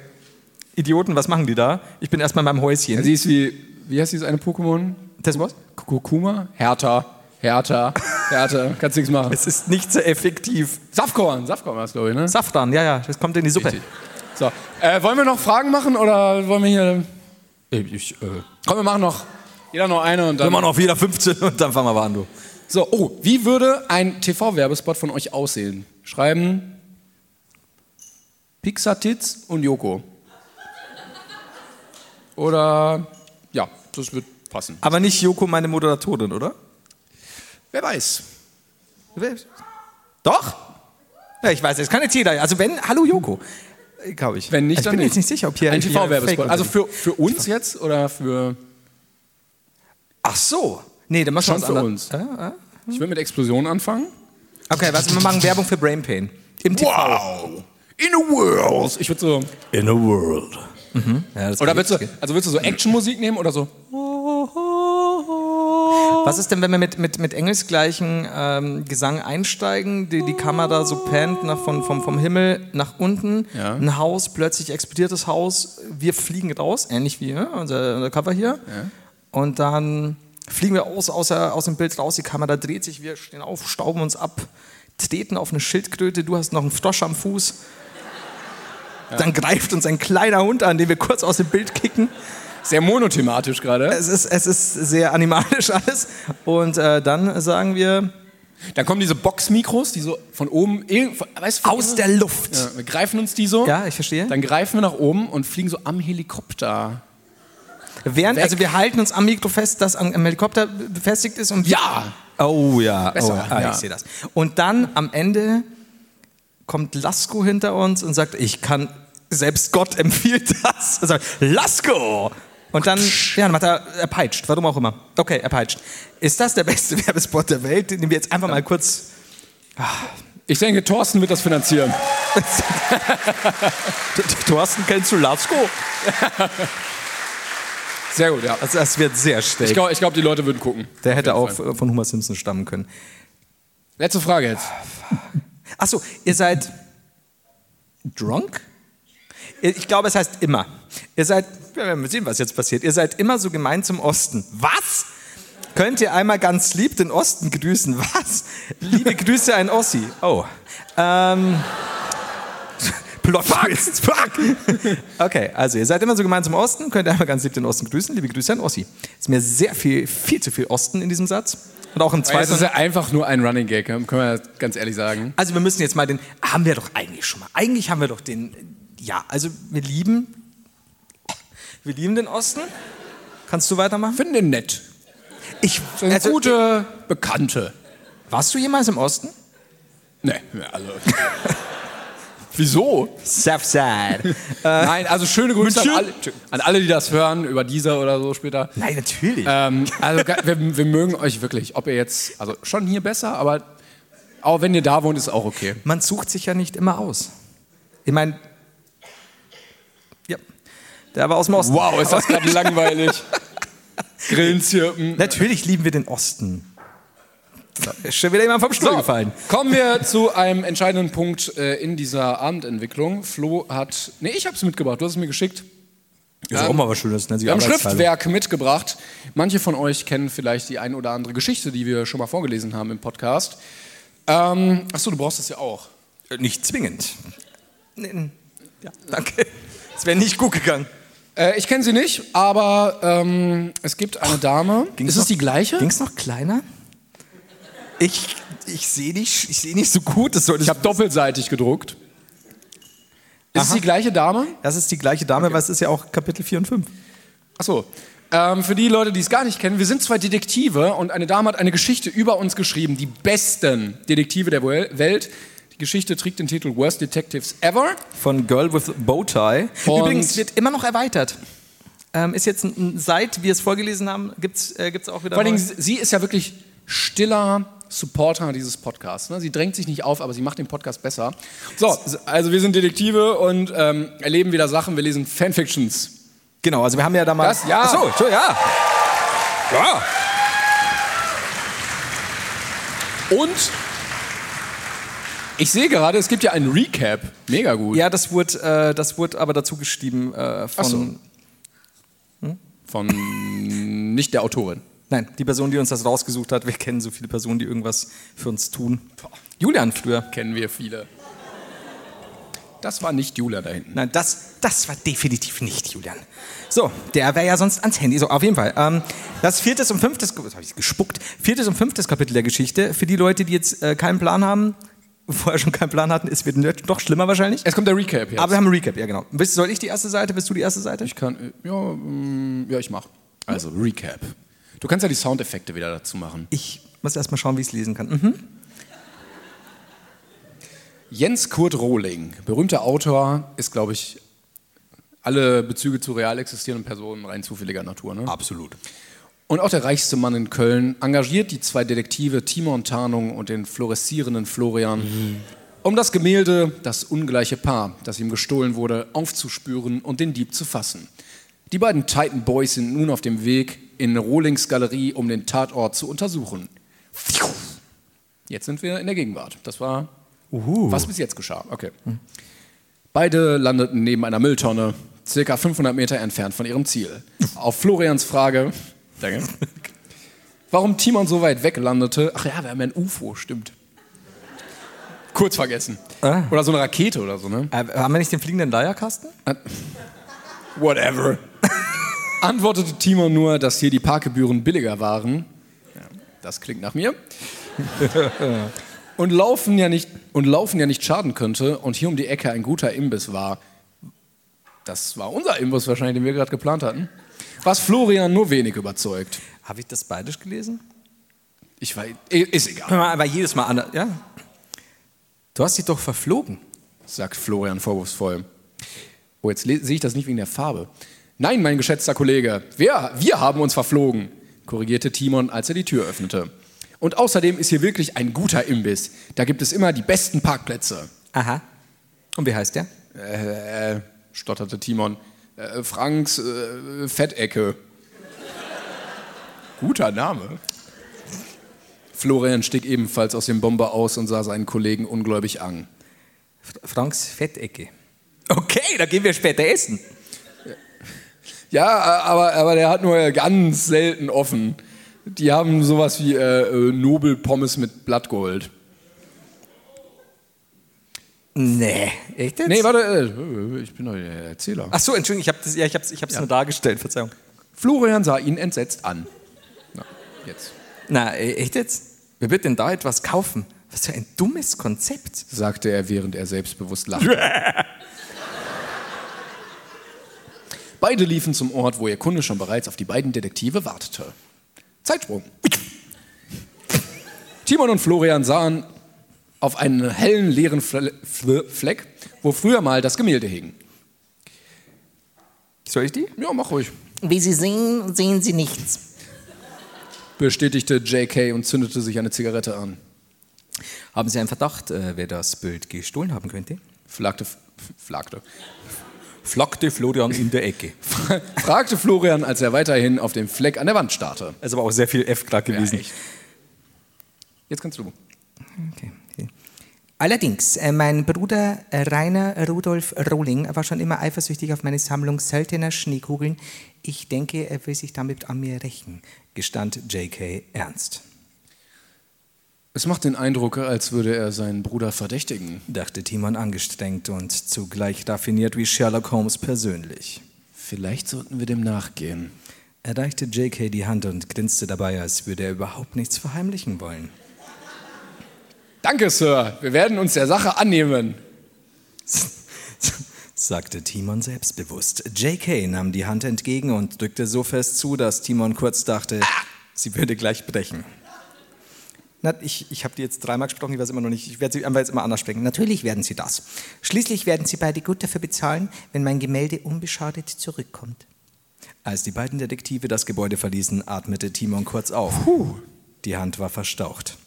Idioten, was machen die da? Ich bin erstmal in meinem Häuschen.
Sie ist wie, wie heißt dieses eine Pokémon?
Das was?
Kurkuma? Hertha. Hertha. Hertha. Kannst nichts machen.
Es ist nicht so effektiv.
Saftkorn. Saftkorn war es, glaube ich, ne?
Safran, ja, ja, das kommt in die Suppe.
Richtig. So, äh, wollen wir noch Fragen machen oder wollen wir hier. äh, Komm, wir machen noch. Jeder noch eine und dann.
Immer noch jeder 15 und dann fangen wir mal an, du.
So, oh, wie würde ein TV-Werbespot von euch aussehen? Schreiben. Pixatitz und Joko. Oder. Ja, das wird passen.
Aber nicht Joko, meine Moderatorin, oder?
Wer weiß.
Doch? Ja, ich weiß, es kann jetzt jeder. Also wenn, hallo Joko. Glaube ich.
Wenn nicht,
ich
dann
bin
nicht.
jetzt nicht sicher, ob hier
ein
hier
TV-Werbespot.
Fake-
Also für, für uns jetzt oder für.
Ach so. Nee, dann machst du
Schon
was
für
anderes. Ah,
Ich will mit Explosionen anfangen.
Okay, was? Wir machen Werbung für Brain Pain. Im TV.
Wow! In a world! Ich würde so.
In a world. Mhm. Ja, das
Oder
geht.
willst du, also willst du so Actionmusik nehmen oder so?
Was ist denn, wenn wir mit, mit, mit engelsgleichen ähm, Gesang einsteigen, die, die Kamera so pannt nach, von, vom, vom Himmel nach unten,
Ja.
ein Haus, plötzlich explodiert das Haus, wir fliegen raus, ähnlich wie ne, unser, unser Cover hier, und dann fliegen wir aus, aus, der- aus dem Bild raus, die Kamera dreht sich, wir stehen auf, stauben uns ab, treten auf eine Schildkröte, du hast noch einen Frosch am Fuß, dann greift uns ein kleiner Hund an, den wir kurz aus dem Bild kicken
Sehr monothematisch gerade.
es ist, es ist sehr animalisch alles. Und äh, dann sagen wir
Dann kommen diese Boxmikros, die so von oben, eh- von- weißt, du, von
aus
oben-
der Luft.
Ja, wir greifen uns die so.
Ja, ich verstehe.
Dann greifen wir nach oben und fliegen so am Helikopter.
Während,
weg.
also wir halten uns am Mikro fest, das am, am Helikopter befestigt ist und
Ja!
Oh ja, oh,
Besser,
ja. Ah,
ja.
ich sehe das. Und dann am Ende kommt Lasko hinter uns und sagt, ich kann, selbst Gott empfiehlt das. Und sagt, Lasko! Und dann, ja, dann macht er, er peitscht, warum auch immer. Okay, er peitscht. Ist das der beste Werbespot der Welt, den wir jetzt einfach mal kurz...
Ich denke, Thorsten wird das finanzieren.
Thorsten, kennst du Lasko?
Sehr gut, ja.
Also das wird sehr
Ich
schlecht.
glaube, ich glaub, die Leute würden gucken.
Der hätte
Auf
auch
jeden Fall.
von Homer Simpson stammen können.
Letzte Frage jetzt.
Achso, ihr seid drunk? Ich glaube, es heißt immer. Ihr seid, wir werden sehen, was jetzt passiert. Ihr seid immer so gemein zum Osten. Was? Könnt ihr einmal ganz lieb den Osten grüßen? Was? Liebe Grüße an Ossi. Oh. Ähm. Plot Twist. Fuck. Okay, also ihr seid immer so gemein zum Osten. Könnt ihr einmal ganz lieb den Osten grüßen? Liebe Grüße an Ossi. Ist mir sehr viel, viel zu viel Osten in diesem Satz. Und auch im
Es
zweiten
ist ja einfach nur ein Running Gag, ähm, können wir ganz ehrlich sagen.
Also wir müssen jetzt mal den, haben wir doch eigentlich schon mal. Eigentlich haben wir doch den, ja, also wir lieben, wir lieben den Osten. Kannst du weitermachen?
Finden den nett.
Ich,
Sind gute Bekannte.
warst du jemals im Osten?
Nee, also. Wieso?
Southside.
Nein, also schöne Grüße an
Monsieur-
alle, an alle, die das hören, über dieser oder so später.
Nein, natürlich.
Ähm, also ga- wir, wir mögen euch wirklich. Ob ihr jetzt, also schon hier besser, aber auch wenn ihr da wohnt, ist auch okay.
Man sucht sich ja nicht immer aus. Ich meine, ja, der war aus dem Osten.
Wow, ist das gerade langweilig. Grillen
Mm,
zirpen.
Natürlich lieben wir den Osten. Ist schon wieder jemand vom Stuhl gefallen.
kommen wir zu einem entscheidenden Punkt äh, in dieser Abendentwicklung. Flo hat, nee, ich hab's mitgebracht, du hast es mir geschickt.
Ist auch mal was Schönes. Ne?
Wir haben Schriftwerk mitgebracht. Manche von euch kennen vielleicht die ein oder andere Geschichte, die wir schon mal vorgelesen haben im Podcast. Ähm, achso, du brauchst das ja auch.
Nicht zwingend. Nee, nee. Ja, danke. Es wäre nicht gut gegangen.
Äh, ich kenne sie nicht, aber ähm, es gibt eine Dame. ist es die gleiche?
Ging es noch kleiner? Ich, ich sehe nicht, ich seh nicht so gut. Das, soll,
Ich habe doppelseitig gedruckt. Ist es
Aha.
die gleiche Dame?
das ist die gleiche Dame, weil es ist ja auch Kapitel 4 und 5.
Achso. Ähm, für die Leute, die es gar nicht kennen, wir sind zwei Detektive und eine Dame hat eine Geschichte über uns geschrieben. Die besten Detektive der Wel- Welt. Die Geschichte trägt den Titel Worst Detectives Ever.
Von Girl with Bowtie.
Und-
Übrigens wird immer noch erweitert. Ähm, ist jetzt, ein, ein- seit wir es vorgelesen haben, gibt es äh, gibt's auch wieder
Vor allen
neue-
Dingen, sie sie ist ja wirklich stiller Supporter dieses Podcasts. Ne? Sie drängt sich nicht auf, aber sie macht den Podcast besser. So, also wir sind Detektive und ähm, erleben wieder Sachen. Wir lesen Fanfictions.
Genau, also wir haben ja da mal...
Das- ja.
Ach so, so, ja. Ja.
Und ich sehe gerade, es gibt ja einen Recap. Mega gut.
Ja, das wurde, äh, das wurde aber dazu geschrieben äh, von...
Ach so. Von nicht der Autorin.
Nein, die Person, die uns das rausgesucht hat, wir kennen so viele Personen, die irgendwas für uns tun. Julian früher.
Kennen wir viele. Das war nicht Jula da hinten.
Nein, das, das war definitiv nicht Julian. So, der wäre ja sonst ans Handy. So, auf jeden Fall. Ähm, das viertes und fünftes, Kap- jetzt hab ich gespuckt, viertes und fünftes Kapitel der Geschichte. Für die Leute, die jetzt äh, keinen Plan haben, vorher schon keinen Plan hatten, es wird nö- noch schlimmer wahrscheinlich.
Es kommt der Recap jetzt.
Aber wir haben einen Recap, ja genau. Bist, soll ich die erste Seite? Bist du die erste Seite?
ich kann, äh, ja, mm, ja, ich mach. Also, Recap. Du kannst ja die Soundeffekte wieder dazu machen.
Ich muss erst mal schauen, wie ich es lesen kann. Mhm.
Jens Kurt Rohling, berühmter Autor, ist, glaube ich, alle Bezüge zu real existierenden Personen rein zufälliger Natur. Ne? Absolut. Und auch der reichste Mann in Köln engagiert die zwei Detektive Timon Tarnung und den florissierenden Florian, um das Gemälde Das ungleiche Paar, das ihm gestohlen wurde, aufzuspüren und den Dieb zu fassen. Die beiden Titan Boys sind nun auf dem Weg in Rohlings Galerie, um den Tatort zu untersuchen. Pfiuh. Jetzt sind wir in der Gegenwart. Das war, was bis jetzt geschah. Okay. Beide landeten neben einer Mülltonne, circa 500 Meter entfernt von ihrem Ziel. Auf Florians Frage, danke, warum Timon so weit weg landete. Ach ja, wir haben ja ein UFO, stimmt. Kurz vergessen. Oder so eine Rakete oder so, ne?
Äh, haben wir nicht den fliegenden Leierkasten?
Whatever. Antwortete Timon nur, dass hier die Parkgebühren billiger waren. Ja, das klingt nach mir. und laufen ja nicht und laufen ja nicht schaden könnte und hier um die Ecke ein guter Imbiss war. Das war unser Imbiss wahrscheinlich, den wir gerade geplant hatten. Was Florian nur wenig überzeugt.
Habe ich das beidisch gelesen?
Ich weiß, ist egal,
Aber jedes Mal anders. Ja. Du hast dich doch verflogen.
sagt Florian vorwurfsvoll. Oh, jetzt le- sehe ich das nicht wegen der Farbe. Nein, mein geschätzter Kollege, wir, wir haben uns verflogen, korrigierte Timon, als er die Tür öffnete. Und außerdem ist hier wirklich ein guter Imbiss. Da gibt es immer die besten Parkplätze.
Aha. Und wie heißt der?
Äh, äh, stotterte Timon. Äh, Franks äh, Fettecke. Guter Name. Florian stieg ebenfalls aus dem Bomber aus und sah seinen Kollegen ungläubig an.
Franks Fettecke. Okay, da gehen wir später essen.
Ja, aber, aber der hat nur äh, ganz selten offen. Die haben sowas wie äh, äh, Nobel-Pommes mit Blattgold.
Nee. Echt jetzt?
Nee, warte, äh, ich bin doch der Erzähler.
Ach so, Entschuldigung, ich habe das, ja, ich hab's, ich hab's nur dargestellt, Verzeihung.
Florian sah ihn entsetzt an. Na, jetzt.
Na, e- echt jetzt? Wer wird denn da etwas kaufen? Was für ein dummes Konzept.
sagte er, während er selbstbewusst lachte. Beide liefen zum Ort, wo ihr Kunde schon bereits auf die beiden Detektive wartete. Zeitsprung. Timon und Florian sahen auf einen hellen, leeren Fle Fle Fleck, wo früher mal das Gemälde hing.
Soll ich die?
Ja, mach ruhig.
Wie Sie sehen, sehen Sie nichts.
Bestätigte JK und zündete sich eine Zigarette an.
Haben Sie einen Verdacht, äh, wer das Bild gestohlen haben könnte?
Flagte, flagte.
Flackte Florian in der Ecke.
Fragte Florian, als er weiterhin auf den Fleck an der Wand starrte.
Es ist aber Also auch sehr viel F gerade gewesen.
echt. Jetzt kannst du.
Okay. Allerdings, äh, mein Bruder äh, Rainer Rudolf Rohling war schon immer eifersüchtig auf meine Sammlung seltener Schneekugeln. Ich denke, er will sich damit an mir rächen.
Gestand J.K. ernst,
Es macht den Eindruck, als würde er seinen Bruder verdächtigen.
dachte Timon angestrengt und zugleich raffiniert wie Sherlock Holmes persönlich.
Vielleicht sollten wir dem nachgehen.
Er reichte J.K. die Hand und grinste dabei, als würde er überhaupt nichts verheimlichen wollen.
Danke, Sir. Wir werden uns der Sache annehmen.
sagte Timon selbstbewusst. J.K. nahm die Hand entgegen und drückte so fest zu, dass Timon kurz dachte, sie würde gleich brechen. Na, ich ich habe die jetzt dreimal gesprochen, ich weiß immer noch nicht. Ich werde sie einfach jetzt immer anders sprechen. Natürlich werden sie das.
Schließlich werden Sie beide gut dafür bezahlen, wenn mein Gemälde unbeschadet zurückkommt.
Als die beiden Detektive das Gebäude verließen, atmete Timon kurz auf. Die Hand war verstaucht.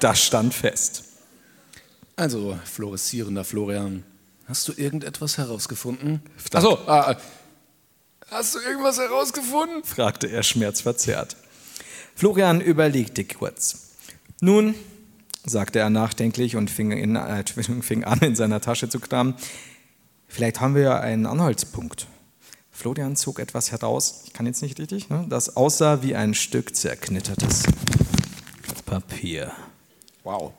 Das stand fest.
Also, florissierender Florian, hast du irgendetwas herausgefunden? Achso, äh, hast du irgendwas herausgefunden?
fragte er schmerzverzerrt. Florian überlegte kurz. Nun, sagte er nachdenklich und fing, in, äh, Entschuldigung, fing an, in seiner Tasche zu kramen, vielleicht haben wir ja einen Anhaltspunkt. Florian zog etwas heraus, ich kann jetzt nicht richtig, ne, das aussah wie ein Stück zerknittertes Papier.
Wow.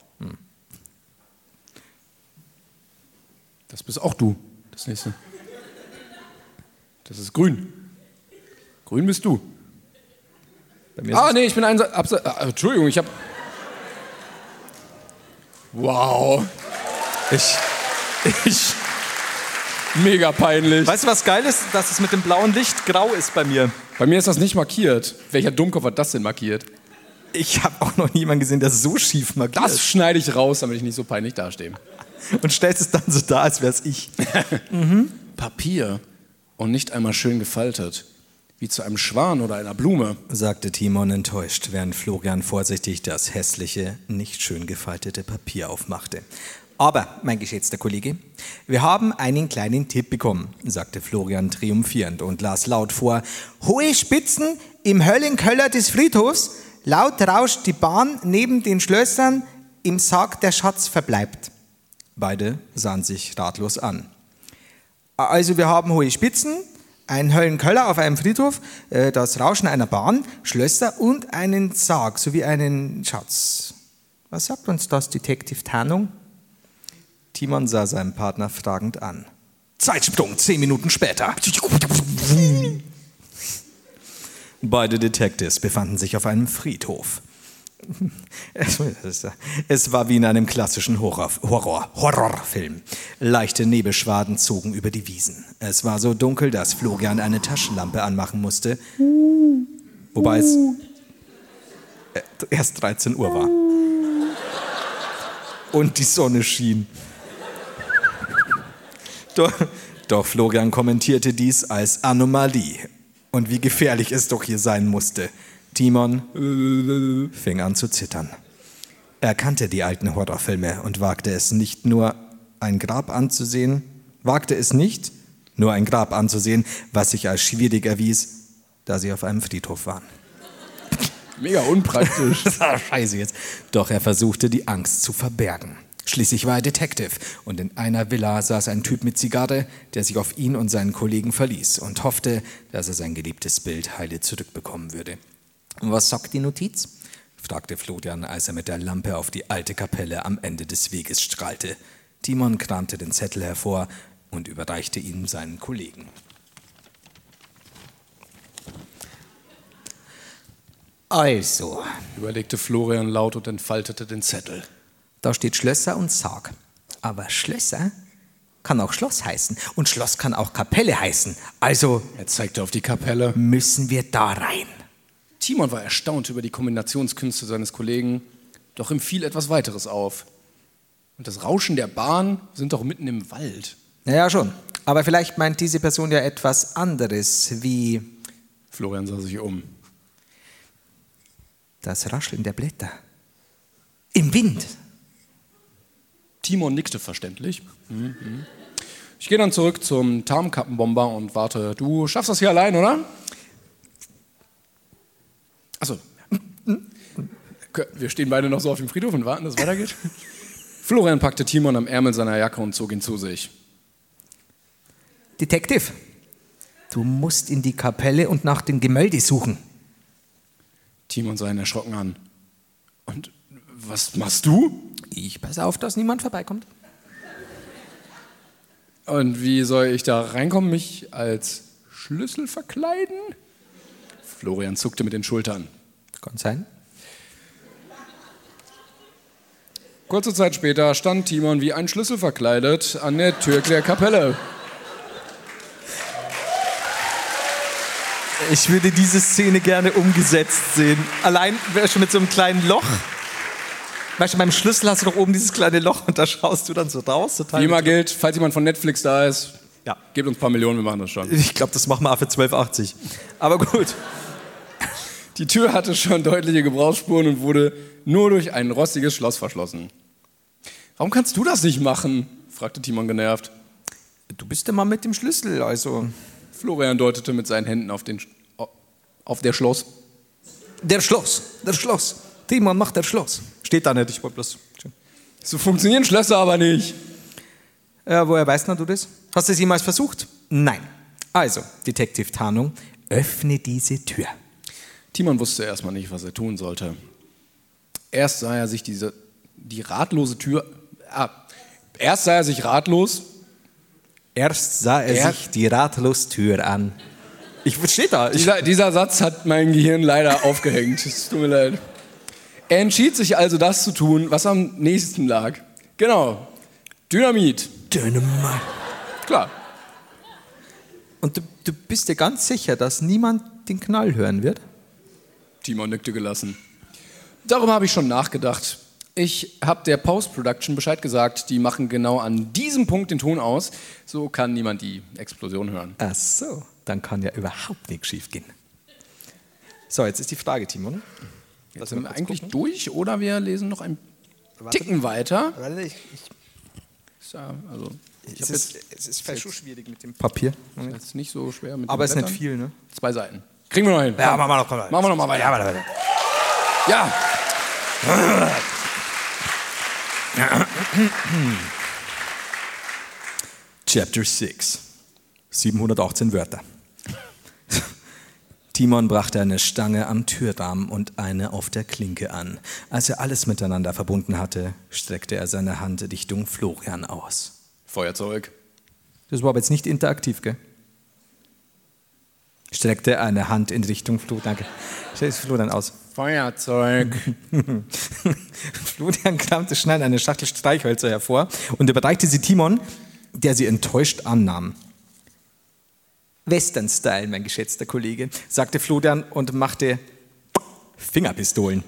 Das bist auch du, das nächste. Das ist grün. Grün bist du.
Bei mir
Ah,
ist
nee, ich bin ein. Abse ah, Entschuldigung, ich hab. Wow.
es- ich, ich,
Mega peinlich.
weißt du, was geil ist? Dass es mit dem blauen Licht grau ist bei mir.
Bei mir ist das nicht markiert. Welcher Dummkopf hat das denn markiert?
Ich habe auch noch niemanden gesehen, der so schief markiert.
Das schneide ich raus, damit ich nicht so peinlich dastehe.
Und stellst es dann so dar, als wäre es ich.
Papier und nicht einmal schön gefaltet. Wie zu einem Schwan oder einer Blume.
sagte Timon enttäuscht, während Florian vorsichtig das hässliche, nicht schön gefaltete Papier aufmachte. Aber, mein geschätzter Kollege, wir haben einen kleinen Tipp bekommen, sagte Florian triumphierend und las laut vor. Hohe Spitzen im Höllenköller des Friedhofs, laut rauscht die Bahn neben den Schlössern, im Sarg der Schatz verbleibt. Beide sahen sich ratlos an. Also wir haben hohe Spitzen, einen Höllenköller auf einem Friedhof, äh, das Rauschen einer Bahn, Schlösser und einen Sarg sowie einen Schatz. Was sagt uns das, Detective Tarnung? Timon sah seinen Partner fragend an. Zeitsprung, zehn Minuten später. Beide Detectives befanden sich auf einem Friedhof. Es war wie in einem klassischen Horror, Horror, Horrorfilm. Leichte Nebelschwaden zogen über die Wiesen. Es war so dunkel, dass Florian eine Taschenlampe anmachen musste. Wobei es äh, erst 13 Uhr war. Und die Sonne schien. Doch, doch Florian kommentierte dies als Anomalie. Und wie gefährlich es doch hier sein musste. Timon äh, fing an zu zittern. Er kannte die alten Horrorfilme und wagte es nicht nur ein Grab anzusehen, wagte es nicht nur ein Grab anzusehen, was sich als schwierig erwies, da sie auf einem Friedhof waren.
Mega unpraktisch.
Das war scheiße jetzt. Doch er versuchte, die Angst zu verbergen. Schließlich war er Detective und in einer Villa saß ein Typ mit Zigarre, der sich auf ihn und seinen Kollegen verließ und hoffte, dass er sein geliebtes Bild heile zurückbekommen würde. Und was sagt die Notiz? fragte Florian, als er mit der Lampe auf die alte Kapelle am Ende des Weges strahlte. Timon kramte den Zettel hervor und überreichte ihn seinen Kollegen. Also,
Überlegte Florian laut und entfaltete den Zettel.
Da steht Schlösser und Sarg. Aber Schlösser kann auch Schloss heißen. Und Schloss kann auch Kapelle heißen. Also
Er zeigte auf die Kapelle.
müssen wir da rein.
Timon war erstaunt über die Kombinationskünste seines Kollegen, doch ihm fiel etwas weiteres auf. Und das Rauschen der Bahn sind doch mitten im Wald.
Naja, schon. Aber vielleicht meint diese Person ja etwas anderes, wie
Florian sah sich um.
das Rascheln der Blätter. Im Wind.
Timon nickte verständlich. Mhm. mhm. Ich gehe dann zurück zum Tarnkappenbomber und warte. Du schaffst das hier allein, oder? Achso. Wir stehen beide noch so auf dem Friedhof und warten, dass es weitergeht. Florian packte Timon am Ärmel seiner Jacke und zog ihn zu sich.
Detective, du musst in die Kapelle und nach dem Gemälde suchen.
Timon sah ihn erschrocken an. Und was machst du?
Ich passe auf, dass niemand vorbeikommt.
Und wie soll ich da reinkommen? Mich als Schlüssel verkleiden? Florian zuckte mit den Schultern.
Kann sein.
Kurze Zeit später stand Timon wie ein Schlüssel verkleidet an der Tür der Kapelle.
Ich würde diese Szene gerne umgesetzt sehen. Allein wär schon mit so einem kleinen Loch. Weißt du, beim Schlüssel hast du doch oben dieses kleine Loch und da schaust du dann so raus. Total
Wie immer gilt, falls jemand von Netflix da ist,
Ja.
gebt uns ein paar Millionen, wir machen das
Äh.
schon.
Ich glaube, das machen wir auch für 12,80. Aber gut.
Die Tür hatte schon deutliche Gebrauchsspuren und wurde nur durch ein rostiges Schloss verschlossen. Warum kannst du das nicht machen? fragte Timon genervt.
Du bist immer mit dem Schlüssel, also.
Florian deutete mit seinen Händen auf, den, Sch- auf der Schloss.
Der Schloss, der Schloss. Timon macht der Schloss.
Steht da nicht, ich wollte bloß.
So funktionieren Schlösser aber nicht.
Ja, Äh, woher weißt denn du das? Hast du es jemals versucht? Nein. Also, Detective Tarnung, öffne diese Tür.
Timon wusste erstmal nicht, was er tun sollte. Erst sah er sich diese, die ratlose Tür. Ah, erst sah er sich ratlos.
Erst sah er
Er-
sich die Ratlostür an.
Ich steht da. Ich,
Dieser, dieser Satz hat mein Gehirn leider aufgehängt. Es tut mir leid. Er entschied sich also, das zu tun, was am nächsten lag. Genau. Dynamit.
Dynamite.
Klar.
und du, du bist dir ganz sicher, dass niemand den Knall hören wird?
Timon nickte gelassen. Darüber habe ich schon nachgedacht. Ich habe der Post-Production Bescheid gesagt, die machen genau an diesem Punkt den Ton aus. So kann niemand die Explosion hören.
Ach so.
Dann kann ja überhaupt nichts schiefgehen.
So, jetzt ist die Frage, Timon.
Jetzt sind wir eigentlich durch oder wir lesen noch ein Ticken weiter.
Warte, ich, ich
Ist ja, also, ich
Es
habe
ist,
jetzt,
es ist vielleicht schon schwierig mit dem Papier.
jetzt nicht so schwer mit den
Aber es ist nicht
Blättern.
viel, ne?
Zwei Seiten. Kriegen wir noch hin. Ja, machen wir noch, machen wir noch mal weiter. Ja,
Chapter 6. 718 Wörter. Timon brachte eine Stange am Türrahmen und eine auf der Klinke an. Als er alles miteinander verbunden hatte, streckte er seine Hand Richtung Florian aus.
Feuerzeug.
Das war aber jetzt nicht interaktiv, gell? Streckte eine Hand in Richtung Flo, danke. Streckte Florian aus.
Feuerzeug.
Florian kramte schnell eine Schachtel Streichhölzer hervor und überreichte sie Timon, der sie enttäuscht annahm. Western-Style, mein geschätzter Kollege, sagte Florian und machte Fingerpistolen.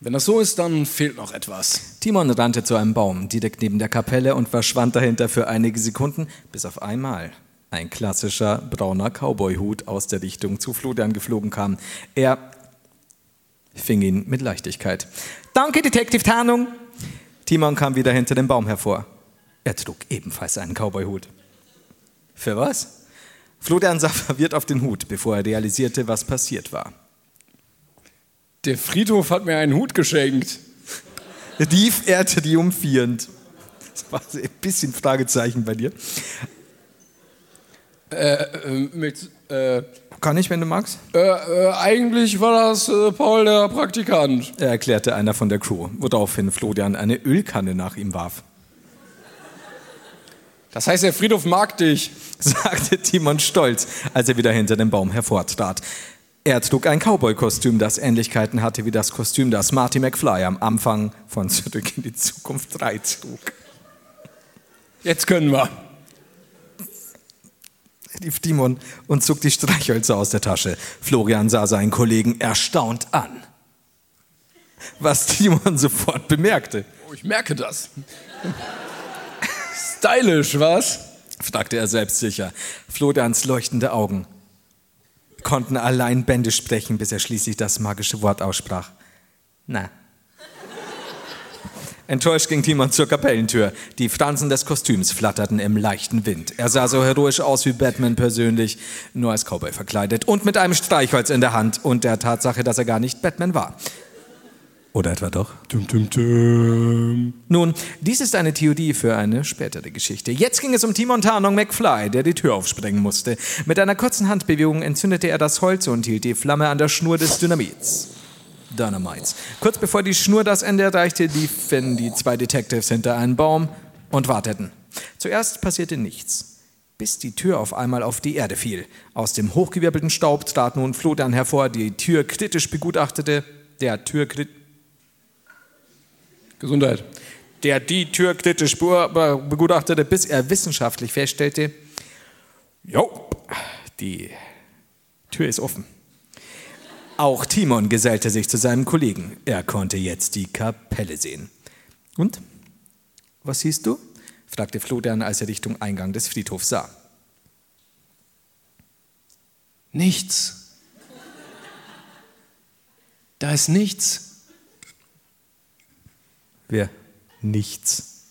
Wenn das so ist, dann fehlt noch etwas.
Timon rannte zu einem Baum direkt neben der Kapelle und verschwand dahinter für einige Sekunden, bis auf einmal ein klassischer brauner Cowboy-Hut aus der Richtung zu Florian geflogen kam. Er fing ihn mit Leichtigkeit. Danke, Detective Tarnung! Timon kam wieder hinter dem Baum hervor. Er trug ebenfalls einen Cowboy-Hut. Für was? Florian sah verwirrt auf den Hut, bevor er realisierte, was passiert war.
Der Friedhof hat mir einen Hut geschenkt.
rief er triumphierend. Das war so ein bisschen Fragezeichen bei dir.
Ähm, Mit, äh, äh,
Kann ich, wenn du magst?
äh, eigentlich war das äh, Paul, der Praktikant.
erklärte einer von der Crew, woraufhin Florian eine Ölkanne nach ihm warf.
Das heißt, der Friedhof mag dich.
sagte Timon stolz, als er wieder hinter dem Baum hervortrat. Er trug ein Cowboy-Kostüm, das Ähnlichkeiten hatte wie das Kostüm, das Marty McFly am Anfang von Zurück in die Zukunft 3 trug.
Jetzt können wir.
rief Timon und zog die Streichhölzer aus der Tasche. Florian sah seinen Kollegen erstaunt an. Was Timon sofort bemerkte,
Oh, ich merke das. Stylisch, was?
fragte er selbstsicher. Florians leuchtende Augen konnten allein Bände sprechen, bis er schließlich das magische Wort aussprach. Na. Enttäuscht ging Timon zur Kapellentür. Die Fransen des Kostüms flatterten im leichten Wind. Er sah so heroisch aus wie Batman persönlich, nur als Cowboy verkleidet und mit einem Streichholz in der Hand und der Tatsache, dass er gar nicht Batman war. Oder etwa doch? Nun, dies ist eine Theorie für eine spätere Geschichte. Jetzt ging es um Timon Tarnung McFly, der die Tür aufsprengen musste. Mit einer kurzen Handbewegung entzündete er das Holz und hielt die Flamme an der Schnur des Dynamits. Dynamites. Kurz bevor die Schnur das Ende erreichte, liefen die zwei Detectives hinter einen Baum und warteten. Zuerst passierte nichts, bis die Tür auf einmal auf die Erde fiel. Aus dem hochgewirbelten Staub trat nun Flodern hervor, die Tür kritisch begutachtete. Der Tür krit
Gesundheit.
der die Tür kritisch be- begutachtete, bis er wissenschaftlich feststellte, jo, die Tür ist offen. Auch Timon gesellte sich zu seinem Kollegen. Er konnte jetzt die Kapelle sehen. Und? Was siehst du? fragte Flodern, als er Richtung Eingang des Friedhofs sah.
Nichts. Da ist nichts.
Wer? Nichts.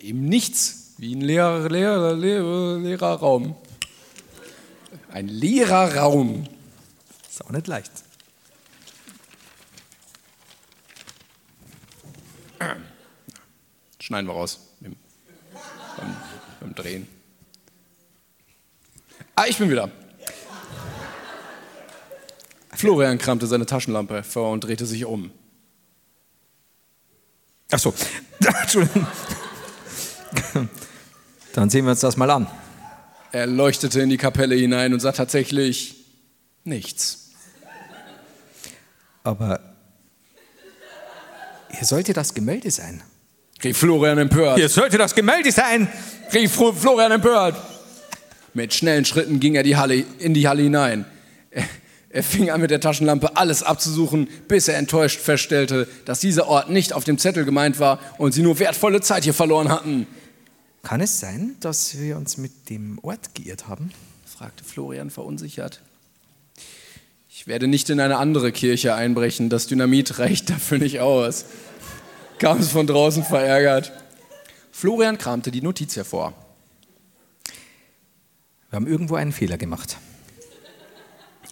Eben nichts. Wie ein leerer, leerer, leerer, leerer Raum. Ein leerer Raum.
Ist auch nicht leicht.
Schneiden wir raus. Im- Beim, beim Drehen. Ah, ich bin wieder. Florian kramte seine Taschenlampe vor und drehte sich um.
Ach so. Entschuldigung. Dann sehen wir uns das mal an.
Er leuchtete in die Kapelle hinein und sah tatsächlich nichts.
Aber hier sollte das Gemälde sein.
Rief Florian empört.
sollte das Gemälde sein!
Rief Fro- Florian empört. Mit schnellen Schritten ging er die Halle, in die Halle hinein. Er, er fing an, mit der Taschenlampe alles abzusuchen, bis er enttäuscht feststellte, dass dieser Ort nicht auf dem Zettel gemeint war und sie nur wertvolle Zeit hier verloren hatten.
Kann es sein, dass wir uns mit dem Ort geirrt haben?
fragte Florian verunsichert. Ich werde nicht in eine andere Kirche einbrechen, das Dynamit reicht dafür nicht aus. kam es von draußen verärgert. Florian kramte die Notiz hervor.
Wir haben irgendwo einen Fehler gemacht.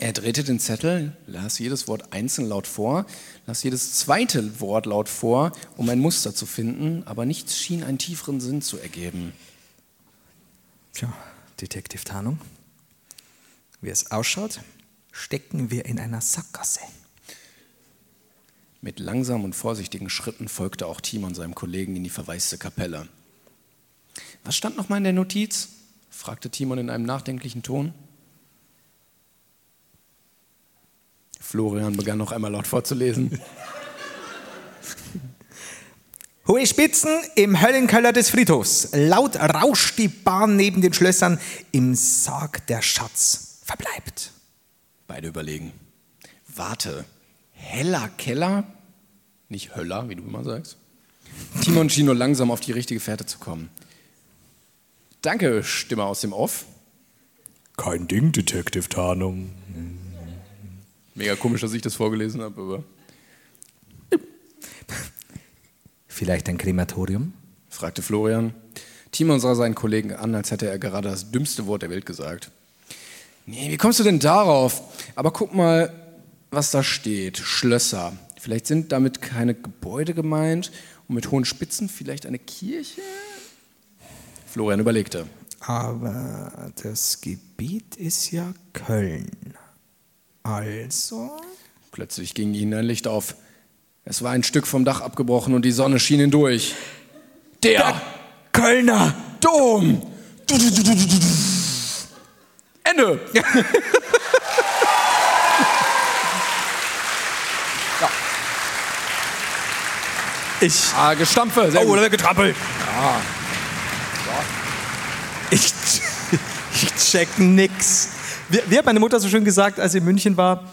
Er drehte den Zettel, las jedes Wort einzeln laut vor, las jedes zweite Wort laut vor, um ein Muster zu finden, aber nichts schien einen tieferen Sinn zu ergeben.
Tja, Detektiv Tarnung. Wie es ausschaut, stecken wir in einer Sackgasse.
Mit langsamen und vorsichtigen Schritten folgte auch Timon seinem Kollegen in die verwaiste Kapelle. Was stand nochmal in der Notiz? fragte Timon in einem nachdenklichen Ton. Florian begann noch einmal laut vorzulesen.
Hohe Spitzen im Höllenkeller des Friedhofs. Laut rauscht die Bahn neben den Schlössern. Im Sarg der Schatz verbleibt.
Beide überlegen. Warte, heller Keller? Nicht Höller, wie du immer sagst. Timon schien nur langsam auf die richtige Fährte zu kommen. Danke, Stimme aus dem Off.
Kein Ding, Detective Tarnung.
Mega komisch, dass ich das vorgelesen habe, aber
Vielleicht ein Krematorium?
fragte Florian. Timon sah seinen Kollegen an, als hätte er gerade das dümmste Wort der Welt gesagt. Nee, wie kommst du denn darauf? Aber guck mal, was da steht. Schlösser. Vielleicht sind damit keine Gebäude gemeint und mit hohen Spitzen vielleicht eine Kirche? Florian überlegte.
Aber das Gebiet ist ja Köln. Also?
Plötzlich ging ihnen ein Licht auf. Es war ein Stück vom Dach abgebrochen und die Sonne schien hindurch. Der,
Kölner!
Dom! Du, du, du, du, du, du, du. Ende!
Ich.
Ah, Gestampfe.
Oh,
Sehr gut.
Getrappel.
Ich, ich check nix. Wie, wie hat meine Mutter so schön gesagt, als sie in München war?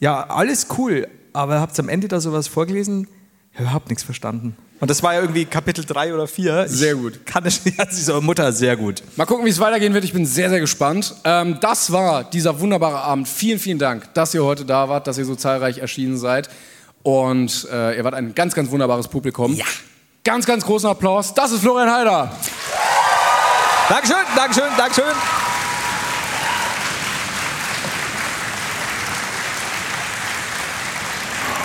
Ja, alles cool, aber habt ihr am Ende da sowas vorgelesen? Ich hab überhaupt nichts verstanden. Und das war ja irgendwie Kapitel 3 oder 4.
Sehr gut.
Kann es nicht. Also so, Mutter, sehr gut.
Mal gucken, wie es weitergehen wird. Ich bin sehr, sehr gespannt. Ähm, das war dieser wunderbare Abend. Vielen, vielen Dank, dass ihr heute da wart, dass ihr so zahlreich erschienen seid. Und äh, ihr wart ein ganz, ganz wunderbares Publikum. Ja. Ganz, ganz großen Applaus. Das ist Florian Heider.
Dankeschön, Dankeschön, Dankeschön.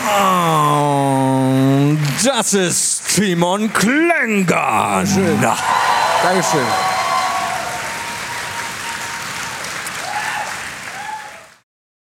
Und Oh, das ist Timon Klenger.
Dankeschön.